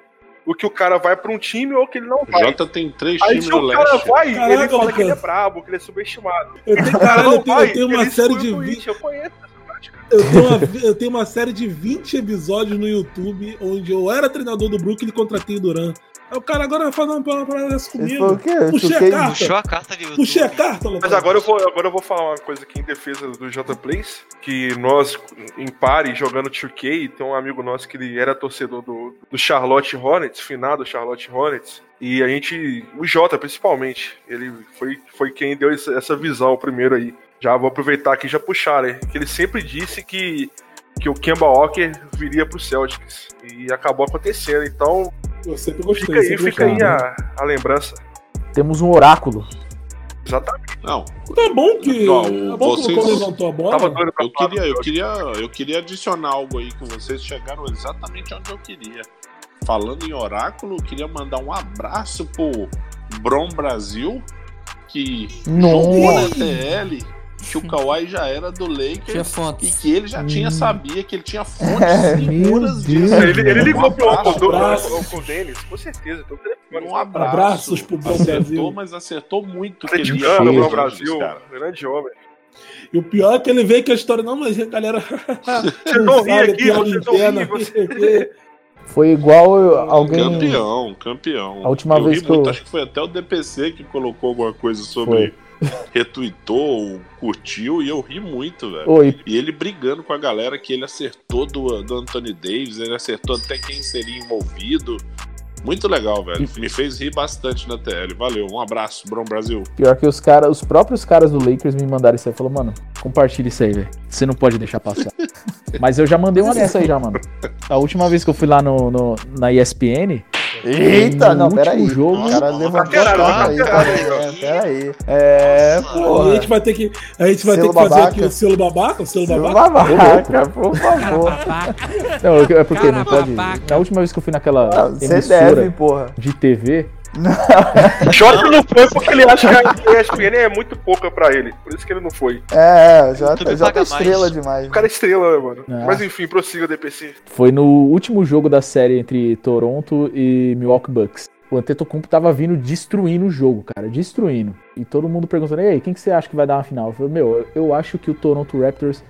Speaker 7: O que o cara vai pra um time ou que ele não
Speaker 5: O
Speaker 7: vai.
Speaker 5: Jota tem três
Speaker 7: É. Aí
Speaker 5: times
Speaker 7: se
Speaker 5: no
Speaker 7: o cara
Speaker 5: leste.
Speaker 7: vai,
Speaker 6: Caraca,
Speaker 7: ele fala que
Speaker 6: Lucas.
Speaker 7: ele é brabo, que ele é subestimado.
Speaker 6: Eu tenho,
Speaker 7: O cara
Speaker 6: caralho,
Speaker 7: não
Speaker 6: eu tenho,
Speaker 7: vai,
Speaker 6: eu tenho uma
Speaker 7: ele
Speaker 6: série
Speaker 7: exclui
Speaker 6: de
Speaker 7: o
Speaker 6: 20.
Speaker 7: Twitch, Eu conheço essa tática.
Speaker 6: Eu tenho, uma, eu tenho uma série de 20 episódios no YouTube onde eu era treinador do Brooklyn e contratei o Duran. Aí o cara agora vai fazer uma parada parada dessa
Speaker 4: Ele falou o
Speaker 6: comigo.
Speaker 4: quê? Eu
Speaker 6: Puxei a
Speaker 4: toquei-
Speaker 6: carta.
Speaker 8: Puxou a carta, viu?
Speaker 6: Puxei a carta, Lucas.
Speaker 7: Mas agora eu, vou, agora eu vou falar uma coisa aqui em defesa do Jota Plays, que nós, em pare, jogando 2K, tem um amigo nosso que ele era torcedor do, do Charlotte Hornets, finado Charlotte Hornets, e a gente, o Jota principalmente, ele foi, foi quem deu essa, essa visão primeiro aí. Já vou aproveitar aqui e já puxar, né? Que ele sempre disse que, que o Kemba Walker viria pro Celtics, e acabou acontecendo, então
Speaker 6: Eu sempre gostei.
Speaker 7: fica aí,
Speaker 6: sempre
Speaker 7: fica aí
Speaker 6: gostei.
Speaker 7: a, a lembrança.
Speaker 3: Temos um oráculo.
Speaker 7: Exatamente,
Speaker 5: Não,
Speaker 6: Tá bom que.
Speaker 5: Não,
Speaker 6: tá bom que o
Speaker 5: vocês-
Speaker 6: Lucão levantou a bola.
Speaker 7: tava doido pra
Speaker 5: eu
Speaker 7: falar do
Speaker 5: queria, eu queria, eu queria adicionar algo aí que vocês chegaram exatamente onde eu queria. Falando em oráculo, eu queria mandar um abraço pro Brom Brasil, que jogou na
Speaker 3: Nossa.
Speaker 5: TL, que o Kawhi já era do
Speaker 9: Tinha
Speaker 5: Lakers e
Speaker 9: fontes.
Speaker 5: que ele já tinha sabia que ele tinha fontes seguras
Speaker 3: É, Meu
Speaker 5: disso.
Speaker 3: Deus.
Speaker 7: Ele, ele ligou pro
Speaker 5: Um abraço,
Speaker 7: Alco
Speaker 6: abraço.
Speaker 7: do Denis, com certeza. Tô telefone.
Speaker 5: Um abraço.
Speaker 6: Abraços pro Bom
Speaker 5: acertou,
Speaker 6: Brasil.
Speaker 5: mas acertou muito. que ele ia
Speaker 7: Atleticano,
Speaker 5: fazer
Speaker 7: meu
Speaker 5: isso,
Speaker 7: Brasil. um
Speaker 5: cara.
Speaker 7: Grande homem.
Speaker 6: E o pior é que ele veio com a história. Não, mas a galera. Você
Speaker 7: não ri aqui, você não ri,
Speaker 3: Foi igual eu- alguém.
Speaker 5: Campeão, campeão.
Speaker 3: A última
Speaker 5: eu
Speaker 3: vez
Speaker 5: ri
Speaker 3: que
Speaker 5: muito,
Speaker 3: eu-
Speaker 5: acho que foi até o DPC que colocou alguma coisa sobre. Retweetou, curtiu e eu ri muito, velho.
Speaker 3: Oi,
Speaker 5: E ele brigando com a galera que ele acertou do, do Anthony Davis, ele acertou até quem seria envolvido. Muito legal, velho. Me fez rir bastante na TL. Valeu, um abraço, Brom Brasil.
Speaker 3: pior que os caras, os próprios caras do Lakers me mandaram isso aí. Falou, mano, compartilha isso aí, velho. Você não pode deixar passar. Mas eu já mandei uma dessa aí já, mano. A última vez que eu fui lá no, no- na ESPN.
Speaker 4: Eita,
Speaker 3: no
Speaker 4: não,
Speaker 3: último
Speaker 4: peraí.
Speaker 3: jogo,
Speaker 4: O cara
Speaker 8: Nossa,
Speaker 4: levantou a
Speaker 7: caralho,
Speaker 4: carta aí,
Speaker 8: caralho.
Speaker 4: peraí. Peraí. É,
Speaker 8: Nossa.
Speaker 6: Pô, a
Speaker 4: porra.
Speaker 6: gente vai ter que, a gente vai ter
Speaker 4: Selo
Speaker 6: que fazer
Speaker 4: babaca.
Speaker 6: aqui o selo babaca, o selo babaca.
Speaker 4: Babaca, por favor.
Speaker 3: Não, eu- é porque não
Speaker 10: Cara,
Speaker 3: pode.
Speaker 10: babaca.
Speaker 3: Na última vez que eu fui naquela
Speaker 4: Ah, Você
Speaker 3: emissora
Speaker 4: deve, porra.
Speaker 3: de TV,
Speaker 7: Jota não foi porque ele acha que a ESPN é muito pouca pra ele. Por isso que ele não foi.
Speaker 4: É, é, já,
Speaker 8: YouTube
Speaker 4: já
Speaker 8: paga
Speaker 4: tá estrela
Speaker 8: mais.
Speaker 4: demais.
Speaker 7: O cara é estrela, né, mano.
Speaker 3: Ah.
Speaker 7: Mas enfim, prossiga, DPC.
Speaker 3: foi no último jogo da série entre Toronto e Milwaukee Bucks. O Antetokounmpo tava vindo destruindo o jogo, cara, destruindo. E todo mundo perguntando, ei, quem que você acha que vai dar na final? Eu falei, meu, eu- eu acho que o Toronto Raptors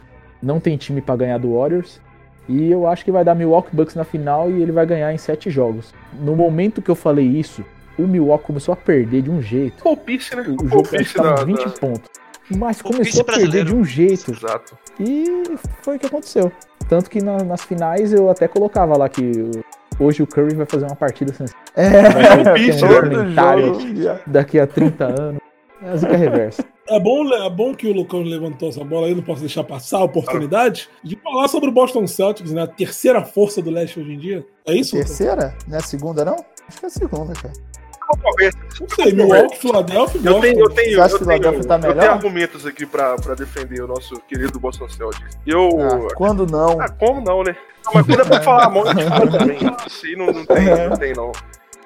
Speaker 3: não tem time pra ganhar do Warriors. E eu acho que vai dar Milwaukee Bucks na final e ele vai ganhar em sete jogos. No momento que eu falei isso, o Milwaukee começou a perder de um jeito.
Speaker 7: Palpice, né?
Speaker 3: O jogo tá
Speaker 7: Palpice
Speaker 3: estava
Speaker 7: da.
Speaker 3: 20
Speaker 7: da...
Speaker 3: pontos.
Speaker 8: Palpice
Speaker 3: Mas começou a perder
Speaker 8: brasileiro.
Speaker 3: de um jeito.
Speaker 7: Exato.
Speaker 3: E foi o que aconteceu. Tanto que na- nas finais eu até colocava lá que o- hoje o Curry vai fazer uma partida sensacional.
Speaker 4: É,
Speaker 7: palpite,
Speaker 3: tem um
Speaker 7: né?
Speaker 3: comentário
Speaker 4: jogo.
Speaker 3: daqui a 30 anos. É a zica reversa.
Speaker 6: É bom, é bom que o Lucão levantou essa bola aí, não posso deixar passar a oportunidade de falar sobre o Boston Celtics, né? A terceira força do leste hoje em dia. É isso? Lucão?
Speaker 4: Terceira? Não é a segunda, não? Acho que é a segunda, cara.
Speaker 7: Vamos conversar.
Speaker 6: Não sei, Milwaukee, Philadelphia,
Speaker 7: Eu um tenho, eu tenho,
Speaker 4: Você acha
Speaker 7: eu
Speaker 4: que o
Speaker 7: tenho,
Speaker 4: Philadelphia tá
Speaker 7: eu tenho
Speaker 4: melhor?
Speaker 7: argumentos aqui pra, pra defender o nosso querido Boston Celtics. Eu.
Speaker 4: Ah, quando não?
Speaker 7: Ah, como não, né? Não, mas quando é pra falar a mão, a gente fala também. Isso aí não, não tem, não tem, não.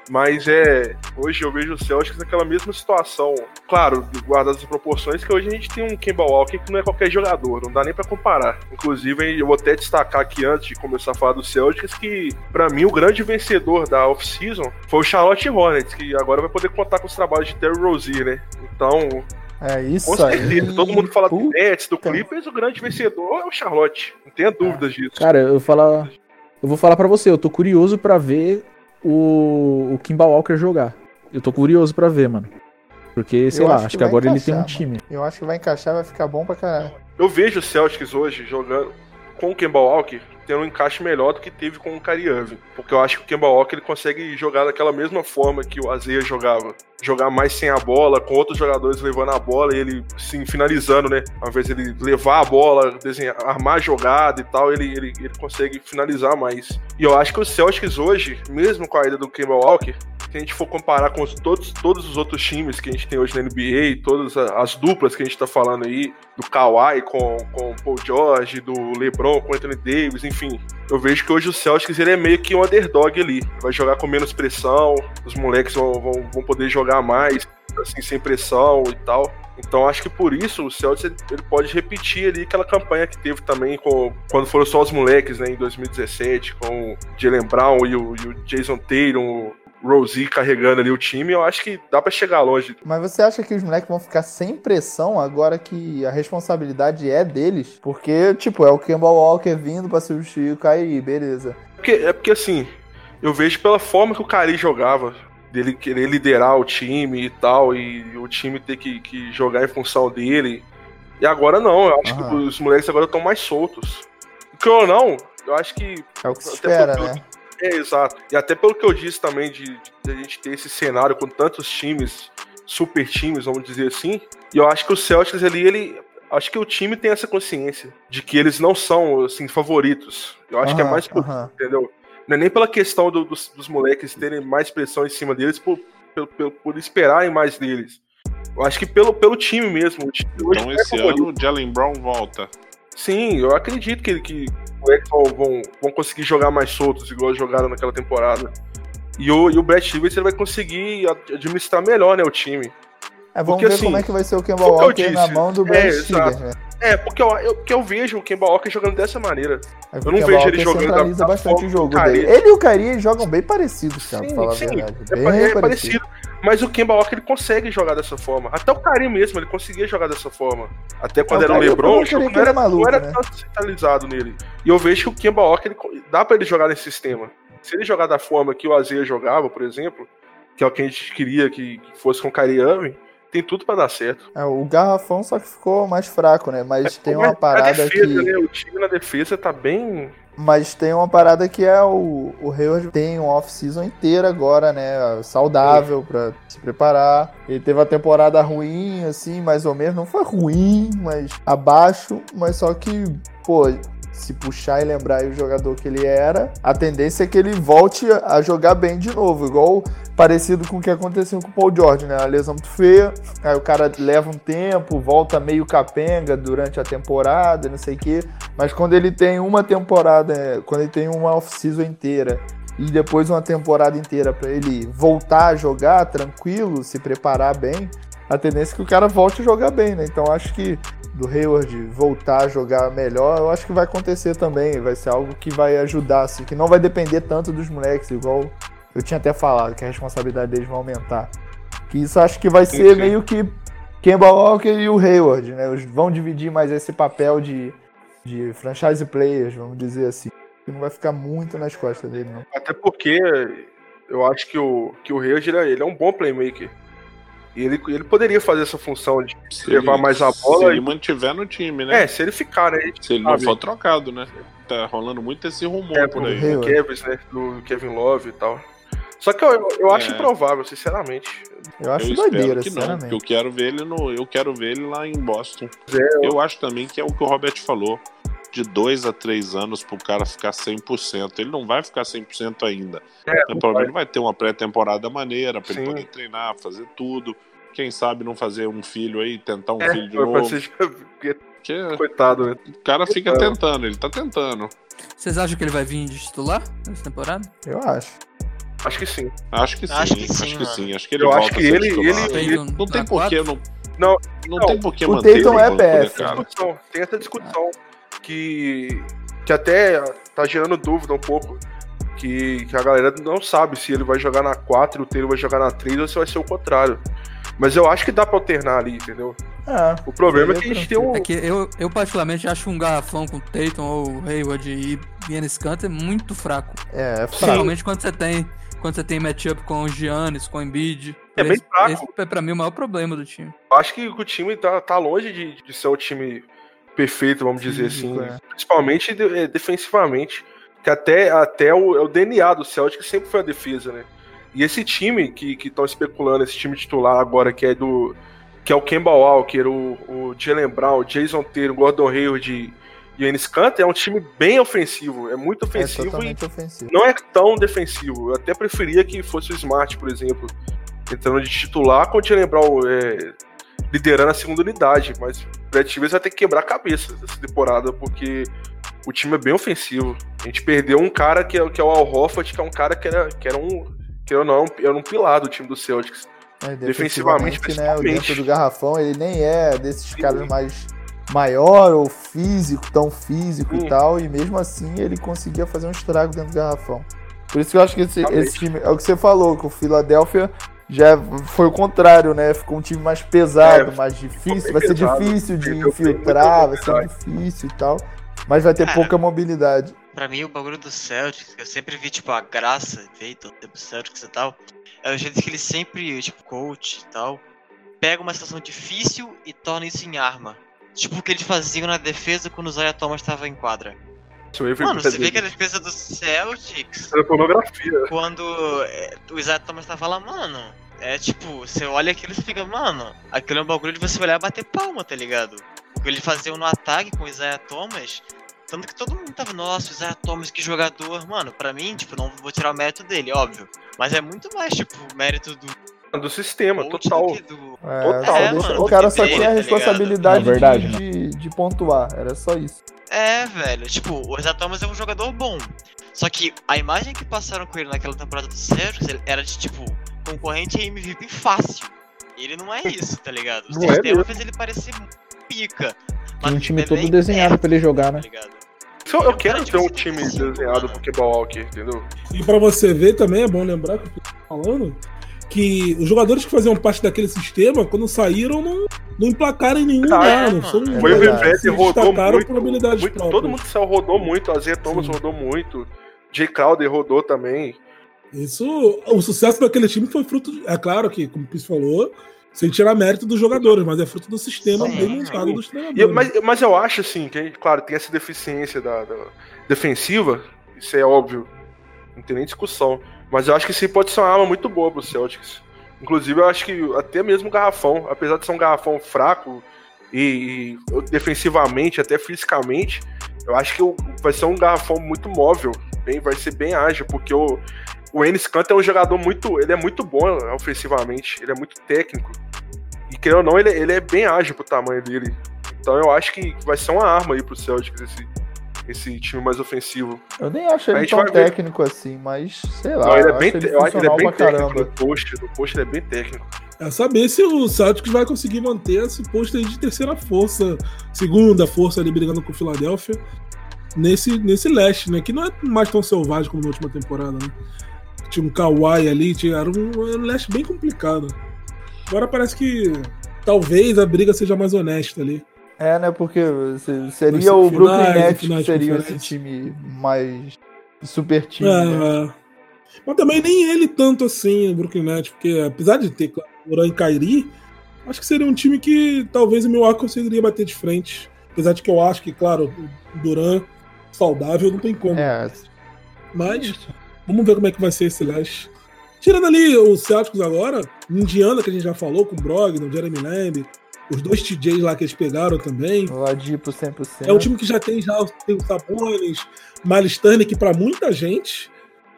Speaker 7: Mas é. Hoje eu vejo o Celtics naquela mesma situação. Claro, guardadas as proporções, que hoje a gente tem um Kemba Walker que não é qualquer jogador, não dá nem pra comparar. Inclusive, eu vou até destacar aqui antes de começar a falar do Celtics que, pra mim, o grande vencedor da off-season foi o Charlotte Hornets, que agora vai poder contar com os trabalhos de Terry Rozier, né? Então,
Speaker 4: É isso
Speaker 7: com
Speaker 4: aí.
Speaker 7: certeza, todo mundo fala do
Speaker 4: Puta.
Speaker 7: Nets, do Clippers, o grande vencedor é o Charlotte. Não tenha dúvidas disso.
Speaker 3: Cara, eu vou falar. Eu vou falar pra você, eu tô curioso pra ver o, o Kimba Walker jogar. Eu tô curioso pra ver, mano. Porque, sei
Speaker 4: Eu
Speaker 3: lá,
Speaker 4: acho
Speaker 3: acho,
Speaker 4: que
Speaker 3: que,
Speaker 4: vai
Speaker 3: agora ele tem um
Speaker 4: encaixar,
Speaker 3: time.
Speaker 4: Eu acho que vai encaixar, vai ficar bom pra caralho.
Speaker 7: Eu vejo o Celtics hoje jogando com o Kemba Walker tendo um encaixe melhor do que teve com o Kyrie Irving. Porque eu acho que o Kemba Walker ele consegue jogar daquela mesma forma que o Azeia jogava. Jogar mais sem a bola, com outros jogadores levando a bola e ele sim finalizando, né? Ao invés de ele levar a bola, desenhar, armar a jogada e tal, ele, ele, ele consegue finalizar mais. E eu acho que o Celtics hoje, mesmo com a ida do Kemba Walker, se a gente for comparar com os- todos, todos os outros times que a gente tem hoje na NBA, todas a- as duplas que a gente tá falando aí, do Kawhi com, com o Paul George, do LeBron com o Anthony Davis, enfim. Eu vejo que hoje o Celtics ele é meio que um underdog ali. Vai jogar com menos pressão, os moleques vão, vão, vão poder jogar mais, assim, sem pressão e tal. Então acho que por isso o Celtics ele, ele pode repetir ali aquela campanha que teve também com, quando foram só os moleques, né, em 2017, com o Jalen Brown e o, e o Jason Taylor, o Rosie carregando ali o time. Eu acho que dá pra chegar longe.
Speaker 4: Mas você acha que os moleques vão ficar sem pressão agora que a responsabilidade é deles? Porque, tipo, é o Kemba Walker vindo pra substituir o Kyrie, beleza.
Speaker 7: Porque- é porque assim, eu vejo pela forma que o Cari jogava, dele querer liderar o time e tal, e o time ter que, que jogar em função dele. E agora não, eu acho que
Speaker 4: Aham.
Speaker 7: os moleques agora estão mais soltos. Que ou não, eu acho que
Speaker 4: É o que se
Speaker 7: Até porque
Speaker 4: espera,
Speaker 7: eu-
Speaker 4: né?
Speaker 7: é, exato. E até pelo que eu disse também, de, de a gente ter esse cenário com tantos times, super times, vamos dizer assim. E eu acho que o Celtics ali, ele. Acho que o time tem essa consciência de que eles não são, assim, favoritos. Eu acho que é
Speaker 4: Aham,
Speaker 7: mais por
Speaker 4: aham.
Speaker 7: entendeu? Não é nem pela questão do- dos, dos moleques terem mais pressão em cima deles, por, pelo- pelo- por esperarem mais deles. Eu acho que pelo, pelo time mesmo. O time hoje
Speaker 5: Então
Speaker 7: é
Speaker 5: esse
Speaker 7: favorito.
Speaker 5: ano o Jalen Brown volta.
Speaker 7: Sim, eu acredito que, que os moleques vão, vão, vão conseguir jogar mais soltos, igual jogaram naquela temporada. E o, e o Brad Stevens ele vai conseguir ad- administrar melhor né, o time.
Speaker 4: É, vamos
Speaker 7: porque,
Speaker 4: ver
Speaker 7: assim,
Speaker 4: como é que vai ser o Kemba
Speaker 7: foi o que eu
Speaker 4: Walker na
Speaker 7: disse.
Speaker 4: mão do
Speaker 7: É,
Speaker 4: Brad
Speaker 7: exato.
Speaker 4: Stiller, né?
Speaker 7: É, porque eu, eu, porque eu vejo o Kemba Walker jogando dessa maneira.
Speaker 4: É,
Speaker 7: não
Speaker 4: Kemba
Speaker 7: vejo ele
Speaker 4: Walker
Speaker 7: jogando da-
Speaker 4: centraliza
Speaker 7: da
Speaker 4: bastante
Speaker 7: forma
Speaker 4: o jogo
Speaker 7: do Kyrie.
Speaker 4: dele. Ele e o Kyrie jogam bem parecidos, cara, pra falar a
Speaker 7: é,
Speaker 4: verdade.
Speaker 7: pa-
Speaker 4: Bem
Speaker 7: é parecido.
Speaker 4: parecido.
Speaker 7: Mas o Kemba Walker ele consegue jogar dessa forma. Até o Karim mesmo, ele conseguia jogar dessa forma. Até quando
Speaker 4: É, o
Speaker 7: era o
Speaker 4: Karim, eu
Speaker 7: LeBron,
Speaker 4: queria que
Speaker 7: não era,
Speaker 4: ele é maluco,
Speaker 7: não era
Speaker 4: né?
Speaker 7: tanto centralizado nele. E eu vejo que o Kemba Walker, ele co- dá pra ele jogar nesse sistema. Se ele jogar da forma que o Azeia jogava, por exemplo, que é o que a gente queria que que fosse com o Kyrie Irving, tem tudo pra dar certo.
Speaker 4: É, o garrafão só que ficou mais fraco, né? Mas tem uma
Speaker 7: É, a
Speaker 4: parada que...
Speaker 7: defesa, né? O time na defesa tá bem...
Speaker 4: Mas tem uma parada que é o, o Hayward tem um off-season inteiro agora, né? Saudável pra se preparar. Ele teve uma temporada ruim, assim, mais ou menos. Não foi ruim, mas abaixo. Mas só que, pô, se puxar e lembrar aí o jogador que ele era, a tendência é que ele volte a jogar bem de novo. Igual parecido com o que aconteceu com o Paul George, né? A lesão muito feia, aí o cara leva um tempo, volta meio capenga durante a temporada, não sei o quê. Mas quando ele tem uma temporada, é, quando ele tem uma off-season inteira e depois uma temporada inteira pra ele voltar a jogar tranquilo, se preparar bem, a tendência é que o cara volte a jogar bem, né? Então acho que do Hayward voltar a jogar melhor, eu acho que vai acontecer também, vai ser algo que vai ajudar, assim, que não vai depender tanto dos moleques, igual eu tinha até falado que a responsabilidade deles vai aumentar. Que isso acho que vai ser
Speaker 7: sim.
Speaker 4: meio que Kemba Walker e o Hayward, né? Eles vão dividir mais esse papel de, de franchise players, vamos dizer assim. Que não vai ficar muito nas costas dele, não.
Speaker 7: Até porque eu acho que o, que o Reis, ele, é- ele é um bom playmaker. E ele, ele poderia fazer essa função de
Speaker 5: Se
Speaker 7: Levar mais a bola
Speaker 5: Se
Speaker 7: e-
Speaker 5: ele mantiver no time, né?
Speaker 7: É, se ele ficar, né?
Speaker 5: se ele não
Speaker 7: sabe.
Speaker 5: for trocado, né? Tá rolando muito esse rumor
Speaker 7: É,
Speaker 5: por
Speaker 7: por
Speaker 5: um aí.
Speaker 4: Hayward.
Speaker 7: do Kevin, né? Do Kevin Love e tal. Só que eu, eu acho
Speaker 5: É.
Speaker 7: improvável, sinceramente.
Speaker 4: Eu acho
Speaker 5: eu
Speaker 4: doideira,
Speaker 5: espero que não, porque
Speaker 4: sinceramente.
Speaker 5: eu quero ver ele no, eu quero ver ele lá em Boston. Eu acho também que é o que o Robert falou, de dois a três anos pro cara ficar 100%. Ele não vai ficar 100% ainda.
Speaker 7: É,
Speaker 5: Mas pelo menos vai ter uma pré-temporada maneira pra ele
Speaker 7: Sim.
Speaker 5: poder treinar, fazer tudo. Quem sabe não fazer um filho aí, tentar um
Speaker 7: É,
Speaker 5: filho de
Speaker 7: vai
Speaker 5: novo.
Speaker 7: parecer- porque,
Speaker 5: Porque
Speaker 7: coitado, né?
Speaker 5: o cara fica
Speaker 7: Então.
Speaker 5: tentando, ele tá tentando.
Speaker 9: Vocês acham que ele vai vir de titular nessa temporada?
Speaker 4: Eu, acho.
Speaker 7: Acho que sim.
Speaker 5: Acho que sim,
Speaker 8: Acho
Speaker 5: acho
Speaker 8: que
Speaker 5: que
Speaker 8: sim,
Speaker 5: sim. Acho que,
Speaker 8: mano. Tá
Speaker 7: Eu
Speaker 5: ele volta
Speaker 7: acho que
Speaker 5: a ser
Speaker 7: ele-
Speaker 5: titular.
Speaker 7: ele-
Speaker 9: Tatum
Speaker 5: Não tem
Speaker 9: um na quatro?
Speaker 5: porquê, não.
Speaker 7: Não,
Speaker 5: não,
Speaker 7: não,
Speaker 5: tem porquê
Speaker 4: o
Speaker 5: manter
Speaker 4: Tatum
Speaker 5: ele
Speaker 4: é
Speaker 5: no banco, né,
Speaker 4: PF,
Speaker 5: cara?
Speaker 7: Discussão, tem essa discussão que, que até tá gerando dúvida um pouco. Que, que a galera não sabe se ele vai jogar na 4 e o Taylor vai jogar na 3 ou se vai ser o contrário. Mas eu acho que dá pra alternar ali, entendeu?
Speaker 4: É.
Speaker 7: O problema é que a gente tem um.
Speaker 9: É que eu, eu particularmente acho um garrafão com Tatum ou Hayward e Giannis Kanter muito fraco.
Speaker 4: É, é fraco.
Speaker 9: Principalmente quando você tem quando você tem matchup com o Giannis, com o Embiid.
Speaker 7: É bem
Speaker 9: Esse-
Speaker 7: fraco.
Speaker 9: Esse é pra mim o maior problema do time.
Speaker 7: Eu acho que o time tá, tá longe de, de ser um time perfeito, vamos dizer
Speaker 4: Físico,
Speaker 7: assim.
Speaker 4: é.
Speaker 7: Principalmente de- eh, defensivamente. Que até, até o, é o DNA do Celtic sempre foi a defesa, né? E esse time que estão especulando, esse time titular agora, que é do. que é o Kemba Walker, o, o Jalen Brown, o Jason Taylor, o Gordon Hayward e o Enes Kanter, é um time bem ofensivo. É muito
Speaker 4: É
Speaker 7: ofensivo e
Speaker 4: totalmente ofensivo.
Speaker 7: não é tão defensivo. Eu até preferia que fosse o Smart, por exemplo, entrando de titular, quando tinha lembrar o, é, liderando a segunda unidade. Mas o Brad Stevens vai ter que quebrar a cabeça dessa temporada, porque o time é bem ofensivo. A gente perdeu um cara que é, que é o Al Hoffert, que é um cara que era, que era um. Que era, não, era um pilar do time do Celtics.
Speaker 4: Mas
Speaker 7: Defensivamente,
Speaker 4: né? O
Speaker 7: principalmente.
Speaker 4: dentro do garrafão, ele nem é desses caras mais maior ou físico, tão físico
Speaker 7: Sim.
Speaker 4: e tal, e mesmo assim ele conseguia fazer um estrago dentro do garrafão. Por isso que eu acho que esse,
Speaker 7: Exatamente.
Speaker 4: esse time, é o que você falou, que o Philadelphia já foi o contrário, né? Ficou um time mais pesado,
Speaker 7: É,
Speaker 4: mais difícil,
Speaker 7: bem
Speaker 4: vai ser
Speaker 7: pesado,
Speaker 4: difícil de
Speaker 7: perdeu bem
Speaker 4: infiltrar, vai
Speaker 7: muita
Speaker 4: ser difícil e tal, mas vai ter
Speaker 7: É.
Speaker 8: Cara.
Speaker 4: pouca mobilidade.
Speaker 8: Pra mim, o bagulho do Celtics, que eu sempre vi, tipo, a graça feita do Celtics e tal, é o jeito que ele sempre, tipo, coach e tal, pega uma situação difícil e torna isso em arma. Tipo o que eles faziam na defesa quando o Zaya Thomas tava em quadra. Mano, você vê que a defesa do Celtics,
Speaker 7: Era pornografia.
Speaker 8: quando é, o Isaiah Thomas tava lá, mano, é tipo, você olha aquilo e você fica, mano, aquilo é um bagulho de você olhar e bater palma, tá ligado? O que eles faziam no ataque com o Isaiah Thomas, tanto que todo mundo tava, nossa, o Isaiah Thomas, que jogador, mano, pra mim, tipo, não vou tirar o mérito dele, óbvio. Mas é muito mais, tipo, mérito do
Speaker 7: Do sistema,
Speaker 8: coach
Speaker 7: total.
Speaker 8: do que
Speaker 3: um
Speaker 8: do.
Speaker 4: É,
Speaker 7: Total,
Speaker 4: só
Speaker 7: é,
Speaker 4: deixa-
Speaker 7: mano,
Speaker 4: o cara só
Speaker 8: dele,
Speaker 4: tinha a
Speaker 8: tá
Speaker 4: responsabilidade
Speaker 3: ligado? Na verdade,
Speaker 4: de, de- de pontuar, era só isso.
Speaker 8: É, velho, tipo, o Isaiah Thomas é um jogador bom. Só que a imagem que passaram com ele naquela temporada do Celtics ele era de, tipo, concorrente a MVP fácil. E Ele não é isso, tá ligado? O
Speaker 7: Não é
Speaker 8: sistema
Speaker 7: mesmo.
Speaker 8: fez ele parecer muito pica.
Speaker 3: Tem um time
Speaker 8: ele é
Speaker 3: todo
Speaker 8: bem
Speaker 3: desenhado pra ele jogar,
Speaker 8: tá
Speaker 3: né?
Speaker 8: ligado?
Speaker 7: Só eu quero ter um
Speaker 8: Cara,
Speaker 7: time
Speaker 8: tipo,
Speaker 7: desenhado
Speaker 8: mano.
Speaker 7: pro Kebal aqui, entendeu?
Speaker 6: E pra você ver também, é bom lembrar que eu tô falando que os jogadores que faziam parte daquele sistema, quando saíram, não, não emplacaram em nenhum
Speaker 7: Tá,
Speaker 6: lugar.
Speaker 8: é,
Speaker 6: não são-
Speaker 8: mano.
Speaker 7: Foi o
Speaker 4: verdade.
Speaker 7: Vivete
Speaker 6: se
Speaker 7: rodou
Speaker 6: destacaram
Speaker 7: muito.
Speaker 6: por habilidades
Speaker 7: muito-
Speaker 6: próprias.
Speaker 7: todo mundo que saiu rodou muito. A Zia Thomas
Speaker 6: Sim.
Speaker 7: rodou muito. Jay Crowder rodou também.
Speaker 6: Isso, o sucesso daquele time foi fruto, é claro que, como o Piz falou, sem tirar mérito dos jogadores, mas é fruto do sistema
Speaker 8: Sim.
Speaker 6: bem montado dos
Speaker 7: E eu-
Speaker 6: treinadores.
Speaker 7: mas, mas eu acho, assim, que, claro, tem essa deficiência da, da- defensiva. Isso é óbvio. Não tem nem discussão. Mas eu acho que isso aí pode ser uma arma muito boa pro Celtics. Inclusive, eu acho que até mesmo o Garrafão, apesar de ser um Garrafão fraco e, e defensivamente, até fisicamente, eu acho que o- vai ser um Garrafão muito móvel. Bem, vai ser bem ágil, porque o, o Enes Kanter é um jogador muito. Ele é muito bom ofensivamente, ele é muito técnico. E querendo ou não, ele, ele é bem ágil pro tamanho dele. Então eu acho que vai ser uma arma aí pro Celtics esse, esse time mais ofensivo.
Speaker 4: Eu nem acho
Speaker 7: A
Speaker 4: ele
Speaker 7: gente
Speaker 4: tão
Speaker 7: vai ver.
Speaker 4: técnico assim, mas sei lá.
Speaker 7: Não, ele é
Speaker 4: eu
Speaker 7: bem,
Speaker 4: acho
Speaker 7: te- eu acho que ele é
Speaker 4: funcional
Speaker 7: bem
Speaker 4: pra
Speaker 7: técnico
Speaker 4: caramba.
Speaker 7: no post. No post ele é bem técnico.
Speaker 6: É saber se o Celtics vai conseguir manter esse posto aí de terceira força, segunda força ali brigando com o Philadelphia nesse, nesse leste, né? Que não é mais tão selvagem como na última temporada, né? Tinha um Kawhi ali, tinha, era, um, era um leste bem complicado. Agora parece que talvez a briga seja mais honesta ali.
Speaker 4: É, né? Porque se-
Speaker 6: Nos
Speaker 4: seria o
Speaker 6: finais,
Speaker 4: Brooklyn Nets
Speaker 6: finais
Speaker 4: que
Speaker 6: de
Speaker 4: seria esse
Speaker 6: conferência.
Speaker 4: time mais super time. né?
Speaker 6: É, é. Mas também nem ele tanto assim, o Brooklyn Nets, porque apesar de ter claro, Duran e Kyrie, acho que seria um time que talvez o Milwaukee conseguiria bater de frente. Apesar de que eu acho que, claro, o Duran saudável não tem como.
Speaker 4: É,
Speaker 6: Mas vamos ver como é que vai ser esse leste. Tirando ali os Celtics agora, Indiana, que a gente já falou, com o Brogdon, Jeremy Lamb, os dois TJs lá que eles pegaram também.
Speaker 4: o Ladipo 100%.
Speaker 6: É um time que já tem já os- tem os Sabonis, Miles Turner, que pra muita gente,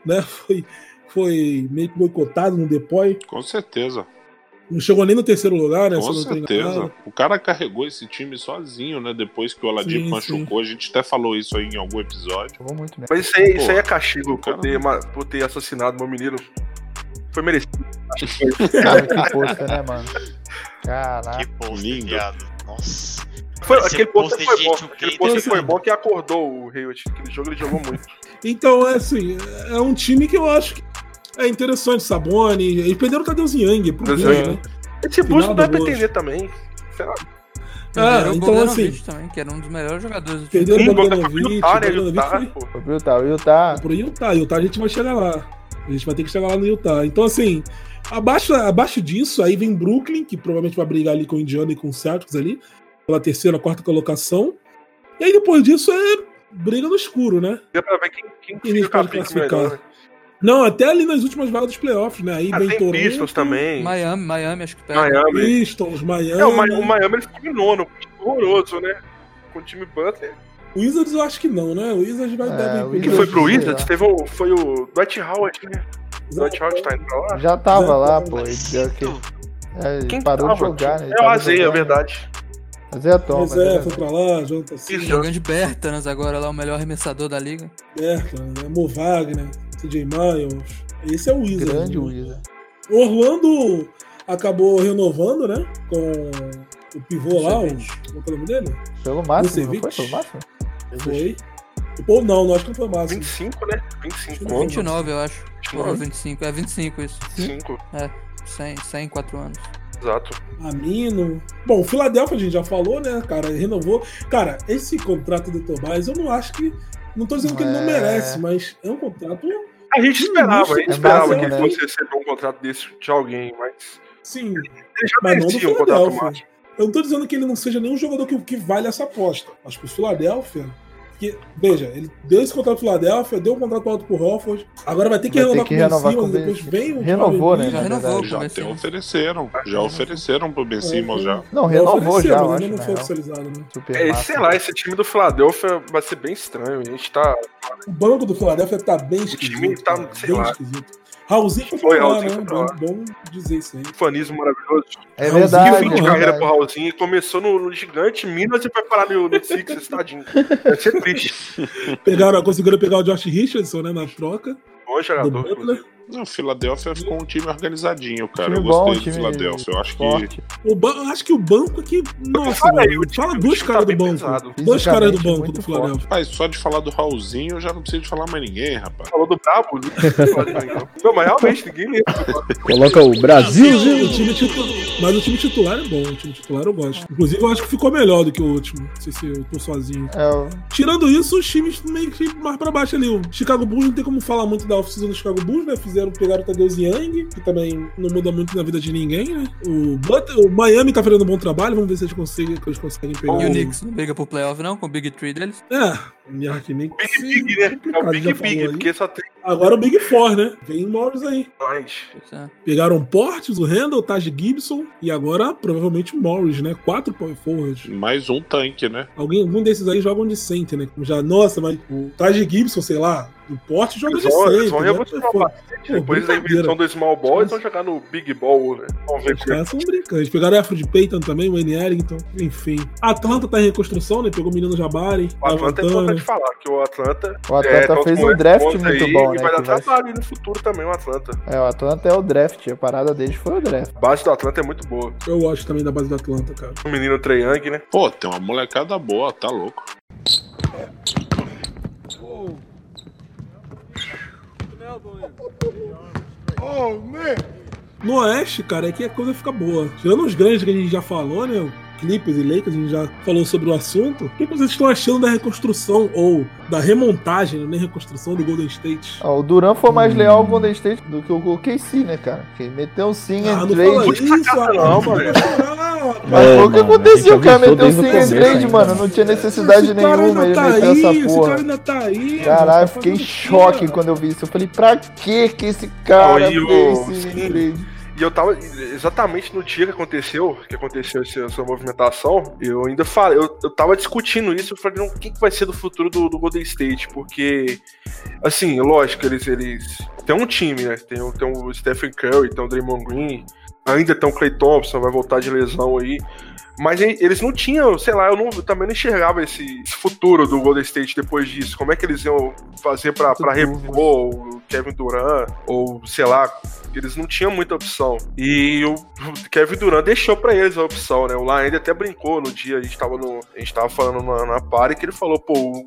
Speaker 6: né, foi, foi meio que boicotado no Depoy.
Speaker 5: Com certeza.
Speaker 6: Não chegou nem no terceiro lugar, né? se
Speaker 5: Com
Speaker 6: eu não tô
Speaker 5: certeza.
Speaker 6: enganado.
Speaker 5: O cara carregou esse time sozinho, né? Depois que o
Speaker 6: Sim,
Speaker 5: Oladipo
Speaker 6: sim.
Speaker 5: machucou. A gente até falou isso aí em algum episódio.
Speaker 4: Jogou muito bem.
Speaker 7: Mas isso aí, isso aí é
Speaker 5: Pô,
Speaker 7: castigo por
Speaker 5: cara.
Speaker 7: ter, ma- por ter assassinado meu menino. Foi merecido.
Speaker 4: Cara, que força, né, mano? Caraca.
Speaker 8: Que post,
Speaker 5: Lindo.
Speaker 8: viado. Nossa.
Speaker 7: Foi,
Speaker 8: Esse
Speaker 7: aquele post
Speaker 8: post é
Speaker 7: foi
Speaker 8: de
Speaker 7: bom.
Speaker 8: 2K
Speaker 7: Aquele post
Speaker 6: desse
Speaker 7: foi
Speaker 6: ano.
Speaker 7: bom que acordou o Hayward. Aquele jogo ele jogou muito.
Speaker 6: Então, é assim, é um time que eu acho que é interessante. Sabonis, eles perderam o Tadeusz Young pro
Speaker 7: Tadeusz
Speaker 6: Bulls,
Speaker 7: Young.
Speaker 6: né?
Speaker 7: Esse boost não dá
Speaker 6: Final do
Speaker 7: pra
Speaker 6: Bulls.
Speaker 7: entender também.
Speaker 6: Ah,
Speaker 9: Perderam o
Speaker 6: então assim,
Speaker 9: Bogdanovich também, que era um dos melhores jogadores do time.
Speaker 6: perderam
Speaker 7: Sim,
Speaker 6: o
Speaker 7: botar pro
Speaker 6: Bogdanovich, o
Speaker 7: Utah, né? Utah,
Speaker 6: Bogdanovich foi
Speaker 7: pô.
Speaker 4: Foi pro Utah. O tá, Utah
Speaker 6: pro Utah. Utah a gente vai chegar lá. A gente vai ter que chegar lá no Utah. Então, assim, abaixo, abaixo disso, aí vem Brooklyn, que provavelmente vai brigar ali com o Indiana e com o Celtics ali, pela terceira, quarta colocação. E aí depois disso é briga no escuro, né?
Speaker 7: Dá pra ver quem, quem
Speaker 6: Eles
Speaker 7: fica a
Speaker 6: podem
Speaker 7: pique melhor. né?
Speaker 6: Não, até ali nas últimas vagas dos playoffs, né? Aí
Speaker 7: Ah,
Speaker 6: vem
Speaker 7: tem
Speaker 6: Toronto,
Speaker 7: Pistons também.
Speaker 9: Miami, Miami, acho que pega.
Speaker 7: Miami.
Speaker 6: Pistons, Miami.
Speaker 7: É, o Mi- o Miami ele ficou em nono. Horroroso, né? Com o time Butler.
Speaker 6: O Wizards eu acho que não, né? O Wizards vai
Speaker 4: É,
Speaker 6: deve-
Speaker 4: o
Speaker 7: Que
Speaker 4: Wizards
Speaker 7: foi pro
Speaker 4: sei
Speaker 7: Wizards?
Speaker 6: é.
Speaker 4: lá.
Speaker 7: Teve o, foi o Dwight Howard, né? O Dwight Howard tá indo pra lá.
Speaker 4: já tava lá, pô.
Speaker 8: Mas
Speaker 4: Ele,
Speaker 8: isso-
Speaker 4: é, ele
Speaker 7: Quem
Speaker 4: parou de
Speaker 7: tava?
Speaker 4: jogar, né?
Speaker 7: É
Speaker 4: Ele
Speaker 7: o
Speaker 4: parou de
Speaker 7: Azeia, é
Speaker 4: jogar, né?
Speaker 7: verdade.
Speaker 4: Mas é a Tom,
Speaker 6: Pois
Speaker 4: mas é,
Speaker 6: é, foi pra lá, Jonathan Silva,
Speaker 9: Jogando de Bertans agora lá, o melhor arremessador da liga.
Speaker 6: Berta, né? Mo Wagner, CJ Miles. Esse é o Wizard.
Speaker 4: grande
Speaker 6: né?
Speaker 4: Wizard.
Speaker 6: O Orlando acabou renovando, né? Com o pivô lá, o, qual que é o nome dele?
Speaker 4: Pelo máximo, não foi
Speaker 6: Vucevic.
Speaker 4: pelo máximo?
Speaker 6: Foi. Ou não, não, acho que não foi o máximo.
Speaker 7: 25, né? 25
Speaker 6: Não,
Speaker 7: anos.
Speaker 9: 29, eu acho. Ou
Speaker 7: 29,
Speaker 9: 25, é 25 isso.
Speaker 7: 25,
Speaker 9: 100, 100 4 anos.
Speaker 7: exato.
Speaker 6: Amino. Bom, o Philadelphia a gente já falou, né, cara? Renovou. Cara, esse contrato do Tobias, eu não acho que. Não tô dizendo que ele não
Speaker 4: É.
Speaker 6: merece, mas é um contrato.
Speaker 7: A gente esperava, a gente
Speaker 4: É
Speaker 7: esperava
Speaker 4: básico,
Speaker 7: que ele
Speaker 4: né?
Speaker 7: fosse receber um contrato desse de alguém, mas
Speaker 6: Sim,
Speaker 7: ele já
Speaker 6: mas não do
Speaker 7: merecia um contrato
Speaker 6: Philadelphia.
Speaker 7: máximo.
Speaker 6: Eu não tô dizendo que ele não seja nenhum jogador que, que vale essa aposta. Mas pro Philadelphia. Porque, veja, ele deu esse contrato pro Philadelphia, deu um contrato alto pro Hofford. Agora vai ter que
Speaker 4: Vai
Speaker 6: renovar
Speaker 4: ter que
Speaker 6: com o
Speaker 4: renovar
Speaker 6: Ben
Speaker 4: com
Speaker 6: Simmons,
Speaker 4: o Ben
Speaker 6: depois vem o
Speaker 4: Renovou,
Speaker 6: Kyrie
Speaker 4: né?
Speaker 9: Já
Speaker 4: na
Speaker 9: renovou,
Speaker 4: verdade.
Speaker 5: Já até
Speaker 9: comecei.
Speaker 5: ofereceram. Já ofereceram pro
Speaker 4: Uhum.
Speaker 5: Ben Simmons já.
Speaker 4: Não, renovou
Speaker 6: Ofereceu,
Speaker 4: já,
Speaker 6: mas
Speaker 4: eu
Speaker 6: ainda
Speaker 4: acho.
Speaker 6: não foi
Speaker 4: né?
Speaker 6: oficializado, né?
Speaker 4: Super
Speaker 7: É,
Speaker 4: massa.
Speaker 7: sei lá, esse time do Philadelphia vai ser bem estranho. A gente tá.
Speaker 6: O banco do Philadelphia tá bem esquisito.
Speaker 7: time tá,
Speaker 6: cara,
Speaker 7: sei
Speaker 6: bem
Speaker 7: lá.
Speaker 6: esquisito. Raulzinho foi
Speaker 7: Foi,
Speaker 6: pra lá,
Speaker 7: Raulzinho
Speaker 6: né?
Speaker 7: foi pra
Speaker 6: Bom,
Speaker 7: lá.
Speaker 6: bom dizer isso aí.
Speaker 7: um Fanismo maravilhoso.
Speaker 4: É
Speaker 6: Raulzinho
Speaker 7: E
Speaker 4: verdade.
Speaker 7: o fim de
Speaker 4: é
Speaker 7: carreira
Speaker 4: verdade.
Speaker 7: pro Raulzinho começou no, no gigante Minas e vai parar no, no Sixers, tadinho. Vai ser triste.
Speaker 6: Pegaram, conseguiram pegar o Josh Richardson, né? Na troca.
Speaker 7: Bom
Speaker 6: Do
Speaker 7: jogador.
Speaker 6: Butler.
Speaker 5: Não, o Filadélfia ficou um time organizadinho, cara.
Speaker 4: Time
Speaker 5: eu
Speaker 4: bom,
Speaker 5: gostei
Speaker 4: time
Speaker 5: do Filadélfia. Eu acho que.
Speaker 4: Forte.
Speaker 6: O ban... Acho que o banco aqui. Nossa,
Speaker 7: falei,
Speaker 6: velho,
Speaker 7: o time-
Speaker 6: fala
Speaker 7: o
Speaker 6: dois
Speaker 7: time
Speaker 6: caras
Speaker 7: tá
Speaker 6: do
Speaker 7: bem
Speaker 6: banco.
Speaker 7: pesado.
Speaker 6: Dois caras do
Speaker 4: Fisicamente,
Speaker 6: banco
Speaker 4: muito
Speaker 6: do Philadelphia.
Speaker 5: Mas Ah, só de falar do Raulzinho, eu já não preciso de falar mais ninguém, rapaz.
Speaker 7: Falou do Brabo. né? Não, mas realmente ninguém é lembra.
Speaker 3: Coloca o Brasil.
Speaker 6: O time titu- Mas o time titular é bom, o time titular eu gosto. Inclusive, eu acho que ficou melhor do que o último. Não sei se eu tô sozinho.
Speaker 4: É, o-
Speaker 6: Tirando isso, os times meio que mais pra baixo ali. O Chicago Bulls não tem como falar muito da oficina do Chicago Bulls, né? Fizeram, pegaram o Tadeu Ziang, que também não muda muito na vida de ninguém, né? O, Butler- o Miami tá fazendo um bom trabalho, vamos ver se eles conseguem, que eles conseguem pegar.
Speaker 7: E
Speaker 9: E o
Speaker 7: o-
Speaker 9: Knicks não briga pro playoff, não, com o Big Three deles.
Speaker 6: É, o New York Knicks.
Speaker 7: Big Big, né? É o
Speaker 6: complicado,
Speaker 7: Big
Speaker 6: já falou
Speaker 7: Big,
Speaker 6: aí.
Speaker 7: porque só tem
Speaker 6: Agora o Big Four, né? Vem Morris aí.
Speaker 7: mais.
Speaker 9: Pois é.
Speaker 6: Pegaram Portes, o Randall, o Taj Gibson e agora provavelmente o Morris, né? Quatro power forwards.
Speaker 5: Mais um tanque, né?
Speaker 6: Alguém, algum desses aí jogam de center, né? Como Já, nossa, mas o Taj Gibson, sei lá, o Porte joga
Speaker 7: Eles
Speaker 6: de
Speaker 7: vão,
Speaker 6: center.
Speaker 7: eles vão
Speaker 6: né?
Speaker 7: revolucionar
Speaker 6: Pô,
Speaker 7: bastante. Depois da
Speaker 6: brincadeira.
Speaker 7: invenção do small ball, eles vão jogar no big ball, né? Vamos ver
Speaker 6: Os
Speaker 7: como é.
Speaker 6: caras são brincantes. Pegaram Afro de Peyton também, o N. Ellington, enfim. Atlanta tá em reconstrução, né? Pegou o menino Jabari.
Speaker 7: O Atlanta é importante
Speaker 6: voltando.
Speaker 7: falar, que o Atlanta.
Speaker 4: o Atlanta
Speaker 7: tá
Speaker 4: fez
Speaker 7: com
Speaker 4: um
Speaker 7: esse
Speaker 4: draft
Speaker 7: ponto
Speaker 4: muito
Speaker 7: aí,
Speaker 4: bom,
Speaker 7: e
Speaker 4: né?
Speaker 7: Vai dar
Speaker 4: que vai-
Speaker 7: trabalho no futuro também o Atlanta.
Speaker 4: É, o Atlanta é o draft. A parada deles foi o draft.
Speaker 7: A base do Atlanta é muito boa.
Speaker 6: Eu gosto também da base do Atlanta, cara.
Speaker 7: O menino Trey Young, né?
Speaker 5: Pô, tem uma molecada boa, tá louco.
Speaker 6: No Oeste, cara, é que a coisa fica boa. Tirando os grandes que a gente já falou, né? o Clippers e Lakers, a gente já falou sobre o assunto. O que que vocês estão achando da reconstrução ou da remontagem, né? nem reconstrução do Golden State?
Speaker 4: Ó, o Duran foi mais
Speaker 7: Hum.
Speaker 4: leal ao Golden State do que o KC, né, cara? Que ele meteu um sim and trade.
Speaker 6: Ah, isso, Alan.
Speaker 7: não,
Speaker 6: Você vai
Speaker 7: mano.
Speaker 6: chorar, rapaz.
Speaker 4: Mas
Speaker 3: É,
Speaker 4: foi o que
Speaker 3: mano,
Speaker 4: aconteceu,
Speaker 3: a
Speaker 4: o
Speaker 3: gente
Speaker 4: cara
Speaker 3: avisou
Speaker 4: meteu um
Speaker 3: desde o
Speaker 4: sim and
Speaker 3: começo
Speaker 4: trade,
Speaker 7: né?
Speaker 3: ainda.
Speaker 4: mano. Não tinha necessidade nenhuma ele meteu essa
Speaker 6: tá Esse cara
Speaker 4: porra.
Speaker 6: ainda tá aí.
Speaker 4: Caralho,
Speaker 6: tá
Speaker 4: fiquei em
Speaker 6: fazendo
Speaker 4: choque
Speaker 6: aqui, ó.
Speaker 4: quando eu vi isso. Eu falei, pra que que esse cara
Speaker 7: Aí,
Speaker 4: fez
Speaker 7: o-
Speaker 4: sim and
Speaker 7: sim.
Speaker 4: trade?
Speaker 7: E eu tava exatamente no dia que aconteceu, que aconteceu esse- essa movimentação, eu ainda falei, eu, eu tava discutindo isso, eu falei, não, o que, que vai ser do futuro do, do Golden State? Porque, assim, lógico, eles, eles têm um time, né? Tem, o- tem o Stephen Curry, tem o Draymond Green, ainda tem o Clay Thompson, vai voltar de lesão aí. Mas e- eles não tinham, sei lá, eu, não, eu também não enxergava esse, esse futuro do Golden State depois disso. Como é que eles iam fazer pra, pra repor o Kevin Durant, ou sei lá, eles não tinham muita opção. E o Kevin Durant deixou pra eles a opção, né? O Laende até brincou no dia, a gente tava, no, a gente tava falando na, na party, que ele falou, pô,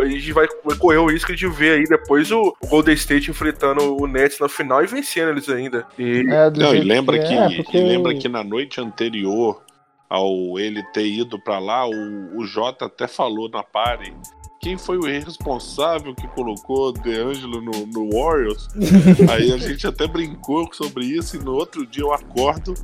Speaker 7: a gente vai, vai correr o risco de ver aí depois o, o Golden State enfrentando o Nets na final e vencendo eles ainda. E
Speaker 4: É, do
Speaker 5: Não, e
Speaker 4: jeito
Speaker 5: lembra
Speaker 4: é,
Speaker 5: que,
Speaker 4: porque
Speaker 5: e lembra que na noite anterior ao ele ter ido pra lá, o, o Jota até falou na pare quem foi o responsável que colocou DeAngelo no, no Warriors. Aí a gente até brincou sobre isso e no outro dia eu acordo.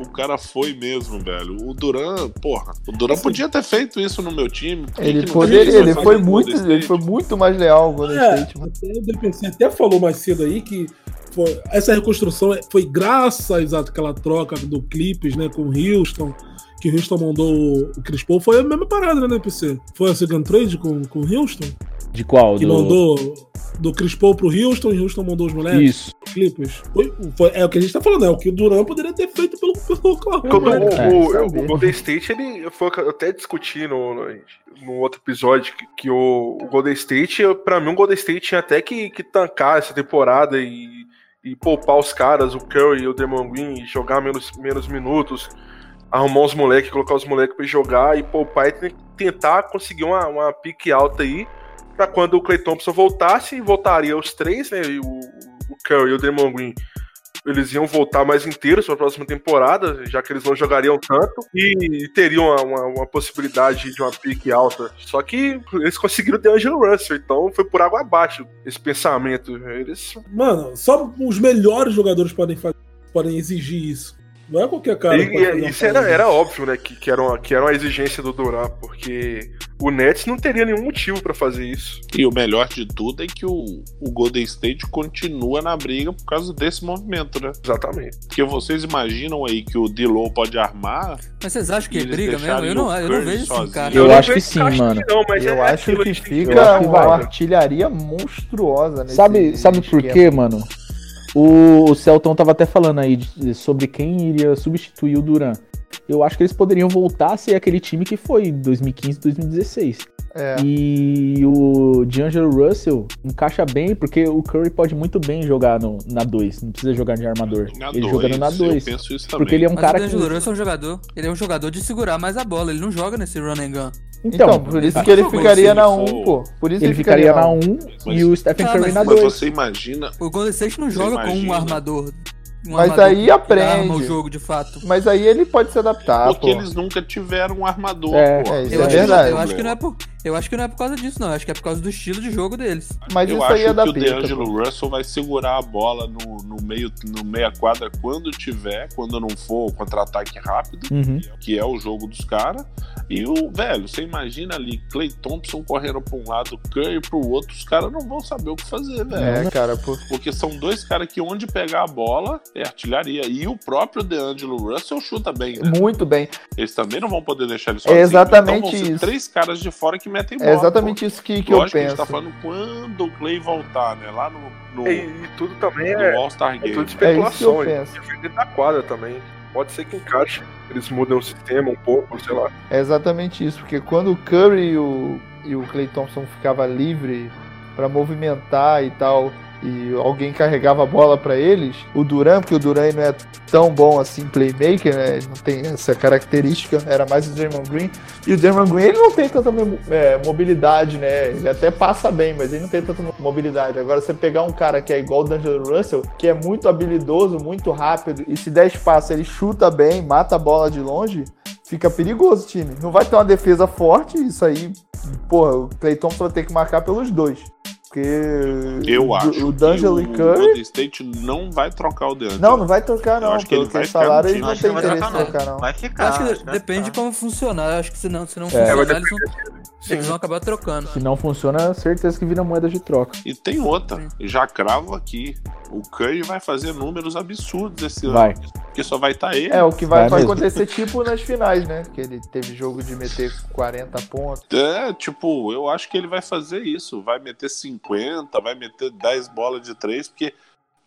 Speaker 5: O cara foi mesmo, velho. O Duran, porra, o Duran
Speaker 6: Assim,
Speaker 5: podia ter feito isso no meu time. Por que que
Speaker 4: Ele
Speaker 5: não fez
Speaker 4: poderia,
Speaker 5: isso
Speaker 4: ele
Speaker 5: no
Speaker 4: foi
Speaker 5: Golden
Speaker 4: muito,
Speaker 5: State?
Speaker 4: ele foi muito mais leal ao Golden
Speaker 6: É,
Speaker 4: State, mano.
Speaker 6: até o DPC até falou mais cedo aí que foi- essa reconstrução é- foi graças àquela troca do Clippers, né, com o Houston, que o Houston mandou o- o Chris Paul. Foi a mesma parada, né, DPC? Foi a second trade com, com o Houston,
Speaker 3: De qual?
Speaker 6: que
Speaker 3: Do...
Speaker 6: mandou do Chris Paul pro Houston e o Houston mandou os moleques.
Speaker 3: Isso.
Speaker 6: Clippers, foi- foi- é o que a gente tá falando, é o que o Duran poderia ter feito pelo, pelo Oklahoma.
Speaker 7: Quando
Speaker 6: né?
Speaker 7: o,
Speaker 3: É,
Speaker 7: o-
Speaker 4: sabe.
Speaker 7: o Golden State, ele foi o que eu até discuti no, no, no outro episódio que, que o, o Golden State, eu- pra mim, o Golden State tinha até que, que tancar essa temporada e, e poupar os caras, o Curry e o Demon Green, e jogar menos, menos minutos, arrumar os moleques, colocar os moleques pra jogar e poupar e ten- tentar conseguir uma, uma pique alta aí pra quando o Clay Thompson voltasse, voltaria os três, né? E o, o Curry e o Demon Green eles iam voltar mais inteiros para a próxima temporada, já que eles não jogariam tanto, e teriam uma, uma- uma possibilidade de uma pique alta. Só que eles conseguiram ter Angelo Russell, então foi por água abaixo esse pensamento. Eles.
Speaker 6: Mano, só os melhores jogadores podem, fazer, podem exigir isso. Não é qualquer cara. que
Speaker 7: e
Speaker 6: pode
Speaker 7: e-
Speaker 6: fazer uma
Speaker 7: isso era,
Speaker 6: parada
Speaker 7: era
Speaker 6: dessa.
Speaker 7: óbvio, né? Que, que, era uma, que era uma exigência do Duran, porque o Nets não teria nenhum motivo para fazer isso.
Speaker 5: E o melhor de tudo é que o, o Golden State continua na briga por causa desse movimento, né?
Speaker 7: Exatamente.
Speaker 5: Porque vocês imaginam aí que o Dilow pode armar.
Speaker 9: Mas vocês acham que
Speaker 5: Eles
Speaker 9: briga mesmo?
Speaker 5: deixarem
Speaker 9: Eu não,
Speaker 5: o
Speaker 9: eu não
Speaker 5: Curry
Speaker 9: vejo esse
Speaker 5: sozinho.
Speaker 9: cara.
Speaker 3: Eu
Speaker 7: não
Speaker 3: acho
Speaker 7: vejo-
Speaker 3: que sim, mano.
Speaker 7: Não, mas
Speaker 4: Eu
Speaker 7: é
Speaker 4: acho
Speaker 7: aquilo, a
Speaker 4: que
Speaker 7: gente tem que
Speaker 4: fica
Speaker 7: dar
Speaker 4: uma
Speaker 7: uma-
Speaker 4: artilharia monstruosa nesse
Speaker 3: Sabe, sabe por
Speaker 4: esquema.
Speaker 3: quê, mano? O, o Celton tava até falando aí de- sobre quem iria substituir o Duran. Eu acho que eles poderiam voltar a ser aquele time que foi em 2015, 2016.
Speaker 4: É.
Speaker 3: E o D'Angelo Russell encaixa bem, porque o Curry pode muito bem jogar no, na 2. Não precisa jogar de armador.
Speaker 5: Na
Speaker 3: ele
Speaker 5: dois,
Speaker 3: jogando na
Speaker 5: Eu
Speaker 3: 2.
Speaker 5: penso isso também.
Speaker 3: Porque ele é um
Speaker 9: Mas
Speaker 3: cara
Speaker 9: o
Speaker 3: que.
Speaker 9: D'Angelo Russell é um jogador. Ele é um jogador de segurar mais a bola. Ele não joga nesse run and gun.
Speaker 3: Então,
Speaker 4: Então, por isso
Speaker 9: mas-
Speaker 4: que ele
Speaker 9: mas-
Speaker 4: ficaria na
Speaker 5: mas-
Speaker 4: 1, pô. Por isso
Speaker 3: ele ficaria na 1 e o Stephen
Speaker 9: Tá,
Speaker 3: Curry
Speaker 9: mas-
Speaker 3: na
Speaker 5: Mas
Speaker 3: 2.
Speaker 5: você imagina.
Speaker 9: O Golden State não
Speaker 5: Você
Speaker 9: joga com um
Speaker 5: imagina.
Speaker 9: armador. Um
Speaker 4: Mas
Speaker 9: armador
Speaker 4: aí
Speaker 9: que Arma o
Speaker 4: aprende.
Speaker 9: jogo, de fato.
Speaker 4: Mas aí ele pode se adaptar,
Speaker 5: porque
Speaker 4: Ah, pô.
Speaker 5: eles nunca tiveram um armador,
Speaker 4: É,
Speaker 5: pô.
Speaker 4: é, isso
Speaker 9: Eu,
Speaker 4: é
Speaker 9: acho que, não-
Speaker 4: verdade.
Speaker 9: eu acho que não é por, eu acho que não é por causa disso, não. Eu acho que é por causa do estilo de jogo deles.
Speaker 4: Mas
Speaker 5: Eu
Speaker 4: isso aí
Speaker 5: acho
Speaker 4: é da
Speaker 5: que o
Speaker 4: pista.
Speaker 5: DeAngelo Russell vai segurar a bola no, no meio no meia quadra quando tiver, quando não for o contra-ataque rápido,
Speaker 3: Uhum.
Speaker 5: que é o jogo dos caras. E o velho, você imagina ali Clay Thompson correndo para um lado, Curry para o outro, os caras não vão saber o que fazer, velho.
Speaker 4: É, cara, pô.
Speaker 5: Porque são dois caras que onde pegar a bola é artilharia. E o próprio DeAngelo Russell chuta bem, né?
Speaker 4: Muito bem.
Speaker 5: Eles também não vão poder deixar ele sozinho.
Speaker 4: É exatamente
Speaker 5: então vão ser
Speaker 4: isso.
Speaker 5: três caras de fora que metem bola.
Speaker 4: É exatamente isso que,
Speaker 5: pô.
Speaker 4: que eu
Speaker 5: Lógico que a gente
Speaker 4: penso.
Speaker 5: tá falando quando o Clay voltar, né? Lá no, no,
Speaker 7: E, e tudo também é,
Speaker 5: no All-Star
Speaker 7: é tudo
Speaker 5: Game.
Speaker 4: É isso que eu
Speaker 7: especulação. hein?
Speaker 4: penso.
Speaker 7: Depende da quadra também. Pode ser que encaixe. Eles mudam o sistema um pouco, sei lá.
Speaker 4: É exatamente isso, porque quando o Curry e o, e o Clay Thompson ficava livre pra movimentar e tal, e alguém carregava a bola pra eles, o Duran, porque o Duran não é tão bom assim playmaker, né? Ele não tem essa característica, era mais o Draymond Green. E o Draymond Green ele não tem tanta mo- é, mobilidade, né? Ele até passa bem, mas ele não tem tanta mo- mobilidade. Agora você pegar um cara que é igual o D'Angelo Russell, que é muito habilidoso, muito rápido, e se der espaço ele chuta bem, mata a bola de longe, fica perigoso o time. Não vai ter uma defesa forte, isso aí, porra, o Clay Thompson vai ter que marcar pelos dois. Porque
Speaker 5: Eu
Speaker 4: o,
Speaker 5: acho
Speaker 4: o D'Angelo e
Speaker 5: que o
Speaker 4: Curry.
Speaker 5: Golden State não vai trocar o DeAngelo.
Speaker 4: Não, não vai trocar,
Speaker 5: Eu
Speaker 4: não.
Speaker 5: acho que ele
Speaker 4: Pelo que
Speaker 5: vai
Speaker 4: eles
Speaker 5: ficar no
Speaker 4: falaram,
Speaker 5: time.
Speaker 4: eles não
Speaker 8: Acho que
Speaker 4: têm
Speaker 8: não vai
Speaker 4: interesse em
Speaker 8: trocar, não.
Speaker 4: trocar, não.
Speaker 8: Vai
Speaker 9: Eu
Speaker 5: Ah,
Speaker 8: ficar.
Speaker 9: acho que
Speaker 8: acho que vai
Speaker 9: depende
Speaker 5: tá.
Speaker 9: de
Speaker 8: ficar.
Speaker 9: como funcionar. Eu acho que se não,
Speaker 4: É.
Speaker 9: se não
Speaker 7: vai
Speaker 9: funcionar, eles
Speaker 7: depender.
Speaker 9: vão, eles vão acabar trocando.
Speaker 3: Se não funciona, certeza que vira moeda de troca.
Speaker 5: E tem outra. Já cravo aqui. O Curry vai fazer números absurdos esse
Speaker 3: Vai.
Speaker 5: ano. Porque só vai estar ele.
Speaker 4: É, o que vai,
Speaker 3: Vai
Speaker 4: vai
Speaker 3: mesmo.
Speaker 4: acontecer tipo nas finais, né? Que ele teve jogo de meter 40 pontos.
Speaker 5: É, tipo, eu acho que ele vai fazer isso. Vai meter 50, vai meter 10 bolas de 3, porque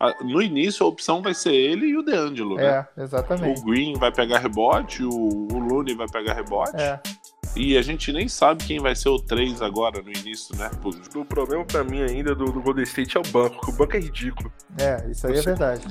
Speaker 5: ah, no início a opção vai ser ele e o DeAngelo, né?
Speaker 4: É, exatamente.
Speaker 5: O Green vai pegar rebote, o, o Looney vai pegar rebote.
Speaker 4: É.
Speaker 5: E a gente nem sabe quem vai ser o 3 agora no início, né? Pô,
Speaker 7: O problema pra mim ainda do, do Golden State é o banco, porque o banco é ridículo.
Speaker 4: É, isso aí é verdade.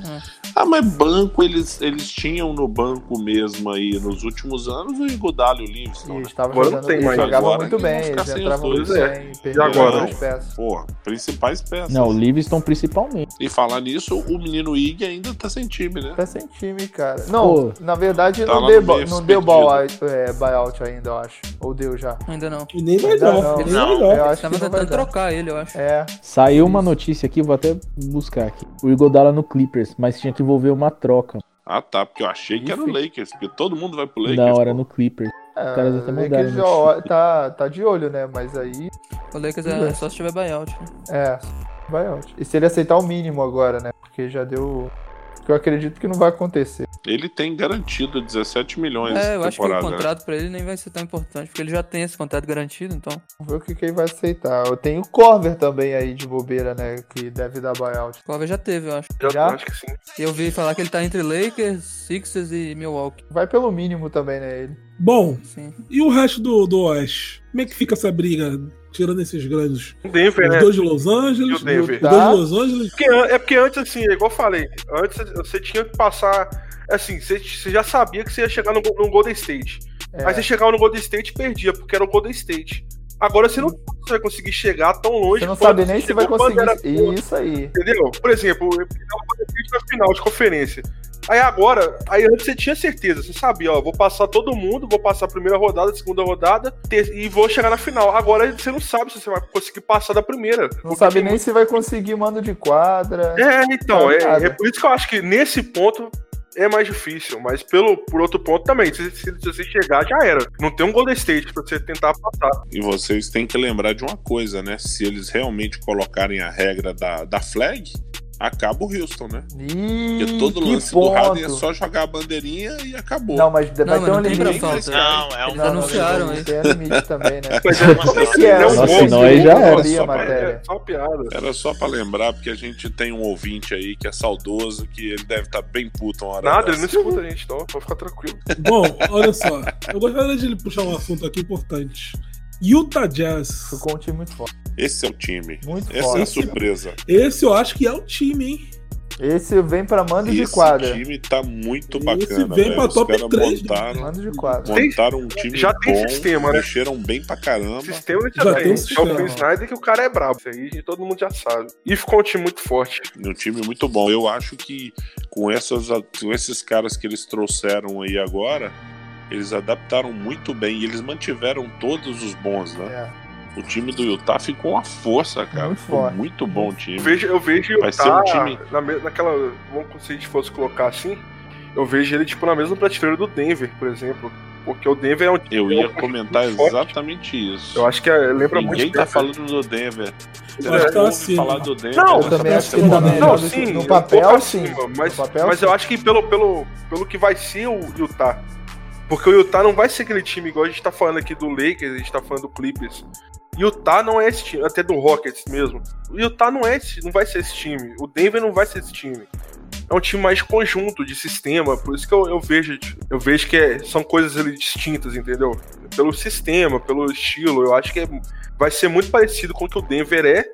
Speaker 5: Ah, mas banco eles, eles tinham no banco mesmo aí nos últimos anos o Godalho e o Livingston,
Speaker 4: E
Speaker 5: né?
Speaker 4: estava
Speaker 7: Agora
Speaker 4: jogando,
Speaker 7: não tem
Speaker 4: eles
Speaker 7: mais.
Speaker 4: jogavam
Speaker 5: Agora
Speaker 4: muito
Speaker 5: que vão
Speaker 4: bem,
Speaker 5: ficar
Speaker 4: eles
Speaker 5: sem os
Speaker 4: entravam muito
Speaker 7: dois, é.
Speaker 4: bem, perderam
Speaker 7: agora?
Speaker 4: as peças.
Speaker 5: Pô, principais peças.
Speaker 3: Não, o Livingston principalmente.
Speaker 5: E falar nisso, o menino Ig ainda tá sem time, né?
Speaker 4: Tá sem time, cara. Não, na verdade
Speaker 5: Tá
Speaker 4: não
Speaker 5: lá
Speaker 4: deu,
Speaker 5: no
Speaker 4: ba-
Speaker 5: meio,
Speaker 4: não deu
Speaker 5: perdido.
Speaker 4: buyout, é, buyout ainda, eu acho. Ou deu já.
Speaker 9: Ainda não. é-
Speaker 6: E nem vai
Speaker 4: Ainda
Speaker 6: dar.
Speaker 4: não.
Speaker 6: Nem
Speaker 8: Não,
Speaker 6: vai dar.
Speaker 4: Eu acho
Speaker 9: Tava
Speaker 4: que não vai
Speaker 9: tentando
Speaker 4: dar.
Speaker 9: trocar ele, eu acho.
Speaker 4: É,
Speaker 3: Saiu uma notícia aqui, vou até buscar aqui. O Igodala no Clippers, mas tinha que envolver uma troca.
Speaker 5: Ah, tá, porque eu achei que era o Lakers, porque todo mundo vai pro Lakers.
Speaker 3: Na hora
Speaker 5: pô.
Speaker 3: no Clippers.
Speaker 4: é,
Speaker 3: caras até
Speaker 4: é que
Speaker 3: mudaram,
Speaker 4: eles
Speaker 3: né?
Speaker 4: já ó- tá, tá de olho, né? Mas aí,
Speaker 9: O Lakers é só se tiver buyout. né?
Speaker 4: é, buyout. E se ele aceitar o mínimo agora, né? Porque já deu que eu acredito que não vai acontecer.
Speaker 5: Ele tem garantido 17 milhões
Speaker 9: É, eu
Speaker 5: essa
Speaker 9: acho que o
Speaker 5: temporada. né?
Speaker 9: contrato pra ele nem vai ser tão importante, porque ele já tem esse contrato garantido, então.
Speaker 4: Vamos ver o que, que ele vai aceitar. Eu tenho o Corver também aí de bobeira, né? Que deve dar buyout.
Speaker 9: O Cláudio já teve, eu acho.
Speaker 7: Já,
Speaker 4: Já?
Speaker 7: Acho que sim.
Speaker 9: E Eu vi falar que ele tá entre Lakers, Sixers e Milwaukee.
Speaker 4: Vai pelo mínimo também, né? Ele.
Speaker 6: Bom,
Speaker 9: Sim.
Speaker 6: e o resto do, do Oeste? Como é que fica essa briga? Tirando esses grandes.
Speaker 7: O Denver,
Speaker 6: Os
Speaker 7: né?
Speaker 6: dois de Los Angeles.
Speaker 7: E o Denver.
Speaker 6: Os dois de Los Angeles.
Speaker 7: Porque an- é porque antes, assim, é igual eu falei, antes você tinha que passar. Assim, você, você já sabia que você ia chegar no, Go- no Golden State.
Speaker 4: É.
Speaker 7: Aí você chegava no Golden State e perdia, porque era o Golden State. Agora você não você vai conseguir chegar tão longe.
Speaker 4: Você não
Speaker 7: quanto
Speaker 4: sabe nem se
Speaker 7: chegou
Speaker 4: vai
Speaker 7: quando era
Speaker 4: conseguir. Isso aí.
Speaker 7: Entendeu? Por exemplo, eu tava fazendo isso na final de conferência. Aí agora, aí antes você tinha certeza, você sabia, ó, vou passar todo mundo, vou passar a primeira rodada, a segunda rodada ter- e vou chegar na final. Agora você não sabe se você vai conseguir passar da primeira.
Speaker 4: Não
Speaker 7: porque
Speaker 4: sabe
Speaker 7: tem
Speaker 4: nem se vai conseguir mando de quadra.
Speaker 7: é, então,
Speaker 4: Tá
Speaker 7: é,
Speaker 4: ligado?
Speaker 7: é por isso que eu acho que nesse ponto é mais difícil, mas pelo, por outro ponto também, se, se- se você chegar, já era. Não tem um Golden State pra você tentar passar.
Speaker 5: E vocês têm que lembrar de uma coisa, né? Se eles realmente colocarem a regra da, da flag, acaba o Houston, né?
Speaker 4: Ih,
Speaker 9: Hum,
Speaker 5: Porque todo
Speaker 4: que
Speaker 5: lance do Harden é
Speaker 4: ponto.
Speaker 5: só jogar a bandeirinha e acabou.
Speaker 4: Não, mas vai
Speaker 9: Não, mas
Speaker 4: ter um
Speaker 9: não tem pra
Speaker 4: limite.
Speaker 5: Ninguém vai
Speaker 9: falta.
Speaker 5: escalar.
Speaker 8: Não, é um
Speaker 9: Eles anunciaram,
Speaker 4: mas
Speaker 9: hein?
Speaker 4: Tem um limite também, né?
Speaker 7: Mas é,
Speaker 4: que é?
Speaker 7: um
Speaker 4: Nossa,
Speaker 7: bom-
Speaker 4: senão aí já
Speaker 7: é
Speaker 4: era.
Speaker 7: só
Speaker 4: Seria a
Speaker 7: pra-
Speaker 4: matéria.
Speaker 7: é só uma piada.
Speaker 5: Era só pra lembrar, porque a gente tem um ouvinte aí que é saudoso, que ele deve estar bem puto uma hora
Speaker 7: Nada, ele
Speaker 5: dessa.
Speaker 7: não escuta a gente, então, pode ficar tranquilo.
Speaker 6: Bom, olha só. Eu gostaria de puxar um assunto aqui importante. Utah Jazz.
Speaker 4: Ficou um time muito forte.
Speaker 5: Esse é o time.
Speaker 4: Muito
Speaker 5: Essa é a
Speaker 4: forte.
Speaker 5: surpresa.
Speaker 6: Esse eu acho que é o time, hein?
Speaker 4: Esse vem pra mando de
Speaker 5: Esse
Speaker 4: quadra.
Speaker 5: time tá muito
Speaker 6: Esse
Speaker 5: bacana.
Speaker 6: vem
Speaker 5: velho.
Speaker 6: pra
Speaker 5: Os
Speaker 6: top
Speaker 5: caras
Speaker 6: 3,
Speaker 7: é
Speaker 5: montaram,
Speaker 4: Mando de quadra.
Speaker 7: Tem-
Speaker 5: montaram um time
Speaker 7: já
Speaker 5: bom,
Speaker 7: tem sistema, né?
Speaker 5: mexeram bem pra
Speaker 7: O
Speaker 5: caramba.
Speaker 7: sistema ele já,
Speaker 6: Já
Speaker 7: tem.
Speaker 6: tem um
Speaker 7: Só o
Speaker 6: sistema.
Speaker 7: Queen Snyder que o cara é brabo. Isso aí todo mundo já sabe. E ficou um time muito forte.
Speaker 5: Um time muito bom. Eu acho que com, essas, com esses caras que eles trouxeram aí agora, eles adaptaram muito bem e eles mantiveram todos os bons, né?
Speaker 4: É.
Speaker 5: O time do Utah ficou uma força, cara.
Speaker 4: Muito
Speaker 5: Ficou
Speaker 4: forte.
Speaker 5: muito bom o
Speaker 7: Eu
Speaker 5: time.
Speaker 7: vejo, eu vejo tá
Speaker 5: Vai ser um time-
Speaker 7: na, me- naquela. Vamos se a gente fosse colocar assim, eu vejo ele tipo na mesma prateleira do Denver, por exemplo. Porque o Denver é um time.
Speaker 5: Eu
Speaker 7: é um
Speaker 5: ia
Speaker 7: time
Speaker 5: comentar
Speaker 7: muito forte.
Speaker 5: exatamente isso.
Speaker 7: Eu acho que é, lembra
Speaker 5: Ninguém
Speaker 7: muito. né?
Speaker 5: tá
Speaker 7: Denver.
Speaker 5: falando do Denver. Você
Speaker 6: acho que tá
Speaker 5: ouve
Speaker 6: acima.
Speaker 5: falar do Denver. né?
Speaker 7: Não,
Speaker 5: nessa
Speaker 4: Eu também acho que ele tá
Speaker 5: temporada.
Speaker 6: Não,
Speaker 4: melhor do que-
Speaker 7: sim,
Speaker 4: no
Speaker 7: um
Speaker 4: papel,
Speaker 7: pouco
Speaker 4: sim.
Speaker 7: acima,
Speaker 4: No
Speaker 7: mas,
Speaker 4: papel,
Speaker 7: mas
Speaker 4: sim.
Speaker 7: eu acho que pelo, pelo, pelo que vai ser o Utah. Porque o Utah não vai ser aquele time igual a gente tá falando aqui do Lakers, a gente tá falando do Clippers. Utah não é esse time, até do Rockets mesmo. O Utah não é esse, não vai ser esse time. O Denver não vai ser esse time. É um time mais conjunto de sistema, por isso que eu, eu vejo, eu vejo que é- são coisas ali distintas, entendeu? Pelo sistema, pelo estilo, eu acho que é- vai ser muito parecido com o que o Denver é.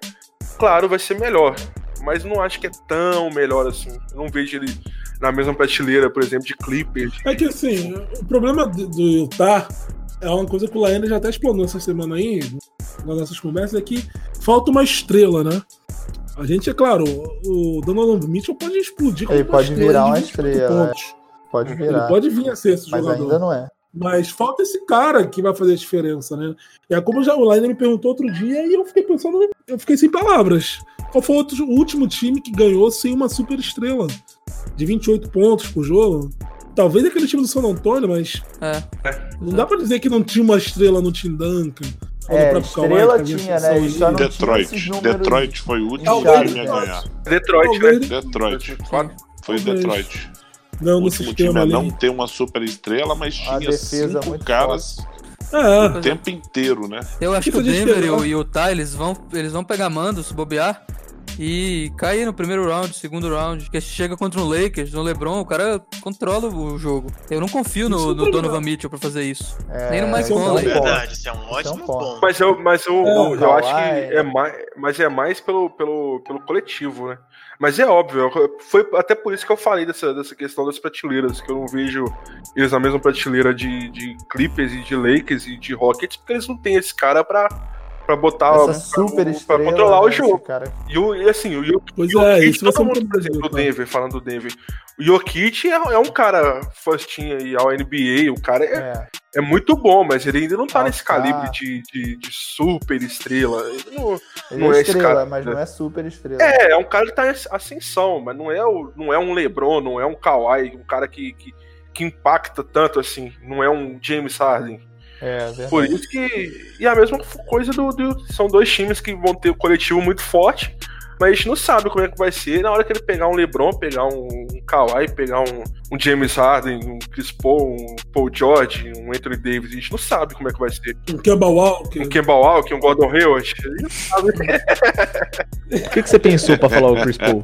Speaker 7: Claro, vai ser melhor, mas não acho que é tão melhor assim. Eu não vejo ele na mesma prateleira, por exemplo, de Clippers.
Speaker 6: É que assim, o problema do do Utah é uma coisa que o Laena já até explanou essa semana aí, nas nossas conversas, é que falta uma estrela, né? A gente, é claro, o Donovan Mitchell pode explodir
Speaker 4: Ele
Speaker 6: uma
Speaker 4: pode
Speaker 6: estrela
Speaker 4: virar
Speaker 6: de
Speaker 4: uma
Speaker 6: 24
Speaker 4: estrela,
Speaker 6: pontos.
Speaker 4: Pode
Speaker 6: Ele
Speaker 4: virar.
Speaker 6: pode vir a ser esse
Speaker 4: Mas
Speaker 6: jogador.
Speaker 4: ainda não é.
Speaker 6: Mas falta esse cara que vai fazer a diferença, né? É como já o Lainer me perguntou outro dia e eu fiquei pensando, eu fiquei sem palavras. Qual foi o outro- o último time que ganhou sem uma super estrela? De 28 pontos por jogo? Talvez aquele time do San Antônio, mas
Speaker 9: É.
Speaker 6: não dá pra dizer que não tinha uma estrela no Tim Duncan. ou no
Speaker 4: É,
Speaker 6: próprio Kawhi,
Speaker 4: estrela
Speaker 6: que havia
Speaker 4: tinha,
Speaker 6: exceção
Speaker 4: né?
Speaker 6: ali.
Speaker 7: é um
Speaker 4: Só não tinha esses
Speaker 5: Detroit.
Speaker 4: números
Speaker 5: Detroit foi o último
Speaker 4: inchados,
Speaker 5: time a
Speaker 4: né?
Speaker 5: ganhar.
Speaker 7: Detroit, né?
Speaker 6: Talvez
Speaker 5: Detroit.
Speaker 9: Sim.
Speaker 5: Foi o
Speaker 6: Talvez.
Speaker 5: Detroit.
Speaker 6: Não,
Speaker 5: O
Speaker 6: no
Speaker 5: último time
Speaker 6: sistema
Speaker 5: a
Speaker 6: ali.
Speaker 5: não ter uma super estrela, mas
Speaker 4: A
Speaker 5: tinha
Speaker 4: defesa
Speaker 5: cinco
Speaker 4: muito
Speaker 5: caras
Speaker 6: É,
Speaker 5: o tempo inteiro, né?
Speaker 9: Eu acho que
Speaker 6: Tipo
Speaker 9: o
Speaker 6: de
Speaker 9: Denver e
Speaker 6: estrela.
Speaker 9: o Utah, eles vão, eles vão pegar mando, se bobear, e cair no primeiro round, segundo round. Porque chega contra um Lakers, no LeBron, o cara controla o jogo. Eu não confio
Speaker 6: Isso é
Speaker 9: no, no
Speaker 6: verdade.
Speaker 9: Donovan Mitchell pra fazer isso.
Speaker 4: É,
Speaker 9: Nem no Mike
Speaker 4: isso é um
Speaker 9: Conley.
Speaker 4: ponto.
Speaker 8: Verdade, isso é um ótimo
Speaker 4: ponto.
Speaker 8: ponto.
Speaker 7: Mas eu, mas eu,
Speaker 6: É,
Speaker 7: eu acho que
Speaker 4: Kawhi,
Speaker 7: é mais, mas é mais pelo, pelo, pelo coletivo, né? Mas é óbvio, foi até por isso que eu falei dessa, dessa questão das prateleiras, que eu não vejo eles na mesma prateleira de, de Clippers e de Lakers e de Rockets, porque eles não têm esse cara pra, pra botar,
Speaker 4: Essa
Speaker 7: pra-
Speaker 4: super
Speaker 7: pra,
Speaker 4: estrela.
Speaker 7: controlar o
Speaker 4: né,
Speaker 7: jogo.
Speaker 4: esse Cara.
Speaker 7: E, o, e assim, o Jokic,
Speaker 6: Pois
Speaker 7: o
Speaker 6: é,
Speaker 7: Jokic,
Speaker 6: isso vai ser
Speaker 7: todo
Speaker 6: um
Speaker 7: mundo, por
Speaker 6: problema,
Speaker 7: exemplo, do
Speaker 6: cara.
Speaker 7: Denver, falando do Denver. O Jokic é, é um cara first-team aí, ao NBA, o cara é,
Speaker 4: É.
Speaker 7: é muito bom, mas ele ainda não tá
Speaker 4: Ah,
Speaker 7: nesse
Speaker 4: tá.
Speaker 7: calibre de, de, de super estrela. Ele não-
Speaker 4: Ele
Speaker 7: Não
Speaker 4: é
Speaker 7: é esse
Speaker 4: estrela,
Speaker 7: cara,
Speaker 4: mas
Speaker 7: né?
Speaker 4: não é super estrela.
Speaker 7: É, é um cara que tá em ascensão, mas não é, o, não é um Lebron, não é um Kawhi, um cara que, que, que impacta tanto assim, não é um James Harden.
Speaker 4: É, verdade.
Speaker 7: Por isso que. E a mesma coisa do, do- São dois times que vão ter um coletivo muito forte, mas a gente não sabe como é que vai ser. Na hora que ele pegar um Lebron, pegar um, Kawhi, pegar um, um James Harden, um Chris Paul, um Paul George, um Anthony Davis. A gente não sabe como é que vai ser.
Speaker 6: O Kemba Walker.
Speaker 7: Um Kemba Walker, um Gordon Hayward. A gente não sabe.
Speaker 3: O que, que você pensou pra falar o Chris Paul?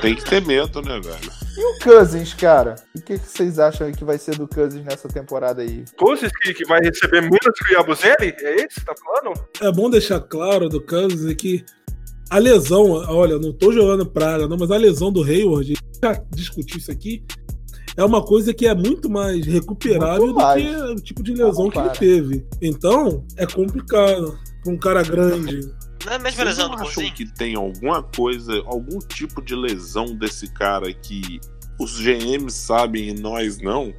Speaker 5: Tem que ter medo, né, velho?
Speaker 4: E o Cousins, cara? O que que vocês acham que vai ser do Cousins nessa temporada aí?
Speaker 7: Cousins que, que vai receber menos que o Yabuzeli? É esse que você tá falando?
Speaker 6: É bom deixar claro do Kansas é que a lesão, olha, não tô jogando praga, não, mas a lesão do Hayward, a gente já discutiu isso aqui, é uma coisa que é muito mais recuperável
Speaker 4: Muito
Speaker 6: do
Speaker 4: mais.
Speaker 6: que o tipo de lesão
Speaker 4: Não,
Speaker 6: que ele
Speaker 4: para.
Speaker 6: teve. Então, é complicado pra um cara grande.
Speaker 8: Não é mesmo a
Speaker 5: Vocês
Speaker 8: lesão
Speaker 5: não
Speaker 8: do
Speaker 5: acham
Speaker 8: Bonzinho?
Speaker 5: que tem alguma coisa, algum tipo de lesão desse cara que os GMs sabem e nós não?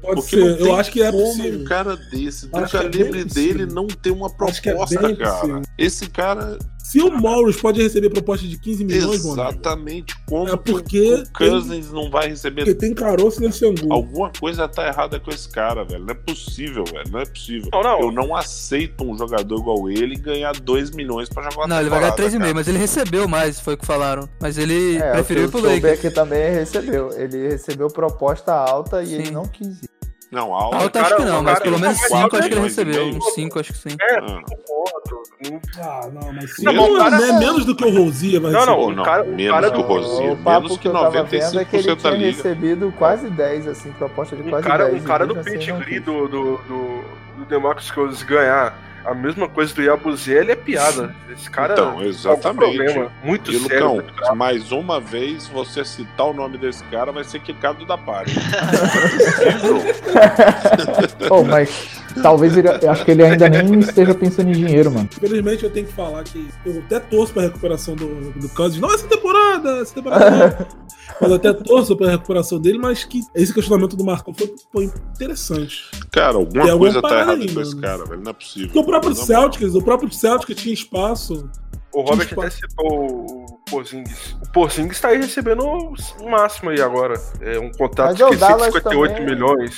Speaker 6: Pode
Speaker 5: Porque não
Speaker 6: ser,
Speaker 5: tem
Speaker 6: eu acho que é
Speaker 5: como
Speaker 6: possível.
Speaker 5: um cara desse, do
Speaker 6: Acho que é
Speaker 5: calibre
Speaker 6: bem possível.
Speaker 5: dele, não ter uma
Speaker 6: Acho que é bem
Speaker 5: proposta,
Speaker 6: possível.
Speaker 5: cara. Esse cara,
Speaker 6: Se o Morris pode receber proposta de 15 milhões, mano,
Speaker 5: exatamente como
Speaker 6: é porque
Speaker 5: o
Speaker 6: tem,
Speaker 5: Cousins não vai receber
Speaker 6: porque tem caroço nesse angu.
Speaker 5: Alguma coisa tá errada com esse cara, velho. Não é possível, velho. Não é possível.
Speaker 7: Não, não.
Speaker 5: Eu não aceito um jogador igual ele ganhar 2 milhões pra jogar uma
Speaker 9: Não, ele vai ganhar
Speaker 5: temporada, cara.
Speaker 9: 3,5, mas ele recebeu mais, foi o que falaram. Mas ele preferiu ir
Speaker 4: É, o que
Speaker 9: pro
Speaker 4: eu soube
Speaker 9: Lakers.
Speaker 4: é que também recebeu. Ele recebeu proposta alta e ele
Speaker 9: Sim.
Speaker 4: não quis ir.
Speaker 5: Não, alta.
Speaker 9: Alta
Speaker 7: cara-
Speaker 9: acho que
Speaker 7: o
Speaker 9: não, mas
Speaker 7: cara-
Speaker 9: pelo
Speaker 5: tá
Speaker 9: menos
Speaker 7: Quatro
Speaker 9: 5 acho que ele
Speaker 5: é milhões e
Speaker 9: recebeu.
Speaker 5: meio.
Speaker 9: Uns 5 acho que sim.
Speaker 7: É,
Speaker 5: Ah.
Speaker 7: concordo. Não-
Speaker 6: Ah, não, mas
Speaker 7: Não,
Speaker 6: não,
Speaker 7: o cara-
Speaker 6: é menos do que o Rosia, vai
Speaker 7: Não,
Speaker 6: ser.
Speaker 7: não,
Speaker 5: Pô,
Speaker 7: o
Speaker 5: não,
Speaker 7: cara- o
Speaker 5: menos
Speaker 7: cara-
Speaker 5: que o Rozier,
Speaker 4: o papo
Speaker 5: menos
Speaker 4: que
Speaker 5: que
Speaker 4: eu tava vendo é que ele
Speaker 5: 95% da
Speaker 4: tinha
Speaker 5: liga.
Speaker 4: recebido quase 10, assim, proposta de
Speaker 7: Um
Speaker 4: quase
Speaker 7: cara,
Speaker 4: 10.
Speaker 7: um cara
Speaker 4: e
Speaker 7: do
Speaker 4: mesmo assim não
Speaker 7: pedigree
Speaker 4: quis.
Speaker 7: do, do, do, do Demarcus Cousins ganhar a mesma coisa do Yabuzeli é piada. Esse cara
Speaker 5: Então,
Speaker 7: tem algum
Speaker 5: exatamente.
Speaker 7: problema muito
Speaker 5: E
Speaker 7: sério.
Speaker 5: Lucão, mais uma vez, você citar o nome desse cara vai ser quicado da par.
Speaker 3: Oh, mas talvez ele. eu Acho que ele ainda nem esteja pensando em dinheiro, mano.
Speaker 6: Infelizmente eu tenho que falar que eu até torço pra recuperação do, do Cousins. Não essa temporada, essa temporada não. Mas eu até torço pra recuperação dele, mas que esse questionamento do Marcão foi, foi interessante.
Speaker 5: Cara, alguma
Speaker 6: Tem alguma
Speaker 5: coisa tá
Speaker 6: parada
Speaker 5: errada
Speaker 6: aí,
Speaker 5: com esse
Speaker 6: mano.
Speaker 5: cara, velho. Não é possível.
Speaker 6: Porque o próprio
Speaker 5: Não, não.
Speaker 6: Celtics, o próprio Celtics tinha espaço.
Speaker 7: O Robert
Speaker 6: Despa-
Speaker 7: até citou o Porzingis. O Porzingis tá aí recebendo o máximo aí agora. É um contrato
Speaker 4: Mas é o
Speaker 7: de
Speaker 4: Dallas
Speaker 7: 158
Speaker 4: também.
Speaker 7: milhões.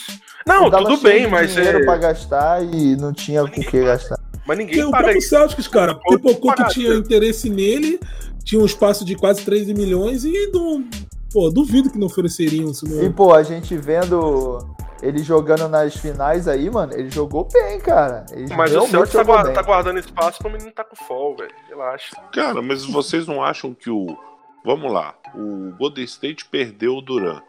Speaker 7: Não,
Speaker 4: O Dallas
Speaker 7: tudo
Speaker 4: tinha
Speaker 7: bem, mas
Speaker 4: dinheiro
Speaker 7: é...
Speaker 4: pra gastar e não tinha com o que gastar.
Speaker 7: Mas
Speaker 6: Porque
Speaker 7: ninguém
Speaker 6: o
Speaker 7: paga
Speaker 6: próprio
Speaker 7: isso.
Speaker 6: Celtics, cara,
Speaker 7: Pode
Speaker 6: pipocou que
Speaker 7: parar,
Speaker 6: tinha
Speaker 7: cara.
Speaker 6: interesse nele, tinha um espaço de quase 13 milhões e não. Pô, duvido que não ofereceriam isso,
Speaker 4: E,
Speaker 6: né?
Speaker 4: pô, a gente vendo ele jogando nas finais aí, mano, ele jogou bem, cara. Ele
Speaker 7: Mas o
Speaker 4: realmente
Speaker 7: Celtics tá,
Speaker 4: jogou
Speaker 7: guarda-
Speaker 4: bem.
Speaker 7: tá guardando espaço pra o menino tá com fol, velho. Relaxa.
Speaker 5: Cara, mas vocês não acham que o. Vamos lá. O Golden State perdeu o Duran.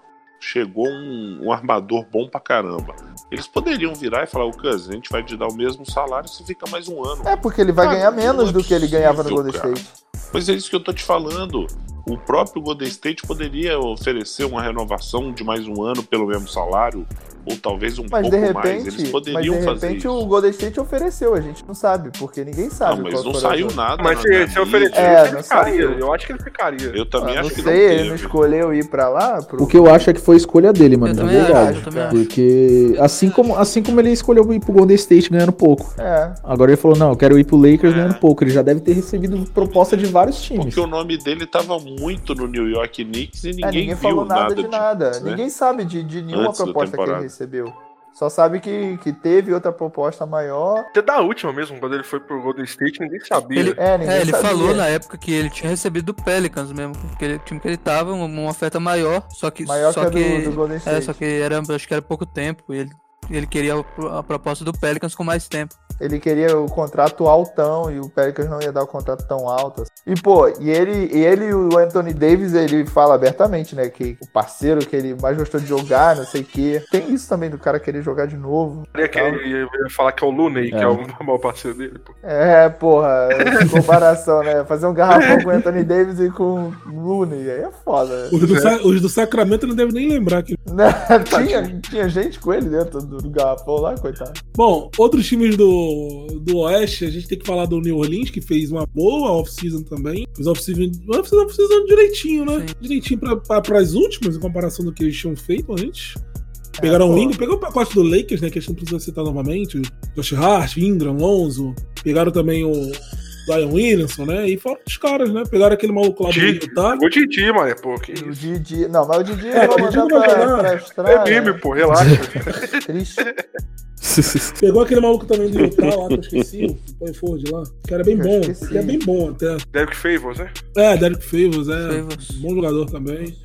Speaker 5: Chegou um, um armador bom pra caramba. Eles poderiam virar e falar: o Cousins, a gente vai te dar o mesmo salário se fica mais um ano.
Speaker 4: É porque ele vai
Speaker 5: Cara,
Speaker 4: ganhar
Speaker 5: não é
Speaker 4: menos do que ele
Speaker 5: possível,
Speaker 4: ganhava no Golden
Speaker 5: cara.
Speaker 4: State.
Speaker 5: Mas é isso que eu tô te falando. O próprio Golden State poderia oferecer uma renovação de mais um ano pelo mesmo salário, ou talvez um
Speaker 4: Mas
Speaker 5: pouco
Speaker 4: de
Speaker 5: mais.
Speaker 4: repente,
Speaker 5: Eles
Speaker 4: mas de
Speaker 5: poderiam fazer
Speaker 4: repente
Speaker 5: isso.
Speaker 4: o Golden State ofereceu, a gente não sabe, porque ninguém sabe.
Speaker 5: Não, mas
Speaker 4: qual
Speaker 5: não
Speaker 4: foi a
Speaker 5: saiu
Speaker 4: razão.
Speaker 5: nada.
Speaker 7: Mas
Speaker 5: na
Speaker 7: se,
Speaker 5: minha
Speaker 7: se
Speaker 5: mídia.
Speaker 7: oferecer,
Speaker 4: É,
Speaker 7: ele
Speaker 4: não
Speaker 7: ficaria.
Speaker 4: saiu.
Speaker 7: Eu acho que ele ficaria.
Speaker 5: Eu
Speaker 4: Ah,
Speaker 5: também
Speaker 4: não
Speaker 5: acho que
Speaker 4: sei,
Speaker 5: não
Speaker 4: ele
Speaker 5: teve.
Speaker 4: não escolheu ir pra lá. Pro...
Speaker 3: O que eu acho é que foi escolha dele, mano,
Speaker 9: Eu
Speaker 3: na
Speaker 9: também
Speaker 3: verdade.
Speaker 9: acho, eu também acho.
Speaker 3: Porque assim como, assim como ele escolheu ir pro Golden State ganhando pouco.
Speaker 4: É,
Speaker 3: Agora ele falou, não, eu quero ir pro Lakers ganhando pouco. Ele já deve ter recebido proposta de vários times.
Speaker 5: Porque o nome dele tava muito no New York Knicks e ninguém,
Speaker 4: é, ninguém
Speaker 5: viu
Speaker 4: falou nada de nada.
Speaker 5: né?
Speaker 4: Ninguém sabe de, de nenhuma
Speaker 5: Antes da
Speaker 4: proposta que ele
Speaker 5: temporada.
Speaker 4: recebeu. Só sabe que, que teve outra proposta maior.
Speaker 7: Até da última mesmo, quando ele foi pro Golden State, ninguém sabia.
Speaker 9: Ele-
Speaker 4: É, ninguém
Speaker 9: É, ele
Speaker 4: sabia.
Speaker 9: falou na época que ele tinha recebido do Pelicans mesmo, porque ele- o time que ele tava, uma, uma oferta maior, só que.
Speaker 4: Maior
Speaker 9: só
Speaker 4: que a do, do Golden
Speaker 9: É,
Speaker 4: State.
Speaker 9: só que era, acho que era pouco tempo. E ele, ele queria a, pro- a proposta do Pelicans com mais tempo.
Speaker 4: Ele queria o contrato altão e o Pelicans não ia dar o contrato tão alto. assim. E, pô, e ele e ele, o Anthony Davis, ele fala abertamente, né? Que o parceiro que ele mais gostou de jogar, não sei o quê. Tem isso também do cara querer jogar de novo.
Speaker 7: Ele ia, ele ia falar que é o Looney, que é o maior parceiro dele. Pô.
Speaker 4: É, porra, comparação, né? Fazer um garrafão com o Anthony Davis e com o Looney, aí é foda.
Speaker 6: Os do, Sa- os do Sacramento não devem nem lembrar que
Speaker 4: Né? Tinha, tinha gente com ele dentro do garrafão lá, coitado.
Speaker 6: Bom, outros times do, do Oeste, a gente tem que falar do New Orleans, que fez uma boa off-season também. Fez off-season off off direitinho, né? Direitinho pra, pra, pras últimas, em comparação do que eles tinham feito antes. Pegaram
Speaker 4: É, pô.
Speaker 6: o Ingram, pegou o pacote do Lakers, né? Que a gente não precisa citar novamente. Josh Hart, Ingram, Lonzo. Pegaram também o Zion Williamson, né? E foram os caras, né? Pegaram aquele maluco lá do
Speaker 7: Didi.
Speaker 6: Utah.
Speaker 7: Jogou Didi, mano. Pô, que
Speaker 4: E o
Speaker 7: isso.
Speaker 4: Didi. Não, mas o Didi
Speaker 6: É,
Speaker 4: eu vou
Speaker 6: o Didi
Speaker 4: mandar
Speaker 6: não vai
Speaker 4: pra,
Speaker 6: jogar.
Speaker 4: pra
Speaker 7: É
Speaker 4: Austrália.
Speaker 7: meme, pô, relaxa.
Speaker 4: Triste.
Speaker 6: Pegou aquele maluco também do Utah lá, que eu esqueci. O Point Ford lá. Que era bem
Speaker 4: Eu
Speaker 6: bom.
Speaker 4: esqueci.
Speaker 6: Que é bem bom até.
Speaker 7: Derek Favors, né?
Speaker 6: É, Derek Favors, é.
Speaker 9: Favors.
Speaker 6: Bom jogador também.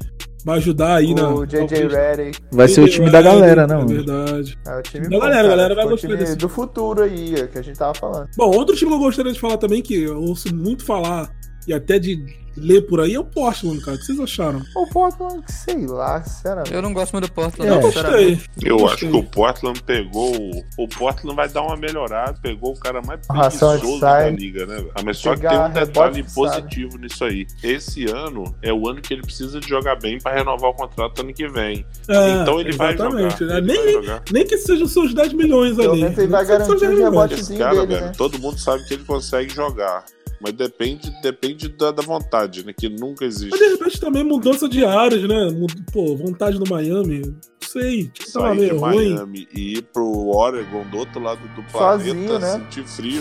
Speaker 6: Vai ajudar aí na.
Speaker 4: O JJ
Speaker 6: talvez-
Speaker 4: Reddick.
Speaker 3: Vai ser o time da galera, não.
Speaker 6: É verdade.
Speaker 4: É o time
Speaker 6: Da
Speaker 4: bom,
Speaker 6: galera,
Speaker 4: cara.
Speaker 6: a galera vai
Speaker 4: Foi o
Speaker 6: gostar
Speaker 4: time
Speaker 6: desse.
Speaker 4: do futuro aí, é, que a gente tava falando.
Speaker 6: Bom, outro time que eu gostaria de falar também, que eu ouço muito falar e até de ler por aí, é o Portland, cara. O que vocês acharam?
Speaker 4: O Portland, sei lá, sinceramente.
Speaker 9: Eu não gosto muito do Portland,
Speaker 3: Eu
Speaker 9: não,
Speaker 6: Eu
Speaker 9: sinceramente.
Speaker 6: gostei.
Speaker 5: Eu acho
Speaker 6: Gostei.
Speaker 5: que o Portland pegou. O Portland vai dar uma melhorada, pegou o cara mais
Speaker 4: Ração
Speaker 5: preguiçoso
Speaker 4: outside.
Speaker 5: da liga, né? velho? Ah, Mas só que tem
Speaker 4: Pegar
Speaker 5: um detalhe
Speaker 4: rebote,
Speaker 5: positivo nisso aí. Esse ano é o ano que ele precisa de jogar bem pra renovar o contrato ano que vem.
Speaker 6: É,
Speaker 5: então ele vai
Speaker 6: exatamente,
Speaker 5: jogar.
Speaker 6: né?
Speaker 5: Ele
Speaker 6: Nem-
Speaker 5: vai jogar.
Speaker 6: Nem que sejam seus 10 milhões
Speaker 4: Pelo
Speaker 6: ali.
Speaker 4: menos ele
Speaker 6: Nem
Speaker 4: vai
Speaker 6: que sejam seus
Speaker 4: garantir
Speaker 6: 10
Speaker 4: o
Speaker 6: milhões.
Speaker 4: rebote.
Speaker 5: Esse
Speaker 4: Sim,
Speaker 5: cara,
Speaker 4: dele,
Speaker 5: velho,
Speaker 4: né?
Speaker 5: todo mundo sabe que ele consegue jogar. Mas depende, depende da, da vontade, né? Que nunca
Speaker 6: Mas de
Speaker 5: existe.
Speaker 6: repente também mudança de áreas, né? Mud- Pô, vontade do Miami. Não sei. Tipo, tava
Speaker 5: Sair de
Speaker 6: meio ruim.
Speaker 5: Miami e ir pro Oregon do outro lado do planeta,
Speaker 4: Sozinho, né?
Speaker 5: sentir frio.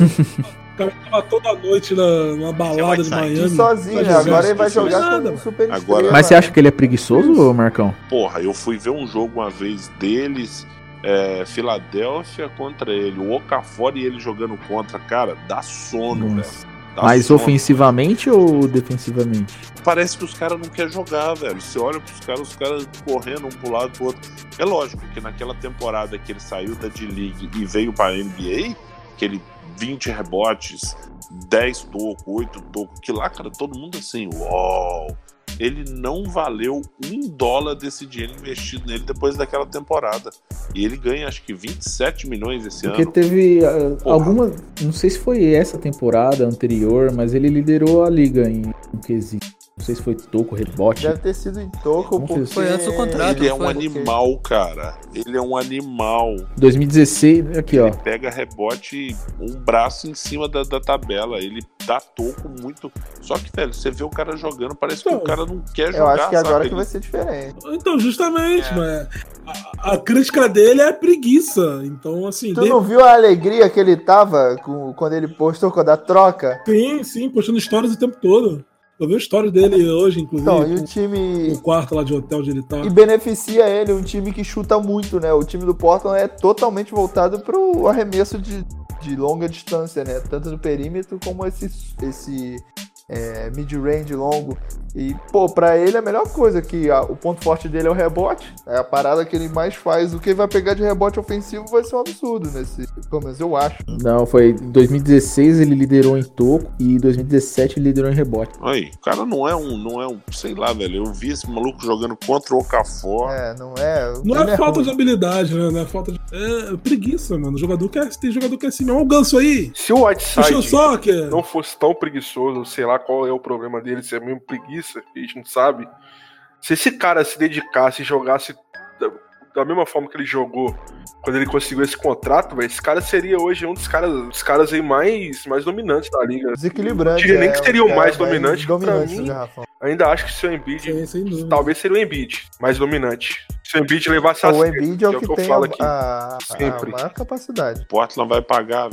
Speaker 6: O cara tava toda noite na, na balada de
Speaker 8: Seu Whiteside.
Speaker 6: Miami.
Speaker 4: sozinho,
Speaker 6: Tá
Speaker 4: né? Agora
Speaker 6: dizendo
Speaker 4: ele vai
Speaker 6: que fez
Speaker 4: jogar
Speaker 6: nada,
Speaker 4: com o super
Speaker 5: Agora-
Speaker 4: estrela,
Speaker 3: Mas você acha
Speaker 4: né?
Speaker 3: que ele é preguiçoso, ô Marcão?
Speaker 5: Porra, eu fui ver um jogo uma vez deles, é, Filadélfia contra ele, o Okafor e ele jogando contra, cara, dá sono, velho.
Speaker 3: Nossa.
Speaker 5: Dá
Speaker 3: Mais
Speaker 5: sono.
Speaker 3: ofensivamente ou defensivamente?
Speaker 5: Parece que os caras não querem jogar, velho. Você olha pros caras, os caras correndo um pro lado pro outro. É lógico que naquela temporada que ele saiu da D-League e veio pra NBA, aquele 20 rebotes, 10 tocos, 8 tocos, que lá, cara, todo mundo assim, uau! Ele não valeu um dólar desse dinheiro investido nele depois daquela temporada. E ele ganha acho que 27 milhões esse
Speaker 3: Porque
Speaker 5: ano.
Speaker 3: teve ah,
Speaker 5: Porra.
Speaker 3: alguma. Não sei se foi essa temporada anterior, mas ele liderou a liga em em quesito. Não sei se foi toco, rebote.
Speaker 4: Deve ter sido em toco,
Speaker 3: Não
Speaker 4: porque...
Speaker 3: fez.
Speaker 9: Foi antes do contrato,
Speaker 5: Ele é um
Speaker 9: foi.
Speaker 5: animal, cara. Ele é um animal.
Speaker 3: 2016, aqui ó.
Speaker 5: Ele pega rebote um braço em cima da, da tabela. Ele dá toco muito. Só que, velho, você vê o cara jogando, parece que
Speaker 6: Não.
Speaker 5: o cara não quer
Speaker 4: Eu
Speaker 5: jogar.
Speaker 4: acho que
Speaker 5: sabe?
Speaker 4: agora que
Speaker 5: Ele-
Speaker 4: vai ser diferente.
Speaker 6: Então, justamente,
Speaker 8: É.
Speaker 6: mas a, a crítica dele é preguiça. Então, assim,
Speaker 4: Tu
Speaker 6: de-
Speaker 4: não viu a alegria que ele tava com- quando ele postou quando a troca?
Speaker 6: sim, sim, postando histórias o tempo todo. Eu vi histórias dele hoje, inclusive,
Speaker 4: Então, e
Speaker 6: com-
Speaker 4: o time...
Speaker 6: com o quarto lá de hotel onde ele tá.
Speaker 4: E beneficia ele, um time que chuta muito, né? O time do Portland é totalmente voltado pro arremesso de, de longa distância, né? Tanto no perímetro como esse, esse é, mid-range longo. E, pô, pra ele é a melhor coisa, que a- o ponto forte dele é o rebote. É a parada que ele mais faz. O que ele vai pegar de rebote ofensivo vai ser um absurdo nesse. Pelo menos eu acho.
Speaker 3: Não, foi em 2016 ele liderou em toco e em 2017 ele liderou em rebote.
Speaker 5: Aí, o cara não é um, não é um, sei lá, velho. Eu vi esse maluco jogando contra o Okafor.
Speaker 4: É, não é.
Speaker 6: Não
Speaker 4: ele
Speaker 6: é falta
Speaker 4: ruim.
Speaker 6: de habilidade, né? Não é falta de. É preguiça, mano. O jogador quer. Tem jogador que é assim, mesmo. Olha o ganso aí.
Speaker 7: Se o
Speaker 6: Puxa o
Speaker 7: Whiteside
Speaker 6: soccer.
Speaker 7: não fosse tão preguiçoso, sei lá qual é o problema dele, se é mesmo preguiça, que a gente não sabe. Se esse cara se dedicasse e jogasse da, da mesma forma que ele jogou quando ele conseguiu esse contrato, velho, esse cara seria hoje um dos caras, dos caras aí mais, mais dominantes da liga.
Speaker 4: Desequilibrante. é,
Speaker 7: Eu diria nem que seria o
Speaker 4: cara
Speaker 7: mais dominante, pra
Speaker 4: Dominante né, do
Speaker 7: mim.
Speaker 4: garrafão.
Speaker 7: Ainda acho que se o Embiid.
Speaker 6: Sem- sem dúvida.
Speaker 7: Talvez seria o Embiid, mais dominante. Se o Embiid levasse a
Speaker 4: O
Speaker 7: sério,
Speaker 4: Embiid é o que,
Speaker 7: eu
Speaker 4: tem
Speaker 7: falo
Speaker 4: a-
Speaker 7: aqui.
Speaker 4: a- a
Speaker 7: Sempre.
Speaker 4: maior capacidade.
Speaker 5: O Portland vai pagar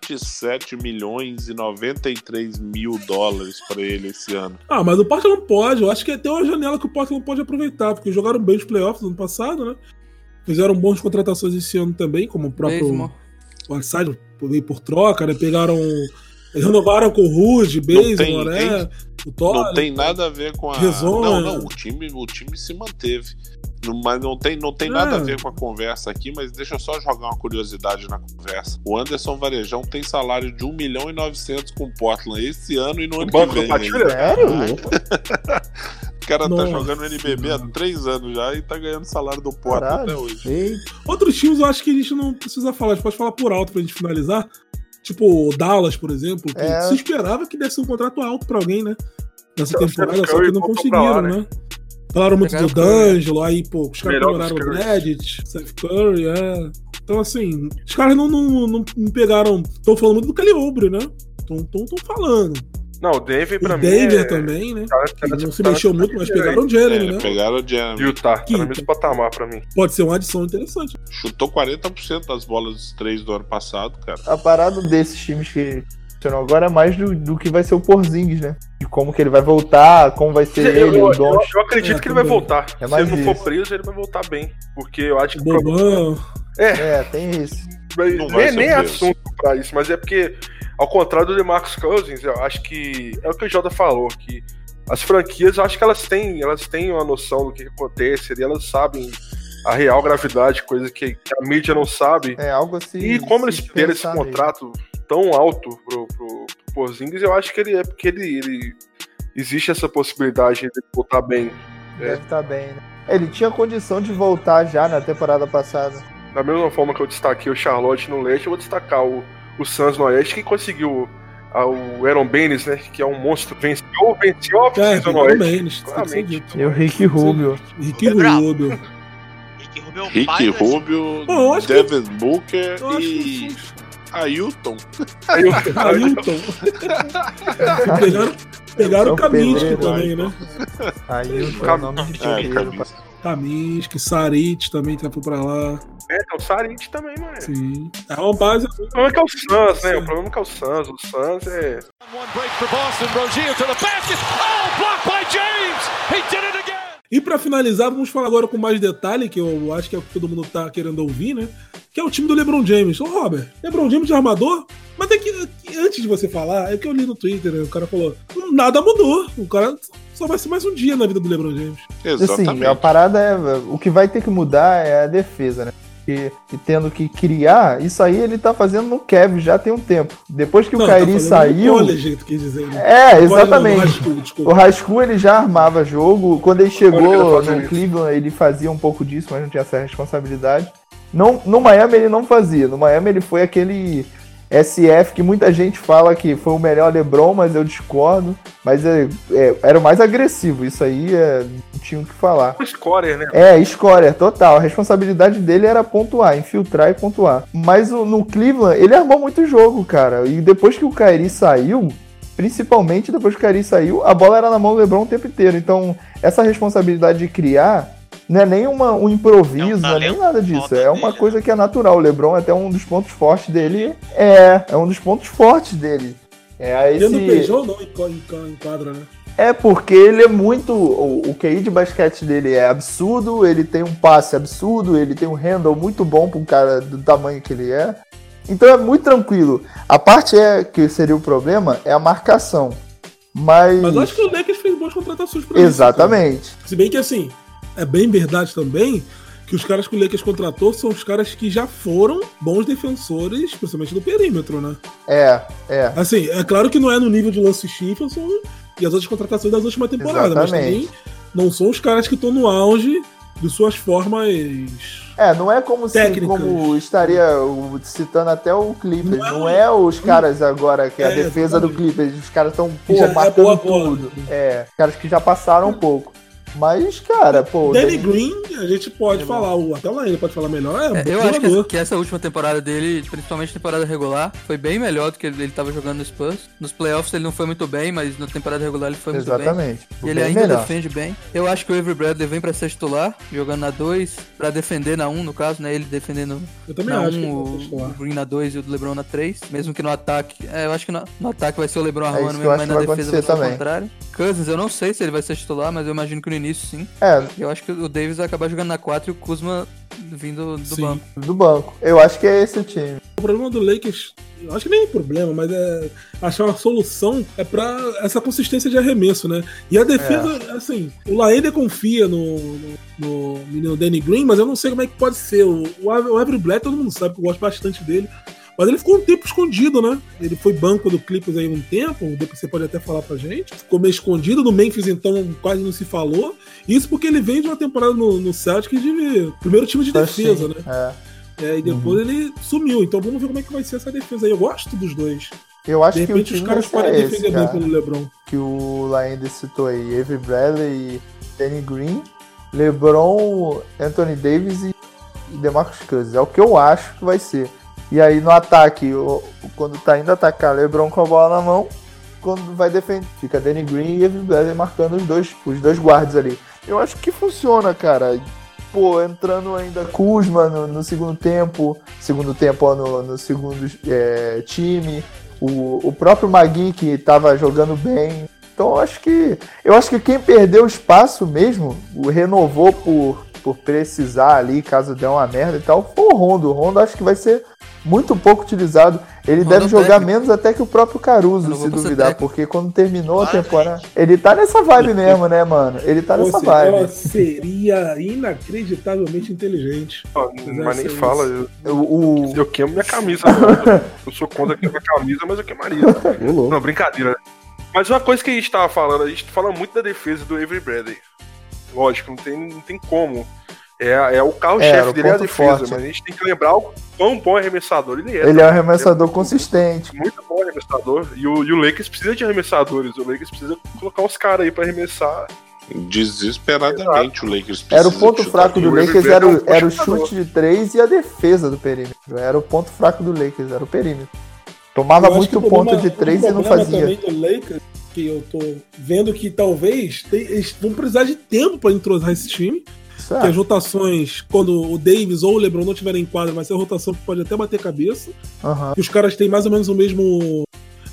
Speaker 5: 27 milhões e 93 mil dólares pra ele esse ano.
Speaker 6: Ah, mas o Portland não pode. Eu acho que tem uma janela que o Portland não pode aproveitar, porque jogaram bem os playoffs no ano passado, né? Fizeram boas contratações esse ano também, como o próprio
Speaker 9: Mesmo.
Speaker 6: Whiteside veio por troca, né? Pegaram. Renovaram com o Rude,
Speaker 5: tem-
Speaker 6: Basil, né? O
Speaker 5: não
Speaker 6: Thor.
Speaker 5: tem nada a ver com a.
Speaker 6: Rezona.
Speaker 5: Não, não, o time, o time se manteve. Não- Mas não tem, não tem
Speaker 6: É.
Speaker 5: nada a ver com a conversa aqui, mas deixa eu só jogar uma curiosidade na conversa. O Anderson Varejão tem salário de 1 milhão e 900 com o Portland esse ano e no
Speaker 7: O
Speaker 5: ano
Speaker 7: banco do
Speaker 5: que vem. né?
Speaker 7: Patilha?
Speaker 4: Sério?
Speaker 5: O cara
Speaker 6: Nossa,
Speaker 5: tá jogando NBB há três anos já e tá ganhando salário do Portland
Speaker 4: Caralho.
Speaker 5: até hoje.
Speaker 6: Outros times eu acho que a gente não precisa falar, a gente pode falar por alto pra gente finalizar. Tipo o Dallas, por exemplo, que
Speaker 4: É.
Speaker 6: se esperava que desse um contrato alto pra alguém, né? Nessa
Speaker 7: Então,
Speaker 6: temporada,
Speaker 7: Stephen
Speaker 6: só que
Speaker 7: Curry
Speaker 6: não
Speaker 7: voltou
Speaker 6: conseguiram,
Speaker 7: pra lá,
Speaker 6: né? Falaram muito
Speaker 9: Pegaram
Speaker 6: do
Speaker 9: o Curry. né?
Speaker 6: D'Angelo, aí, pô, os caras
Speaker 7: Melhor dos
Speaker 6: comemoraram o
Speaker 7: Currys.
Speaker 6: Reddit, Seth Curry, é. Então, assim, os caras não, não, não, não pegaram. Estão falando muito do Calibre, né? Estão falando.
Speaker 7: Não, o Denver pra
Speaker 6: o
Speaker 7: mim.
Speaker 6: Denver
Speaker 7: é-
Speaker 6: também, né?
Speaker 7: Cara,
Speaker 6: Que
Speaker 7: cara,
Speaker 6: não se
Speaker 7: tá-
Speaker 6: mexeu
Speaker 7: tá-
Speaker 6: muito, mas
Speaker 7: tá-
Speaker 6: pegaram o
Speaker 5: É,
Speaker 6: Jeremy, né?
Speaker 5: Pegaram o Jeremy.
Speaker 7: Utah, tá
Speaker 6: Quinta.
Speaker 7: no mesmo patamar pra mim.
Speaker 6: Pode ser uma adição interessante.
Speaker 5: Chutou 40% das bolas dos três do ano passado, cara.
Speaker 4: A parada desses times que funcionam agora é mais do, do que vai ser o Porzingis, né? De como que ele vai voltar, como vai ser
Speaker 7: eu,
Speaker 4: ele,
Speaker 7: eu-
Speaker 4: o Don.
Speaker 7: eu acredito
Speaker 6: É,
Speaker 7: que ele vai
Speaker 6: também.
Speaker 7: voltar.
Speaker 4: É
Speaker 7: Se
Speaker 4: mais
Speaker 7: ele não for
Speaker 4: isso.
Speaker 7: preso, ele vai voltar bem. Porque eu acho que.
Speaker 6: Boban,
Speaker 4: É, tem isso.
Speaker 7: Mas
Speaker 5: Não vai
Speaker 7: nem
Speaker 5: ser
Speaker 7: nem é
Speaker 5: preso.
Speaker 7: assunto pra isso, mas é porque, ao contrário do DeMarcus Cousins, eu acho que é o que o Jota falou, que As franquias, eu acho que elas têm, elas têm uma noção do que, que acontece ali, elas sabem a real gravidade, coisa que, que a mídia não sabe.
Speaker 4: É algo assim.
Speaker 7: E como eles deram esse contrato tão alto pro, pro, pro Porzingis, eu acho que ele é porque ele, ele existe essa possibilidade de ele voltar bem.
Speaker 4: Deve
Speaker 7: é.
Speaker 4: estar bem, né? Ele tinha condição de voltar já na temporada passada.
Speaker 7: Da mesma forma que eu destaquei o Charlotte no leste, eu vou destacar o, o Suns no oeste, que conseguiu a- o Aaron Baines, né? Que é um monstro. Venceu, venceu a
Speaker 6: É,
Speaker 7: oficina no
Speaker 6: pelo
Speaker 7: oeste.
Speaker 6: menos. tem que ser
Speaker 7: Claramente.
Speaker 6: dito.
Speaker 4: E
Speaker 6: né?
Speaker 4: É o Rick Rubio.
Speaker 6: Rick
Speaker 8: É brabo.
Speaker 6: Rubio.
Speaker 8: Rick Rubio é o pai
Speaker 5: Rick
Speaker 8: do Westbrook.
Speaker 5: Rubio,
Speaker 6: Pô, eu acho que-
Speaker 5: Devin Booker
Speaker 6: Eu acho
Speaker 5: e
Speaker 6: que
Speaker 5: Ailton.
Speaker 7: Aí o-
Speaker 6: Ailton. pegaram pegaram
Speaker 4: São
Speaker 6: o Kaminsky
Speaker 4: Pedreiro,
Speaker 6: também, né?
Speaker 4: Aí o
Speaker 7: Cam-
Speaker 4: nome de
Speaker 5: É,
Speaker 4: guerreiro.
Speaker 5: Camisa.
Speaker 6: Kaminsky, Saric também tá pra lá.
Speaker 7: É, tem o Saric também, mano.
Speaker 6: Sim. É uma base.
Speaker 7: O problema é que é o Suns, né? O problema é que é o Suns. O Suns é.
Speaker 6: E pra finalizar, vamos falar agora com mais detalhe, que eu acho que é o que todo mundo tá querendo ouvir, né? Que é o time do LeBron James. Ô, Robert, LeBron James de armador? Mas tem que, é que- antes de você falar, é que eu li no Twitter, né? O cara falou: nada mudou. O cara só vai ser mais um dia na vida do LeBron James.
Speaker 4: Assim, a
Speaker 5: Exatamente.
Speaker 4: parada é. O que vai ter que mudar é a defesa, né? E, e tendo que criar, isso aí ele tá fazendo no Kevin já tem um tempo. Depois que o
Speaker 6: tá
Speaker 4: Kairi
Speaker 6: falando
Speaker 4: saiu.
Speaker 6: do College, que quis dizer, né?
Speaker 4: É,
Speaker 6: College não,
Speaker 4: exatamente.
Speaker 6: high school,
Speaker 4: O
Speaker 6: desculpa.
Speaker 4: High School ele já armava jogo. Quando ele
Speaker 7: Olha que ele
Speaker 4: chegou
Speaker 7: fazia
Speaker 4: no
Speaker 7: isso.
Speaker 4: Cleveland, ele fazia um pouco disso, mas não tinha essa responsabilidade. Não, no Miami ele não fazia. No Miami ele foi aquele SF que muita gente fala que foi o melhor LeBron, mas eu discordo. Mas é- é, era o mais agressivo. Isso aí é, não tinha o que falar.
Speaker 7: O scorer, né?
Speaker 4: É, scorer, total. A responsabilidade dele era pontuar, infiltrar e pontuar. Mas o- no Cleveland, ele armou muito jogo, cara. E depois que o Kairi saiu, principalmente depois que o Kairi saiu, a bola era na mão do LeBron o tempo inteiro. Então, essa responsabilidade de criar não é nem uma- um
Speaker 8: É um
Speaker 4: improviso, não é nem
Speaker 8: talento
Speaker 4: nada disso.
Speaker 8: foda
Speaker 4: É uma
Speaker 8: dele, né?
Speaker 4: coisa que é natural. O LeBron é até um dos pontos fortes dele. É, é um dos pontos fortes dele. É
Speaker 6: Dentro do
Speaker 4: esse,
Speaker 6: Peijão, não, um em co- em co- em quadra, né?
Speaker 4: é porque ele é muito. O, o QI de basquete dele é absurdo, ele tem um passe absurdo, ele tem um handle muito bom para um cara do tamanho que ele é. Então é muito tranquilo. A parte é que seria o problema é a marcação. Mas.
Speaker 6: Mas eu acho que é né? o Lakers fez boas contratações pra
Speaker 4: Exatamente.
Speaker 6: Se bem que assim, é bem verdade também que os caras que o Lakers contratou são os caras que já foram bons defensores, principalmente do perímetro, né?
Speaker 4: É, é.
Speaker 6: Assim, é claro que não é no nível de Lance Stephenson e as outras contratações das últimas temporadas,
Speaker 4: Exatamente.
Speaker 6: mas também não são os caras que estão no auge de suas formas.
Speaker 4: É, não é como se
Speaker 6: Técnicas.
Speaker 4: como estaria o- citando até o Clippers.
Speaker 6: Não é-
Speaker 4: Não, é os caras agora que é, a
Speaker 6: É,
Speaker 4: defesa do
Speaker 6: exatamente.
Speaker 4: Clippers. Os caras estão, pô,
Speaker 6: Já é
Speaker 4: matando
Speaker 6: boa né? bola.
Speaker 4: tudo. É, caras que já passaram um pouco. Mas, cara, pô.
Speaker 6: Danny
Speaker 4: tem-
Speaker 6: Green, a gente pode falar, o, até lá ele pode falar melhor, é,
Speaker 9: É,
Speaker 6: bom
Speaker 9: eu acho que,
Speaker 6: jogador.
Speaker 9: que essa última temporada dele, principalmente a temporada regular, foi bem melhor do que ele estava jogando no Spurs. Nos playoffs ele não foi muito bem, mas na temporada regular ele foi muito bem.
Speaker 4: Exatamente.
Speaker 9: E ele
Speaker 4: Bem
Speaker 9: ainda
Speaker 4: é melhor.
Speaker 9: defende bem. Eu acho que o Avery Bradley vem pra ser titular, jogando na 2, pra defender na 1, um, no caso, né? Ele defendendo
Speaker 6: Eu também
Speaker 9: na 1,
Speaker 6: acho que ele vai
Speaker 9: um,
Speaker 6: ser
Speaker 9: o, o
Speaker 6: titular.
Speaker 9: Green na 2 e o do LeBron na 3. Mesmo que no ataque. É, eu acho que no, no ataque vai ser o LeBron
Speaker 4: É isso
Speaker 9: armando
Speaker 4: que eu
Speaker 9: mesmo,
Speaker 4: acho
Speaker 9: mas
Speaker 4: que
Speaker 9: na
Speaker 4: vai
Speaker 9: defesa vai
Speaker 4: acontecer
Speaker 9: ser o
Speaker 4: também.
Speaker 9: contrário. Cousins, eu não sei se ele vai ser titular, mas eu imagino que no início sim.
Speaker 4: É,
Speaker 9: E Eu acho que o Davis vai acabar jogando na 4 e o Kuzma vindo do
Speaker 6: Sim.
Speaker 9: banco.
Speaker 4: do banco. Eu acho que é esse o time.
Speaker 6: O problema do Lakers, eu acho que nem é problema, mas é achar uma solução é pra essa consistência de arremesso, né? E a defesa, assim, o Laender confia no, no, no menino Danny Green, mas eu não sei como é que pode ser. O, o Av- o Avery Black, todo mundo sabe que eu gosto bastante dele. Mas ele ficou um tempo escondido, né? Ele foi banco do Clippers aí um tempo, depois você pode até falar pra gente. Ficou meio escondido, no Memphis então quase não se falou. Isso porque ele vem de uma temporada no, no Celtic de primeiro time de
Speaker 4: Tá,
Speaker 6: defesa, né?
Speaker 4: É.
Speaker 6: É, e depois ele sumiu. Então vamos ver como é que vai ser essa defesa aí. Eu gosto dos dois.
Speaker 4: é. Eu acho
Speaker 6: De
Speaker 4: que o
Speaker 6: repente
Speaker 4: time
Speaker 6: os caras
Speaker 4: vai
Speaker 6: podem
Speaker 4: ser
Speaker 6: defender
Speaker 4: esse,
Speaker 6: bem
Speaker 4: cara,
Speaker 6: pelo Lebron.
Speaker 4: que o Laender citou aí. Avery Bradley, Danny Green, LeBron, Anthony Davis e e DeMarcus Cousins. É o que eu acho que vai ser. E aí no ataque, o- quando tá indo atacar, LeBron com a bola na mão, quando vai defender, fica Danny Green e Avery Bradley marcando os dois, os dois guardas ali. Eu acho que funciona, cara. Pô, entrando ainda Kuzma no, no segundo tempo, segundo tempo ó, no, no segundo é, time, o, o próprio Magui que tava jogando bem. Então eu acho que eu acho que quem perdeu espaço mesmo, o renovou por, por precisar ali, caso dê uma merda e tal, foi o Rondo. O Rondo acho que vai ser muito pouco utilizado. Ele
Speaker 9: Mandou
Speaker 4: deve jogar
Speaker 9: técnico.
Speaker 4: menos até que o próprio
Speaker 9: Eu
Speaker 4: Caruso,
Speaker 9: não vou
Speaker 4: se
Speaker 9: pra ser
Speaker 4: duvidar,
Speaker 9: técnico.
Speaker 4: porque quando terminou a
Speaker 8: Claro,
Speaker 4: temporada. Ele tá nessa vibe mesmo, né, mano? Ele tá
Speaker 6: Ou
Speaker 4: nessa
Speaker 6: seja, ela
Speaker 4: vibe.
Speaker 6: seria inacreditavelmente inteligente.
Speaker 7: Ó, mas
Speaker 6: é
Speaker 7: nem fala. Eu,
Speaker 4: O, o-
Speaker 7: eu queimo minha camisa. mano. eu sou contra queimar camisa, mas eu queimaria.
Speaker 3: Ô, louco.
Speaker 7: Não, brincadeira. né? Mas uma coisa que a gente tava falando, a gente fala muito da defesa do Avery Bradley. Lógico, não tem, não tem como. É, é o
Speaker 4: É, era
Speaker 7: carro-chefe
Speaker 4: o
Speaker 7: dele é a
Speaker 4: ponto
Speaker 7: defesa,
Speaker 4: forte.
Speaker 7: mas a gente tem que lembrar o quão bom arremessador ele é.
Speaker 4: ele é um arremessador consistente.
Speaker 7: Muito bom arremessador. E o, e o Lakers precisa de arremessadores. O Lakers precisa colocar os caras aí pra arremessar.
Speaker 5: Desesperadamente o Lakers precisa.
Speaker 4: Era o ponto
Speaker 5: de
Speaker 4: fraco do
Speaker 7: O Avery
Speaker 4: Lakers,
Speaker 7: Bradley
Speaker 4: era
Speaker 7: é um
Speaker 4: o,
Speaker 7: bom
Speaker 4: era o
Speaker 7: chutador.
Speaker 4: chute de três e a defesa do perímetro. Era o ponto fraco do Lakers, era o perímetro. Tomava
Speaker 6: Eu acho que
Speaker 4: muito
Speaker 6: o
Speaker 4: ponto
Speaker 6: problema-
Speaker 4: de três
Speaker 6: o
Speaker 4: e não
Speaker 6: problema
Speaker 4: fazia.
Speaker 6: também do Lakers, que eu tô vendo que talvez tem- eles vão precisar de tempo pra entrosar esse time.
Speaker 4: Isso
Speaker 6: Que
Speaker 4: é.
Speaker 6: as rotações, quando o Davis ou o LeBron não tiverem em quadra, vai ser uma rotação que pode até bater cabeça.
Speaker 4: Aham.
Speaker 6: E os caras têm mais ou menos o mesmo.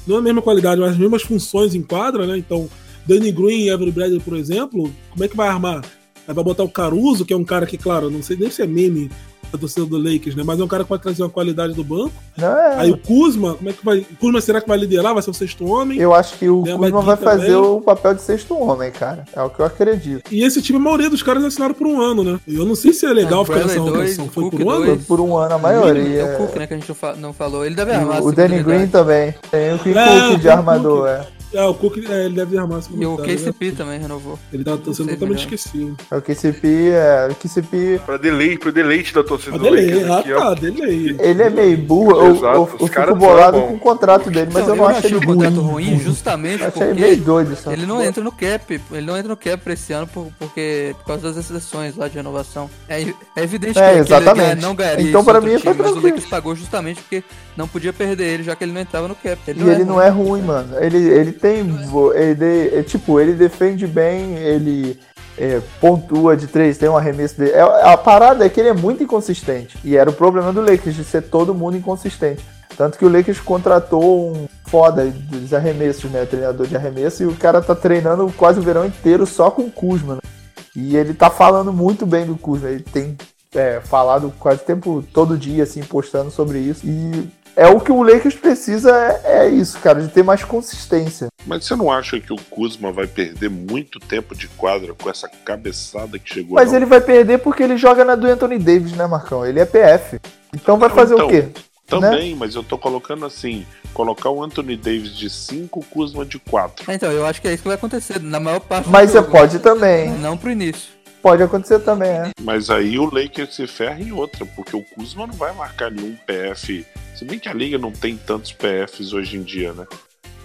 Speaker 6: Não a mesma qualidade, mas as mesmas funções em quadra, né? Então, Danny Green e Avery Bradley, por exemplo, como é que vai armar? Aí vai botar o Caruso, que é um cara que, claro, não sei nem se é meme da torcida do Lakers, né? Mas é um cara que vai trazer uma qualidade do banco.
Speaker 4: Não, é.
Speaker 6: Aí o Kuzma, como é que vai. O Kuzma será que vai liderar? Vai ser o sexto homem?
Speaker 4: Eu acho que o
Speaker 6: Lembra
Speaker 4: Kuzma
Speaker 6: aqui
Speaker 4: vai fazer
Speaker 6: também?
Speaker 4: o papel de sexto homem, cara. É o que eu acredito.
Speaker 6: E esse time, a maioria dos caras assinaram por um ano, né? Eu não sei se é legal
Speaker 9: É,
Speaker 6: ficar nessa
Speaker 9: Bradley dois,
Speaker 6: rotação. Foi
Speaker 9: Cook
Speaker 6: por um ano?
Speaker 4: Foi
Speaker 9: dois.
Speaker 4: por um ano a
Speaker 9: É
Speaker 4: maioria.
Speaker 9: o Cook, né? Que a gente não fa- não assim, falou. Ele deve
Speaker 4: E
Speaker 9: armar. a
Speaker 4: o Danny Green
Speaker 9: oportunidade.
Speaker 4: também. Tem o Cook
Speaker 6: É, tem o
Speaker 4: de
Speaker 6: Cook.
Speaker 4: armador, é.
Speaker 6: É, o Cook é, ele deve armar essa
Speaker 9: E o
Speaker 6: oportunidade, né?
Speaker 9: KCP também renovou.
Speaker 6: Ele tá
Speaker 9: Não sei,
Speaker 6: sendo totalmente
Speaker 9: melhor.
Speaker 6: esquecido.
Speaker 4: É o KCP, é. O KCP.
Speaker 7: Pra delay, pro deleite da torcida
Speaker 6: Ah,
Speaker 7: do
Speaker 9: é
Speaker 7: Lakers.
Speaker 6: delay, ah,
Speaker 7: aqui, ó.
Speaker 6: tá, delay.
Speaker 4: Ele é meio burro, eu,
Speaker 7: Exato,
Speaker 4: eu,
Speaker 7: os
Speaker 4: eu
Speaker 7: caras
Speaker 4: fico
Speaker 7: são
Speaker 4: bolado
Speaker 7: bons.
Speaker 4: com o contrato dele, mas eu não
Speaker 9: Então,
Speaker 4: acho
Speaker 9: achei
Speaker 4: ele
Speaker 9: o contrato
Speaker 4: ruim.
Speaker 9: ruim justamente
Speaker 4: Eu achei
Speaker 9: é porque
Speaker 4: meio doido só.
Speaker 9: Ele não entra no cap, ele não entra no cap pra esse ano por, porque, por causa das exceções lá de renovação. É, é evidente
Speaker 4: É,
Speaker 9: que- que ele
Speaker 4: exatamente.
Speaker 9: ganha- não ganharia
Speaker 4: Então,
Speaker 9: esse
Speaker 4: pra
Speaker 9: outro
Speaker 4: mim, foi
Speaker 9: mas o
Speaker 4: tranquilo.
Speaker 9: Lakers pagou justamente porque não podia perder ele, já que ele não entrava no cap.
Speaker 4: E ele não é ruim, mano. Ele, ele tem. vo- Ele, é, tipo, ele defende bem, ele é, pontua de três, tem um arremesso dele. É, a parada é que ele é muito inconsistente. E era o problema do Lakers, de ser todo mundo inconsistente. Tanto que o Lakers contratou um foda dos arremessos, né? Treinador de arremesso, e o cara tá treinando quase o verão inteiro só com o Kuzma, né? E ele tá falando muito bem do Kuzma. Ele tem é, falado quase tempo todo dia, assim, postando sobre isso. E é o que o Lakers precisa, é, é isso, cara, de ter mais consistência.
Speaker 5: Mas você não acha que o Kuzma vai perder muito tempo de quadra com essa cabeçada que chegou?
Speaker 4: Mas
Speaker 5: não?
Speaker 4: ele né? vai perder porque ele joga na do Anthony Davis, né, Marcão? Ele é PF. Então vai
Speaker 5: Não,
Speaker 4: fazer
Speaker 5: então,
Speaker 4: o quê?
Speaker 5: Também, mas eu tô colocando assim: colocar o Anthony Davis de 5, o Kuzma de 4.
Speaker 9: Então, eu acho que é isso que vai acontecer, na maior parte do
Speaker 4: Mas você
Speaker 9: jogo.
Speaker 4: pode também. né?
Speaker 9: Não pro início.
Speaker 4: Pode acontecer também, é.
Speaker 5: Mas aí o Lakers se ferra em outra, porque o Kuzma não vai marcar nenhum PF. Se bem que a liga não tem tantos PFs hoje em dia, né?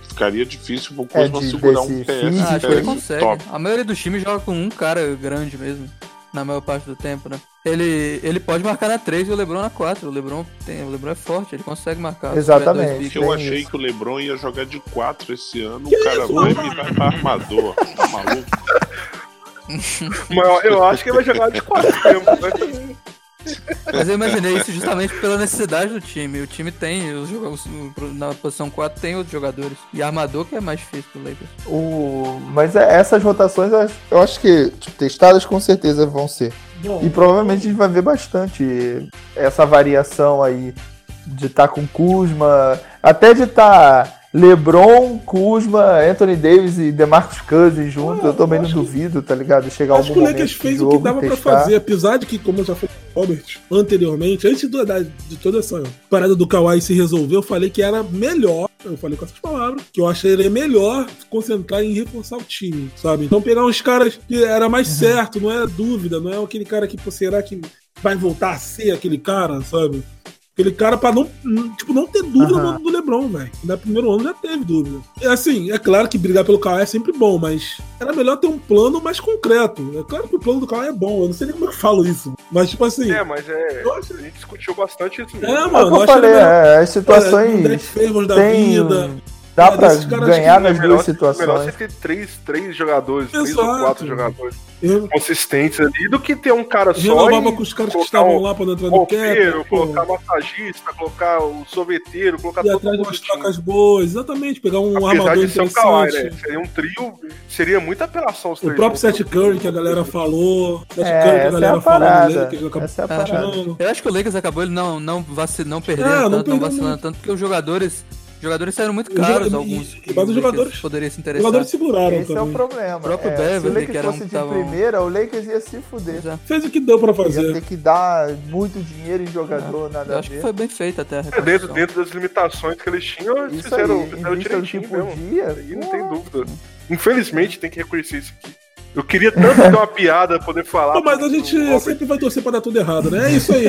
Speaker 5: Ficaria difícil pro
Speaker 4: É,
Speaker 5: Kuzma
Speaker 4: de-
Speaker 5: segurar um
Speaker 4: desse
Speaker 5: PF,
Speaker 4: físico,
Speaker 9: Ah,
Speaker 5: um
Speaker 9: acho que ele
Speaker 5: PF
Speaker 9: consegue.
Speaker 5: top.
Speaker 9: A maioria dos times joga com um cara grande mesmo, na maior parte do tempo, né? Ele, ele pode marcar na 3 e o LeBron na 4. O LeBron, tem, o LeBron é forte, ele consegue marcar. os
Speaker 4: Exatamente.
Speaker 9: 52
Speaker 5: Porque
Speaker 9: picks.
Speaker 5: eu
Speaker 4: Tem
Speaker 5: achei
Speaker 4: isso.
Speaker 5: que o Lebron ia jogar de 4 esse ano, o cara vai me dar pra armador. Tá maluco?
Speaker 7: Mas eu- eu acho que ele vai jogar de quatro tempos. né?
Speaker 9: Mas eu imaginei isso justamente pela necessidade do time. O time tem, os joga- os- o- na posição 4 tem outros jogadores. E armador que é mais difícil pro Lakers.
Speaker 4: O... Mas é- essas rotações, eu acho- eu acho que tipo, testadas com certeza vão ser.
Speaker 6: Bom,
Speaker 4: E provavelmente a gente vai ver bastante essa variação aí de estar com Kuzma, até de estar LeBron, Kuzma, Anthony Davis e DeMarcus Cousins junto.
Speaker 6: Ah,
Speaker 4: eu também
Speaker 6: eu
Speaker 4: não
Speaker 6: acho que-
Speaker 4: duvido, tá ligado? Chegar algum
Speaker 6: Acho que o
Speaker 4: momento
Speaker 6: Lakers
Speaker 4: do
Speaker 6: fez o
Speaker 4: jogo,
Speaker 6: que dava pra
Speaker 4: testar.
Speaker 6: fazer, apesar de que, como já falei com o Robert anteriormente, antes do- da- de toda essa parada do Kawhi se resolver, eu falei que era melhor, eu falei com essas palavras, que eu acharia melhor se concentrar em reforçar o time, sabe? Então pegar uns caras que era
Speaker 4: Uhum.
Speaker 6: mais certo, não é dúvida, não é aquele cara que, pô, será que vai voltar a ser aquele cara, sabe? Aquele cara pra não, hum, tipo, não ter dúvida no
Speaker 4: Aham.
Speaker 6: ano do Lebron, velho. No primeiro ano já teve dúvida. É assim, é claro que brigar pelo Kawhi é sempre bom, mas era melhor ter um plano mais concreto. É claro que o plano do Kawhi é bom, eu não sei nem como eu falo isso. Mas, tipo assim,
Speaker 7: É,
Speaker 6: é,
Speaker 7: mas é.
Speaker 6: Eu acho-
Speaker 7: A gente discutiu bastante isso mesmo.
Speaker 6: mano,
Speaker 4: É o que eu
Speaker 6: acho que era
Speaker 4: falei,
Speaker 6: melhor-
Speaker 4: é, as
Speaker 6: Olha,
Speaker 4: situações
Speaker 6: um Derek Favors da
Speaker 4: tem,
Speaker 6: vida.
Speaker 4: Dá
Speaker 6: É,
Speaker 4: pra
Speaker 6: desses caras
Speaker 4: ganhar
Speaker 6: que-
Speaker 7: melhor,
Speaker 4: nas duas
Speaker 7: melhor você
Speaker 4: situações.
Speaker 7: ter três, três jogadores, três ou
Speaker 6: Exato.
Speaker 7: quatro jogadores
Speaker 6: Eu
Speaker 7: consistentes ali, do que ter um cara só
Speaker 6: renovava com
Speaker 7: e
Speaker 6: os caras que
Speaker 7: colocar
Speaker 6: estavam
Speaker 7: um
Speaker 6: lá pra entrar no
Speaker 7: roupeiro,
Speaker 6: cap. pô.
Speaker 7: colocar massagista, colocar o sorveteiro, colocar
Speaker 6: E
Speaker 7: todo
Speaker 6: atrás de
Speaker 7: mundo.
Speaker 6: umas
Speaker 7: no time.
Speaker 6: trocas boas, exatamente, pegar um
Speaker 7: Apesar
Speaker 6: armador
Speaker 7: de ser o Kawhi, né?
Speaker 6: interessante.
Speaker 7: Seria um trio, seria muita apelação os
Speaker 6: O
Speaker 7: três.
Speaker 6: próprio Seth Curry que a galera falou. Seth Curry
Speaker 4: É,
Speaker 6: que a
Speaker 4: essa é
Speaker 6: galera
Speaker 4: a
Speaker 6: falou dele,
Speaker 4: parada.
Speaker 6: que ele acabou
Speaker 4: Essa é a
Speaker 9: Ah,
Speaker 4: parada.
Speaker 6: tirando.
Speaker 9: Eu acho que o Lakers acabou ele não, não, vaci não perdendo
Speaker 6: É, não
Speaker 9: tanto, não
Speaker 6: perdeu
Speaker 9: vacilando
Speaker 6: muito.
Speaker 9: tanto, porque os jogadores. os jogadores saíram muito
Speaker 6: Os joga-
Speaker 9: caros,
Speaker 6: e-
Speaker 9: alguns.
Speaker 6: e-
Speaker 9: que
Speaker 6: mas os
Speaker 9: Lakers
Speaker 6: jogadores-
Speaker 9: poderiam se
Speaker 6: Os
Speaker 9: interessar.
Speaker 6: jogadores seguraram
Speaker 4: Esse é o
Speaker 6: também.
Speaker 4: problema.
Speaker 9: O próprio
Speaker 4: é, se o
Speaker 9: Beverly, que
Speaker 4: Lakers
Speaker 9: era um-
Speaker 4: fosse de
Speaker 9: tava um-
Speaker 4: primeira, o Lakers ia se fuder.
Speaker 9: Pois é.
Speaker 6: Fez o que deu pra
Speaker 4: Ia
Speaker 6: fazer.
Speaker 4: ter que dar muito dinheiro em jogador, nada
Speaker 9: É. Eu
Speaker 4: a
Speaker 9: acho que
Speaker 4: ver.
Speaker 9: foi bem feita até a
Speaker 7: É, Dentro,
Speaker 9: reconstrução.
Speaker 7: dentro das limitações que eles tinham, eles
Speaker 4: Isso
Speaker 7: fizeram,
Speaker 4: aí, tipo
Speaker 7: fizeram
Speaker 4: em vista do que
Speaker 7: direitinho mesmo.
Speaker 4: podia,
Speaker 7: Aí não
Speaker 4: porra.
Speaker 7: tem dúvida. Infelizmente, tem que reconhecer isso aqui. Eu queria tanto ter uma piada, poder falar.
Speaker 6: Pô, mas a gente
Speaker 7: Robert,
Speaker 6: sempre vai torcer pra dar tudo errado, né? É isso aí,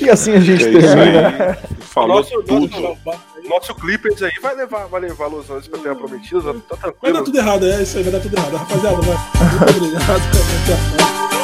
Speaker 3: E assim a gente
Speaker 5: É isso
Speaker 3: termina.
Speaker 7: né?
Speaker 5: aí. Falou
Speaker 7: Nosso-
Speaker 5: tudo.
Speaker 7: Nosso Clippers aí vai levar, vai levar Los Angeles pra terra prometida, tá
Speaker 6: Vai
Speaker 7: tranquilo.
Speaker 6: dar tudo errado, é isso aí, vai dar tudo errado. Rapaziada, vai. Muito obrigado.